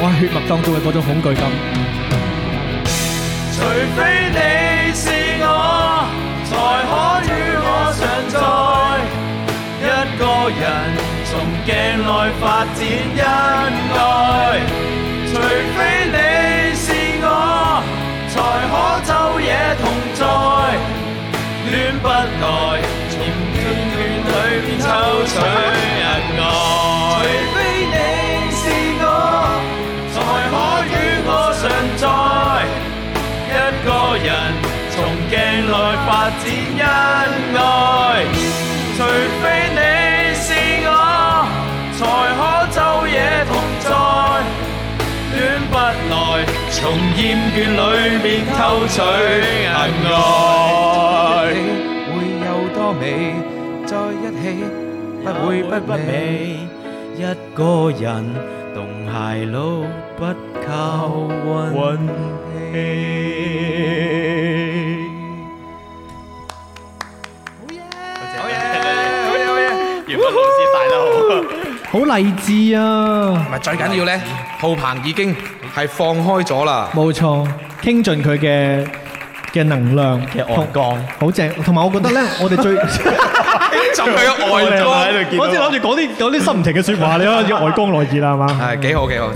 我係血脈當中嘅嗰種恐懼感。
除非你是我，才可與我常在。一個人從鏡內發展恩愛。除非你是我，才可晝夜同在。戀不來，從眷戀裏面抽取恩愛。除非你是我，才可與我常在。一個人從鏡內發展恩愛，除非你是我，才可晝夜同在。戀不來，從厭倦裏面偷取恩愛。
會有多美？在一起不會不美。
一個人同偕老，不靠運氣。
好嘢，好嘢，好嘢！袁文老師大得好。
好勵志啊！
唔係最緊要咧，浩鵬已經係放開咗啦。
冇錯，傾盡佢嘅嘅能量，
嘅外光，
好正。同埋我覺得 咧，我哋最
就佢嘅外光，
我只諗住講啲講啲深情嘅説話，你可以外光內熱啦，啊係嘛？
係幾好幾好。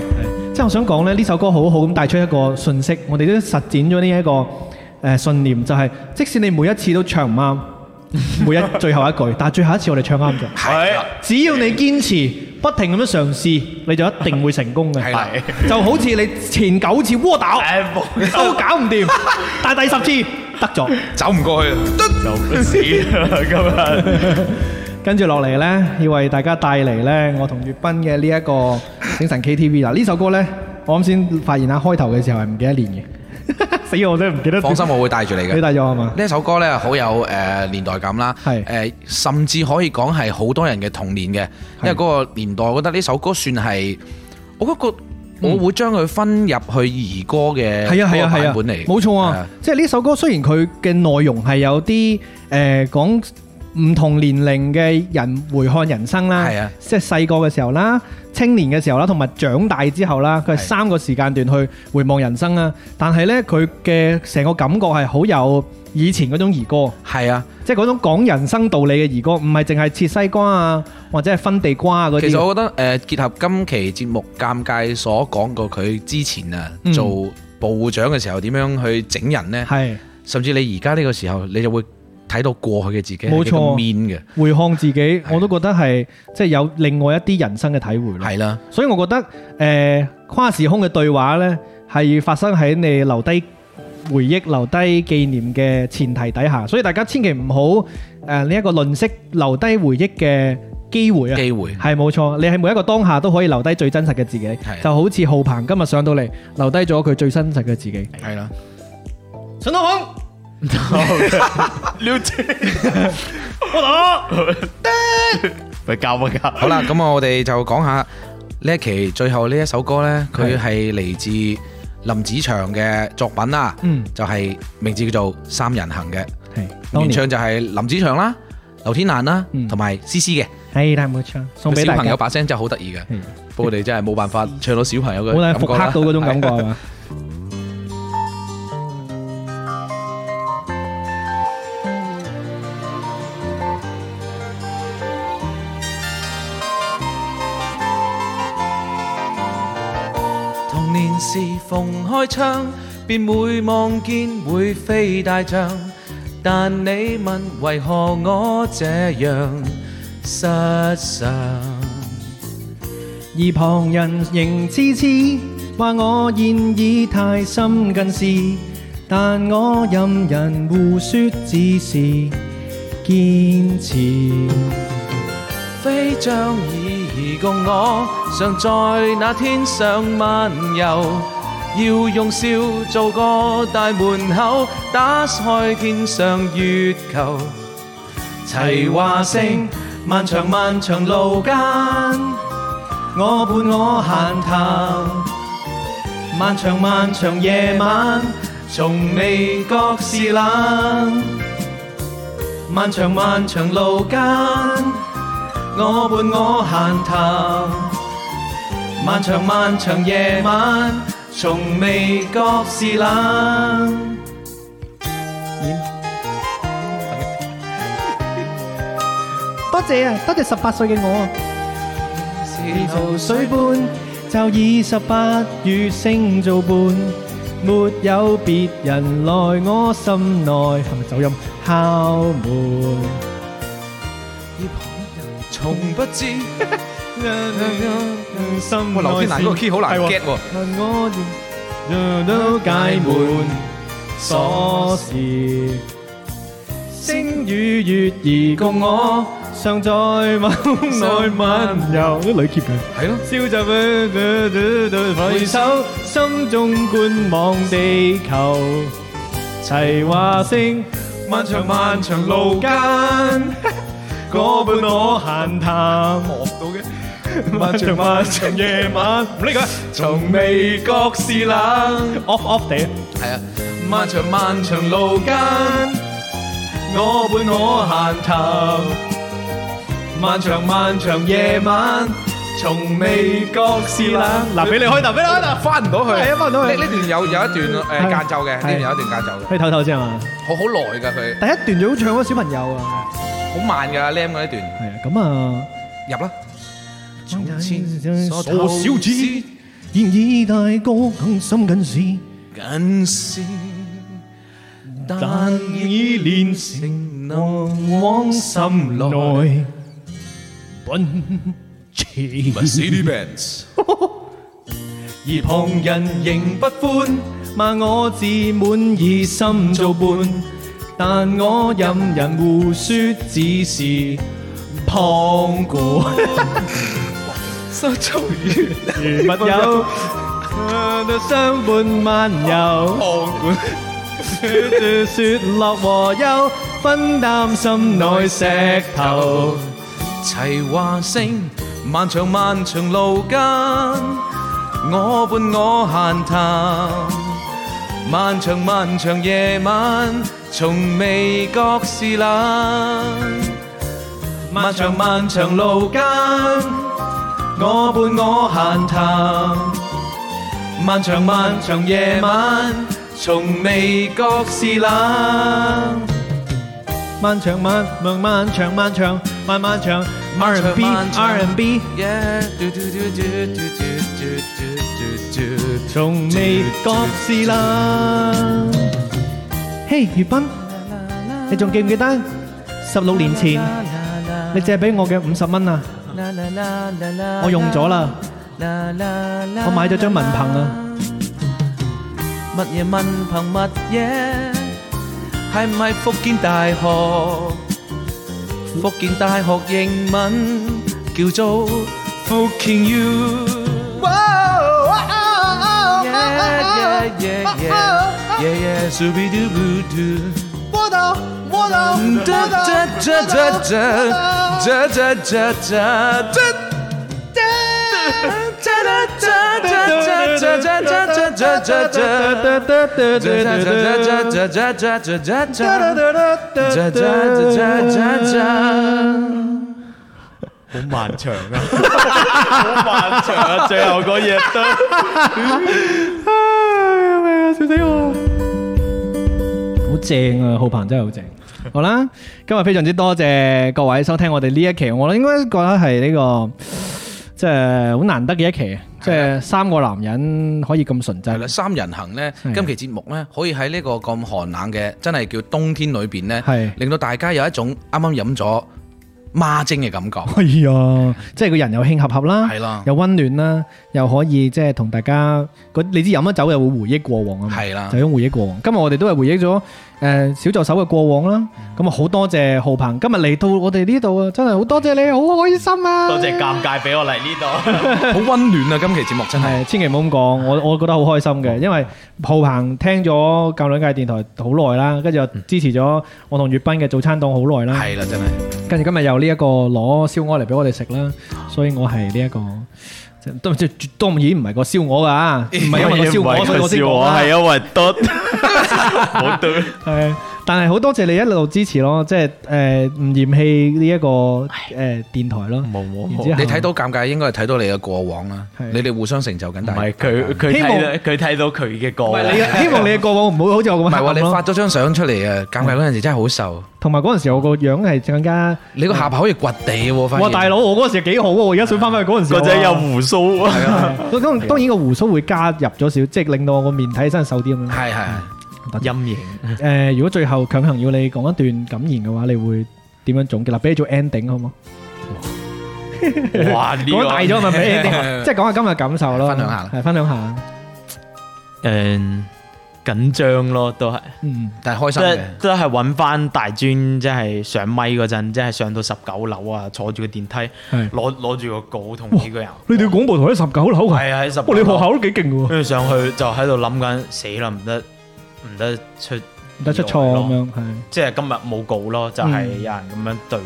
即係我想講咧，呢首歌好好咁帶出一個信息，我哋都實踐咗呢一個誒信念，就係、即使你每一次都唱唔啱，每 一最後一句，但係最後一次我哋唱啱咗。
係啦，
只要你堅持，不停咁樣嘗試，你就一定會成功
係
嘅。
啦，
就好似你前九次窩打
誒冇
都搞唔掂，但係第十次得咗。
走唔過去。
就 死啦咁樣。
跟住落嚟呢，要為大家帶嚟呢我同粵斌嘅呢一個醒神 KTV 啦。呢首歌呢，我啱先發現啊，開頭嘅時候係唔記得練嘅， 死我真係唔記得。
放心，我會帶住你嘅
你。帶咗係嘛？
呢首歌咧好有誒、呃年代感啦，
係
誒、甚至可以講係好多人嘅童年嘅，因為嗰個年代，我覺得呢首歌算係我嗰、個。我會將佢分入去兒歌嘅
嗯係啊係
嗰個
啊係
版
啊
本嚟，，
冇錯
係
啊！即係呢首歌雖然佢嘅內容係有啲誒講唔同年齡嘅人回看人生啦，
係啊
即係細個嘅時候啦、青年嘅時候啦，同埋長大之後啦，佢係
係
三個時間段去回望人生啦。但係呢，佢嘅成個感覺係好有以前嗰種兒歌。
係啊。
即係嗰種講人生道理嘅兒歌，唔係淨係切西瓜啊，或者係分地瓜啊嗰啲。
其實我覺得誒、呃結合今期節目尷尬所講過佢之前啊、
嗯
做部長嘅時候點樣去整人呢？
係
甚至你而家呢個時候，你就會
睇到過去嘅自己，
冇錯
面
回看自己，
係
我都覺得係即係有另外一啲人生嘅體會
嘅，
咯。
係啦，
所以我覺得誒、呃跨時空嘅對話呢，係發生喺你留低回憶、留低紀念嘅前提底下，所以大家千祈唔好誒呢一個吝嗇留低回憶嘅機會啊！
機會
係冇錯，你喺每一個當下都可以留低最真實嘅自己，
係
就好似浩鵬今日上到嚟，留低咗佢最真實嘅自己。
係啦，
陳浩鵬，
咪教乜教？
好啦，咁我哋就講下呢一期最後呢一首歌呢，佢係嚟自林子祥嘅作品啦，
嗯，
就係名字叫做《三人行》嘅，
係，
原
當年
唱就係林子祥啦、劉天蘭啦，
嗯
同埋詩詩嘅。
係啦冇錯，送俾
小
大
朋
家
友，把聲真係好得意嘅
嗯，
不過我哋真係冇辦法唱到小朋友嘅
好難
感
復
覺
刻
啦
到嗰種 感覺係嘛？
童年時逢開窗，便會望見會飛大象。但你問為何我這樣失常？
而旁人仍痴痴話我現已太深近視，但我任人胡說只是堅持。
飛將已移共我，常在那天上漫遊。要用笑做個大門口，打開天上月球。齊話聲，漫長漫長路間，我伴我閒談。漫長漫長夜晚，從未覺是冷。漫長漫長路間。我伴我閒談，漫長漫長夜晚，從未覺是冷。
多謝啊，多謝十八歲嘅我啊，
是
如水般就以十八與星做伴，沒有別人來我心內，係咪走音？敲門。
從不知。
心
哇，劉天蘭嗰個 key 好難 get 喎。
我都解滿鎖匙，星與月兒共我常在夢內漫遊。啲女 keep 嘅，
係咯
燒着回首，心中觀望地球，齊話聲，漫長漫長路 間，我伴我閒談。漫 長漫長夜晚，唔理佢，從未覺是冷，off off 地，
係啊，
漫長漫長路間，我伴我閒談。漫長漫長夜晚，從未覺是冷。
嗱，俾你開頭，俾你開頭，
翻唔到去，
係啊翻唔到去
呢呢段有有一段誒
係
間奏嘅，呢段
係
有一段間奏嘅，
去唞唞先啊嘛。
好好耐㗎佢，
第一段最好唱嗰小朋友啊，
好慢㗎 Lam 嗰一段
係啊，咁啊，
入啦。
從
前所
傻小子
知，
現已大個，更深近視，
近視，但
但
已
已
練
練能
成能往
往
心
心
內。
內奔馳。
Mercedes
而旁人仍不歡，罵我自滿以心做伴，但我任人胡說，只是旁觀。
收秋雨，
如密友，相伴漫遊，説説樂和憂，分擔心內石頭。
齊話聲，漫長漫長路間，我伴我閒談，漫長漫長夜晚，從未覺是冷。漫長漫長路間，我伴我閒談，漫長漫長夜晚，從未覺是冷。
漫長漫漫漫長漫長漫漫長 R&B
漫長
R&B。
Yeah，嘟嘟嘟嘟嘟嘟嘟嘟嘟嘟。
從未覺是啦。嘿，月斌，你仲記唔記得十六年前你借俾我嘅五十蚊啊？我用咗啦，我買咗張文憑啊。
乜嘢文憑乜嘢？係唔係福建大學？福建大學英文叫做福建 U。Yeah, yeah, yeah, yeah, yeah, yeah, Scooby-Doo-Boo-Doo. Da, da, da, da, da, da, da, da, da, da, da, da, da, da, da, da, da, da, da, da, da, da.
好漫長啊，好漫長啊，最後嗰嘢都。
好正啊！浩鵬真係好正。好啦，今日非常之多謝各位收聽我哋呢一期，我應該覺得係呢、個即係好難得嘅一期，即係三個男人可以咁純
啊係啦，
真。
三人行咧，
係
今期節目咧，可以喺呢個咁寒冷嘅，真係叫冬天裏邊咧，
係
令到大家有一種啱啱飲咗孖精嘅感覺。
哎呀，即係個人又興合合啦，
啊係啊啦，
又温暖啦，又可以即係同大家，嗰你知飲咗酒又會回憶過往啊嘛。
係啦
就，咁回憶過往。今日我哋都係回憶咗誒、呃小助手嘅過往啦。
嗯
咁啊，好多謝浩鵬今日嚟到我哋呢度啊，真係好多謝你，好開心啊！
多謝尷尬俾我嚟呢度。
好温暖啊！今期節目真係。
係，千祈唔好咁講，我我覺得好開心嘅，因為浩鵬聽咗教兩界電台好耐啦，跟住又支持咗我同粵斌嘅早餐檔好耐啦，
係啦，真係
跟住今日有呢一個攞燒鵝嚟俾我哋食啦，所以我係呢一個。即當即當然唔係個燒鵝㗎，唔係因為個燒鵝所以我先講啦
係因為 得，我得。
係，但係好多謝你一路支持咯，即係誒唔嫌棄呢一個誒電台咯。
冇冇
然
冇
之 後
你睇到尷尬，應該係睇到你嘅過往啦。
係
你哋互相成就緊，
唔
但係
係佢佢
希
睇
望
到佢睇到佢嘅歌，
你希望你嘅過往唔好好似我
唔係
咁黑
喎？
暗
你發
咯。
咗張相出嚟啊！尷尬嗰陣時真係好瘦，
同埋嗰陣時我個樣係更加。
你個下巴可以掘地喎，發現
哇！大佬，我嗰陣時幾好喎，我而家想翻返去嗰陣時，
個仔有
哇
胡鬚啊！
咁咁當然個胡鬚會加入咗少，即係令到我個面睇起身瘦啲咁樣。
係係係
陰影
誒，如果最後強行要你講一段感言嘅話，你會點樣總結啦？俾你做 ending 好冇？
哇！呢個
講大咗咪俾 ending，
係
即係講下今日感受咯，
分享下啦
係分享下。
誒緊張咯，都係
嗯，
但係開
即
心嘅
係。都係揾翻大專，即係上咪嗰陣，即係上到十九樓啊，坐住個電梯，
係
攞攞住個稿同幾個人，
你哋廣播台喺十九樓㗎，
係啊喺十，
哇！你學校都幾勁喎，
跟住上去就喺度諗緊，死啦唔得唔得出
唔得出錯咁樣，係
即係今日冇稿咯，就係有人咁樣對。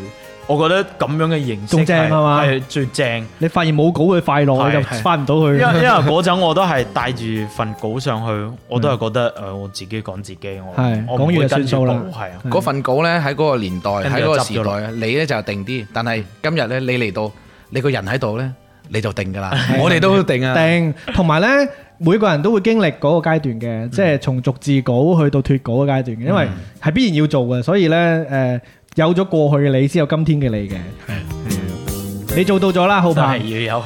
我覺得咁樣嘅形式
仲正
係
係嘛
係最 正，
你發現冇稿會快樂，
係
你就
係
翻唔到去
因為。因為嗰陣我都係帶住份稿上去，我都係覺得誒我自己講自己，我
係
我唔
講完
會
就
跟
算
住
數啦
稿係啊，
係
嗰份稿呢，喺嗰個年代，
跟住
喺
就
嗰個
執
時
咗啦
代，你呢就定啲。但係今日呢，你嚟到，你個人喺度呢，你就定㗎啦。我哋都定啊。
定，同埋咧，每個人都會經歷嗰個階段嘅，即係從逐字稿去到脱稿嘅階段嘅，因為係必然要做嘅，所以咧誒、有咗過去嘅你，先有今天嘅你嘅。你做到咗啦，浩
真
鵬，
係要有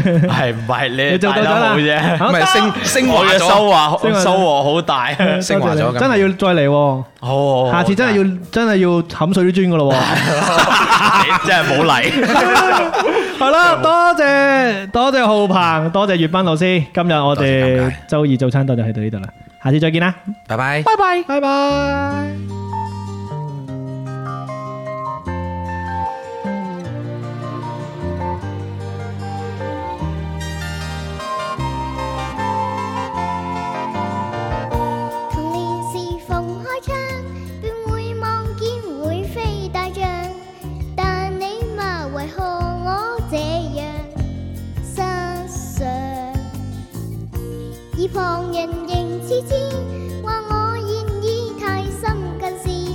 係唔係你
你做到
大
咗
得
啦
好啫？
好
唔係升升華
我嘅
咗，
收
升華
穫
咗
收穫 好大，
升華咗咁
真係要再嚟喎，
好，
下次真係要真係要冚水啲磚噶咯喎。
要真係冇嚟，
好啦，多謝多謝浩鵬，多謝粵斌老師，今日我
多謝
哋
尷
周二早餐檔就去到呢度啦，下次再見啦，
拜拜。
拜拜，拜拜。
童年時逢開窗，便會望見會飛大象。但你話為何我這樣失常？而旁人仍痴痴話我現已太深近視，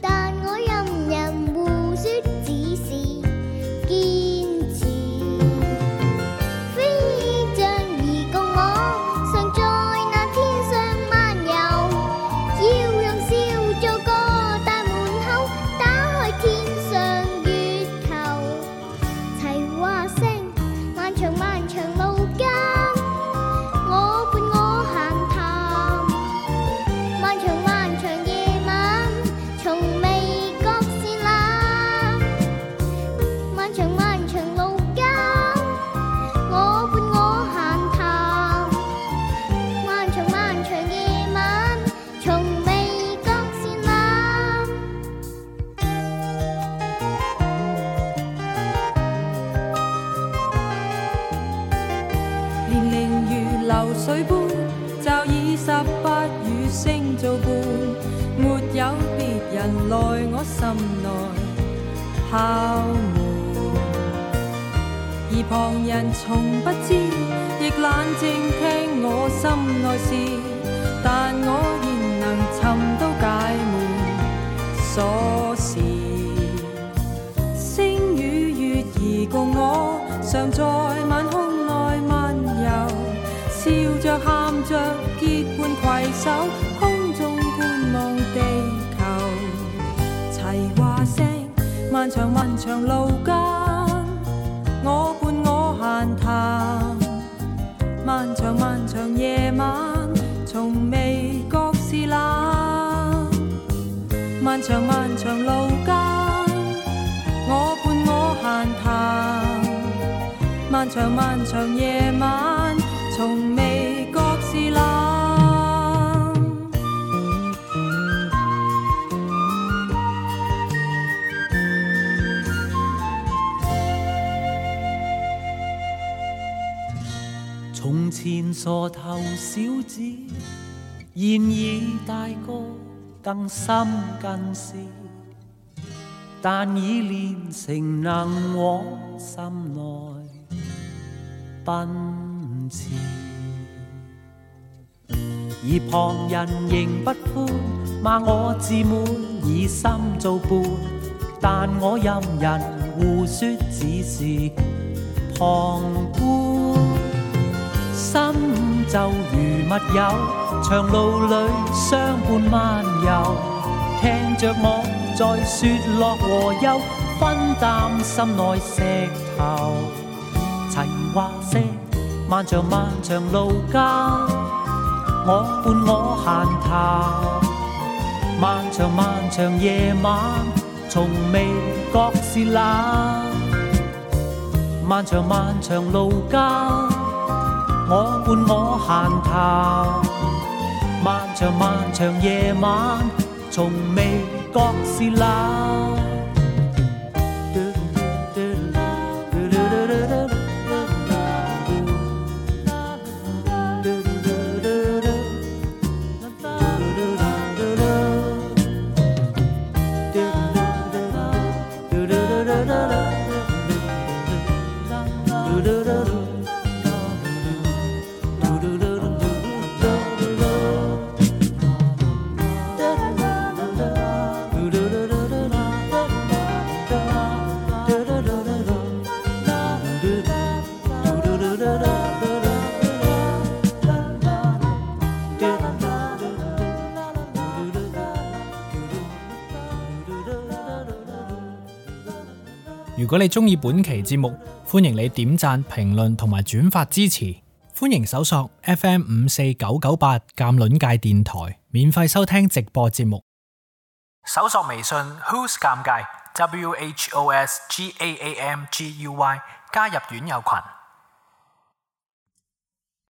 但我任人胡説只是堅持。飛象兒共我常在那天上漫遊，要用笑做個大門口，打開天上月球。齊話聲，漫長漫長路間，我伴我閒談。漫長漫長夜晚，從
流水般，就以十八與星做伴，沒有別人來我心內敲門，而旁人從不知，亦冷靜聽我心內事，但我現能尋到解悶鎖匙。星與月兒共我，常在晚空內漫遊，笑着喊着結伴攜手，空中觀望地球。齊話聲，漫長漫長路間，我伴我閒談。漫長漫長夜晚，從未覺是冷。漫長漫長路間。我伴我閒談，漫長漫長夜晚，從未覺是冷。
從前傻頭小子，現已大個，更深近視，但已練成能往心內奔馳。而旁人仍不歡，罵我自滿，以心做伴，但我任人胡説，只是旁觀。心就如密友，長路裏相伴漫遊，聽着我在説樂和憂，分擔心內石頭。齊話聲，漫長漫長路間，我伴我閒談，漫長漫長夜晚，從未覺是冷。漫長漫長路間。我伴我閒談，漫長漫長夜晚，從未覺是冷。
如果你中意本期節目，歡迎你點讚、評論同埋轉發支持。歡迎搜索 FM 五四九九八鑑論界電台，免費收聽直播節目。搜索微信 Who's 尷尬 W H O S G A A M G U Y，加入院友群。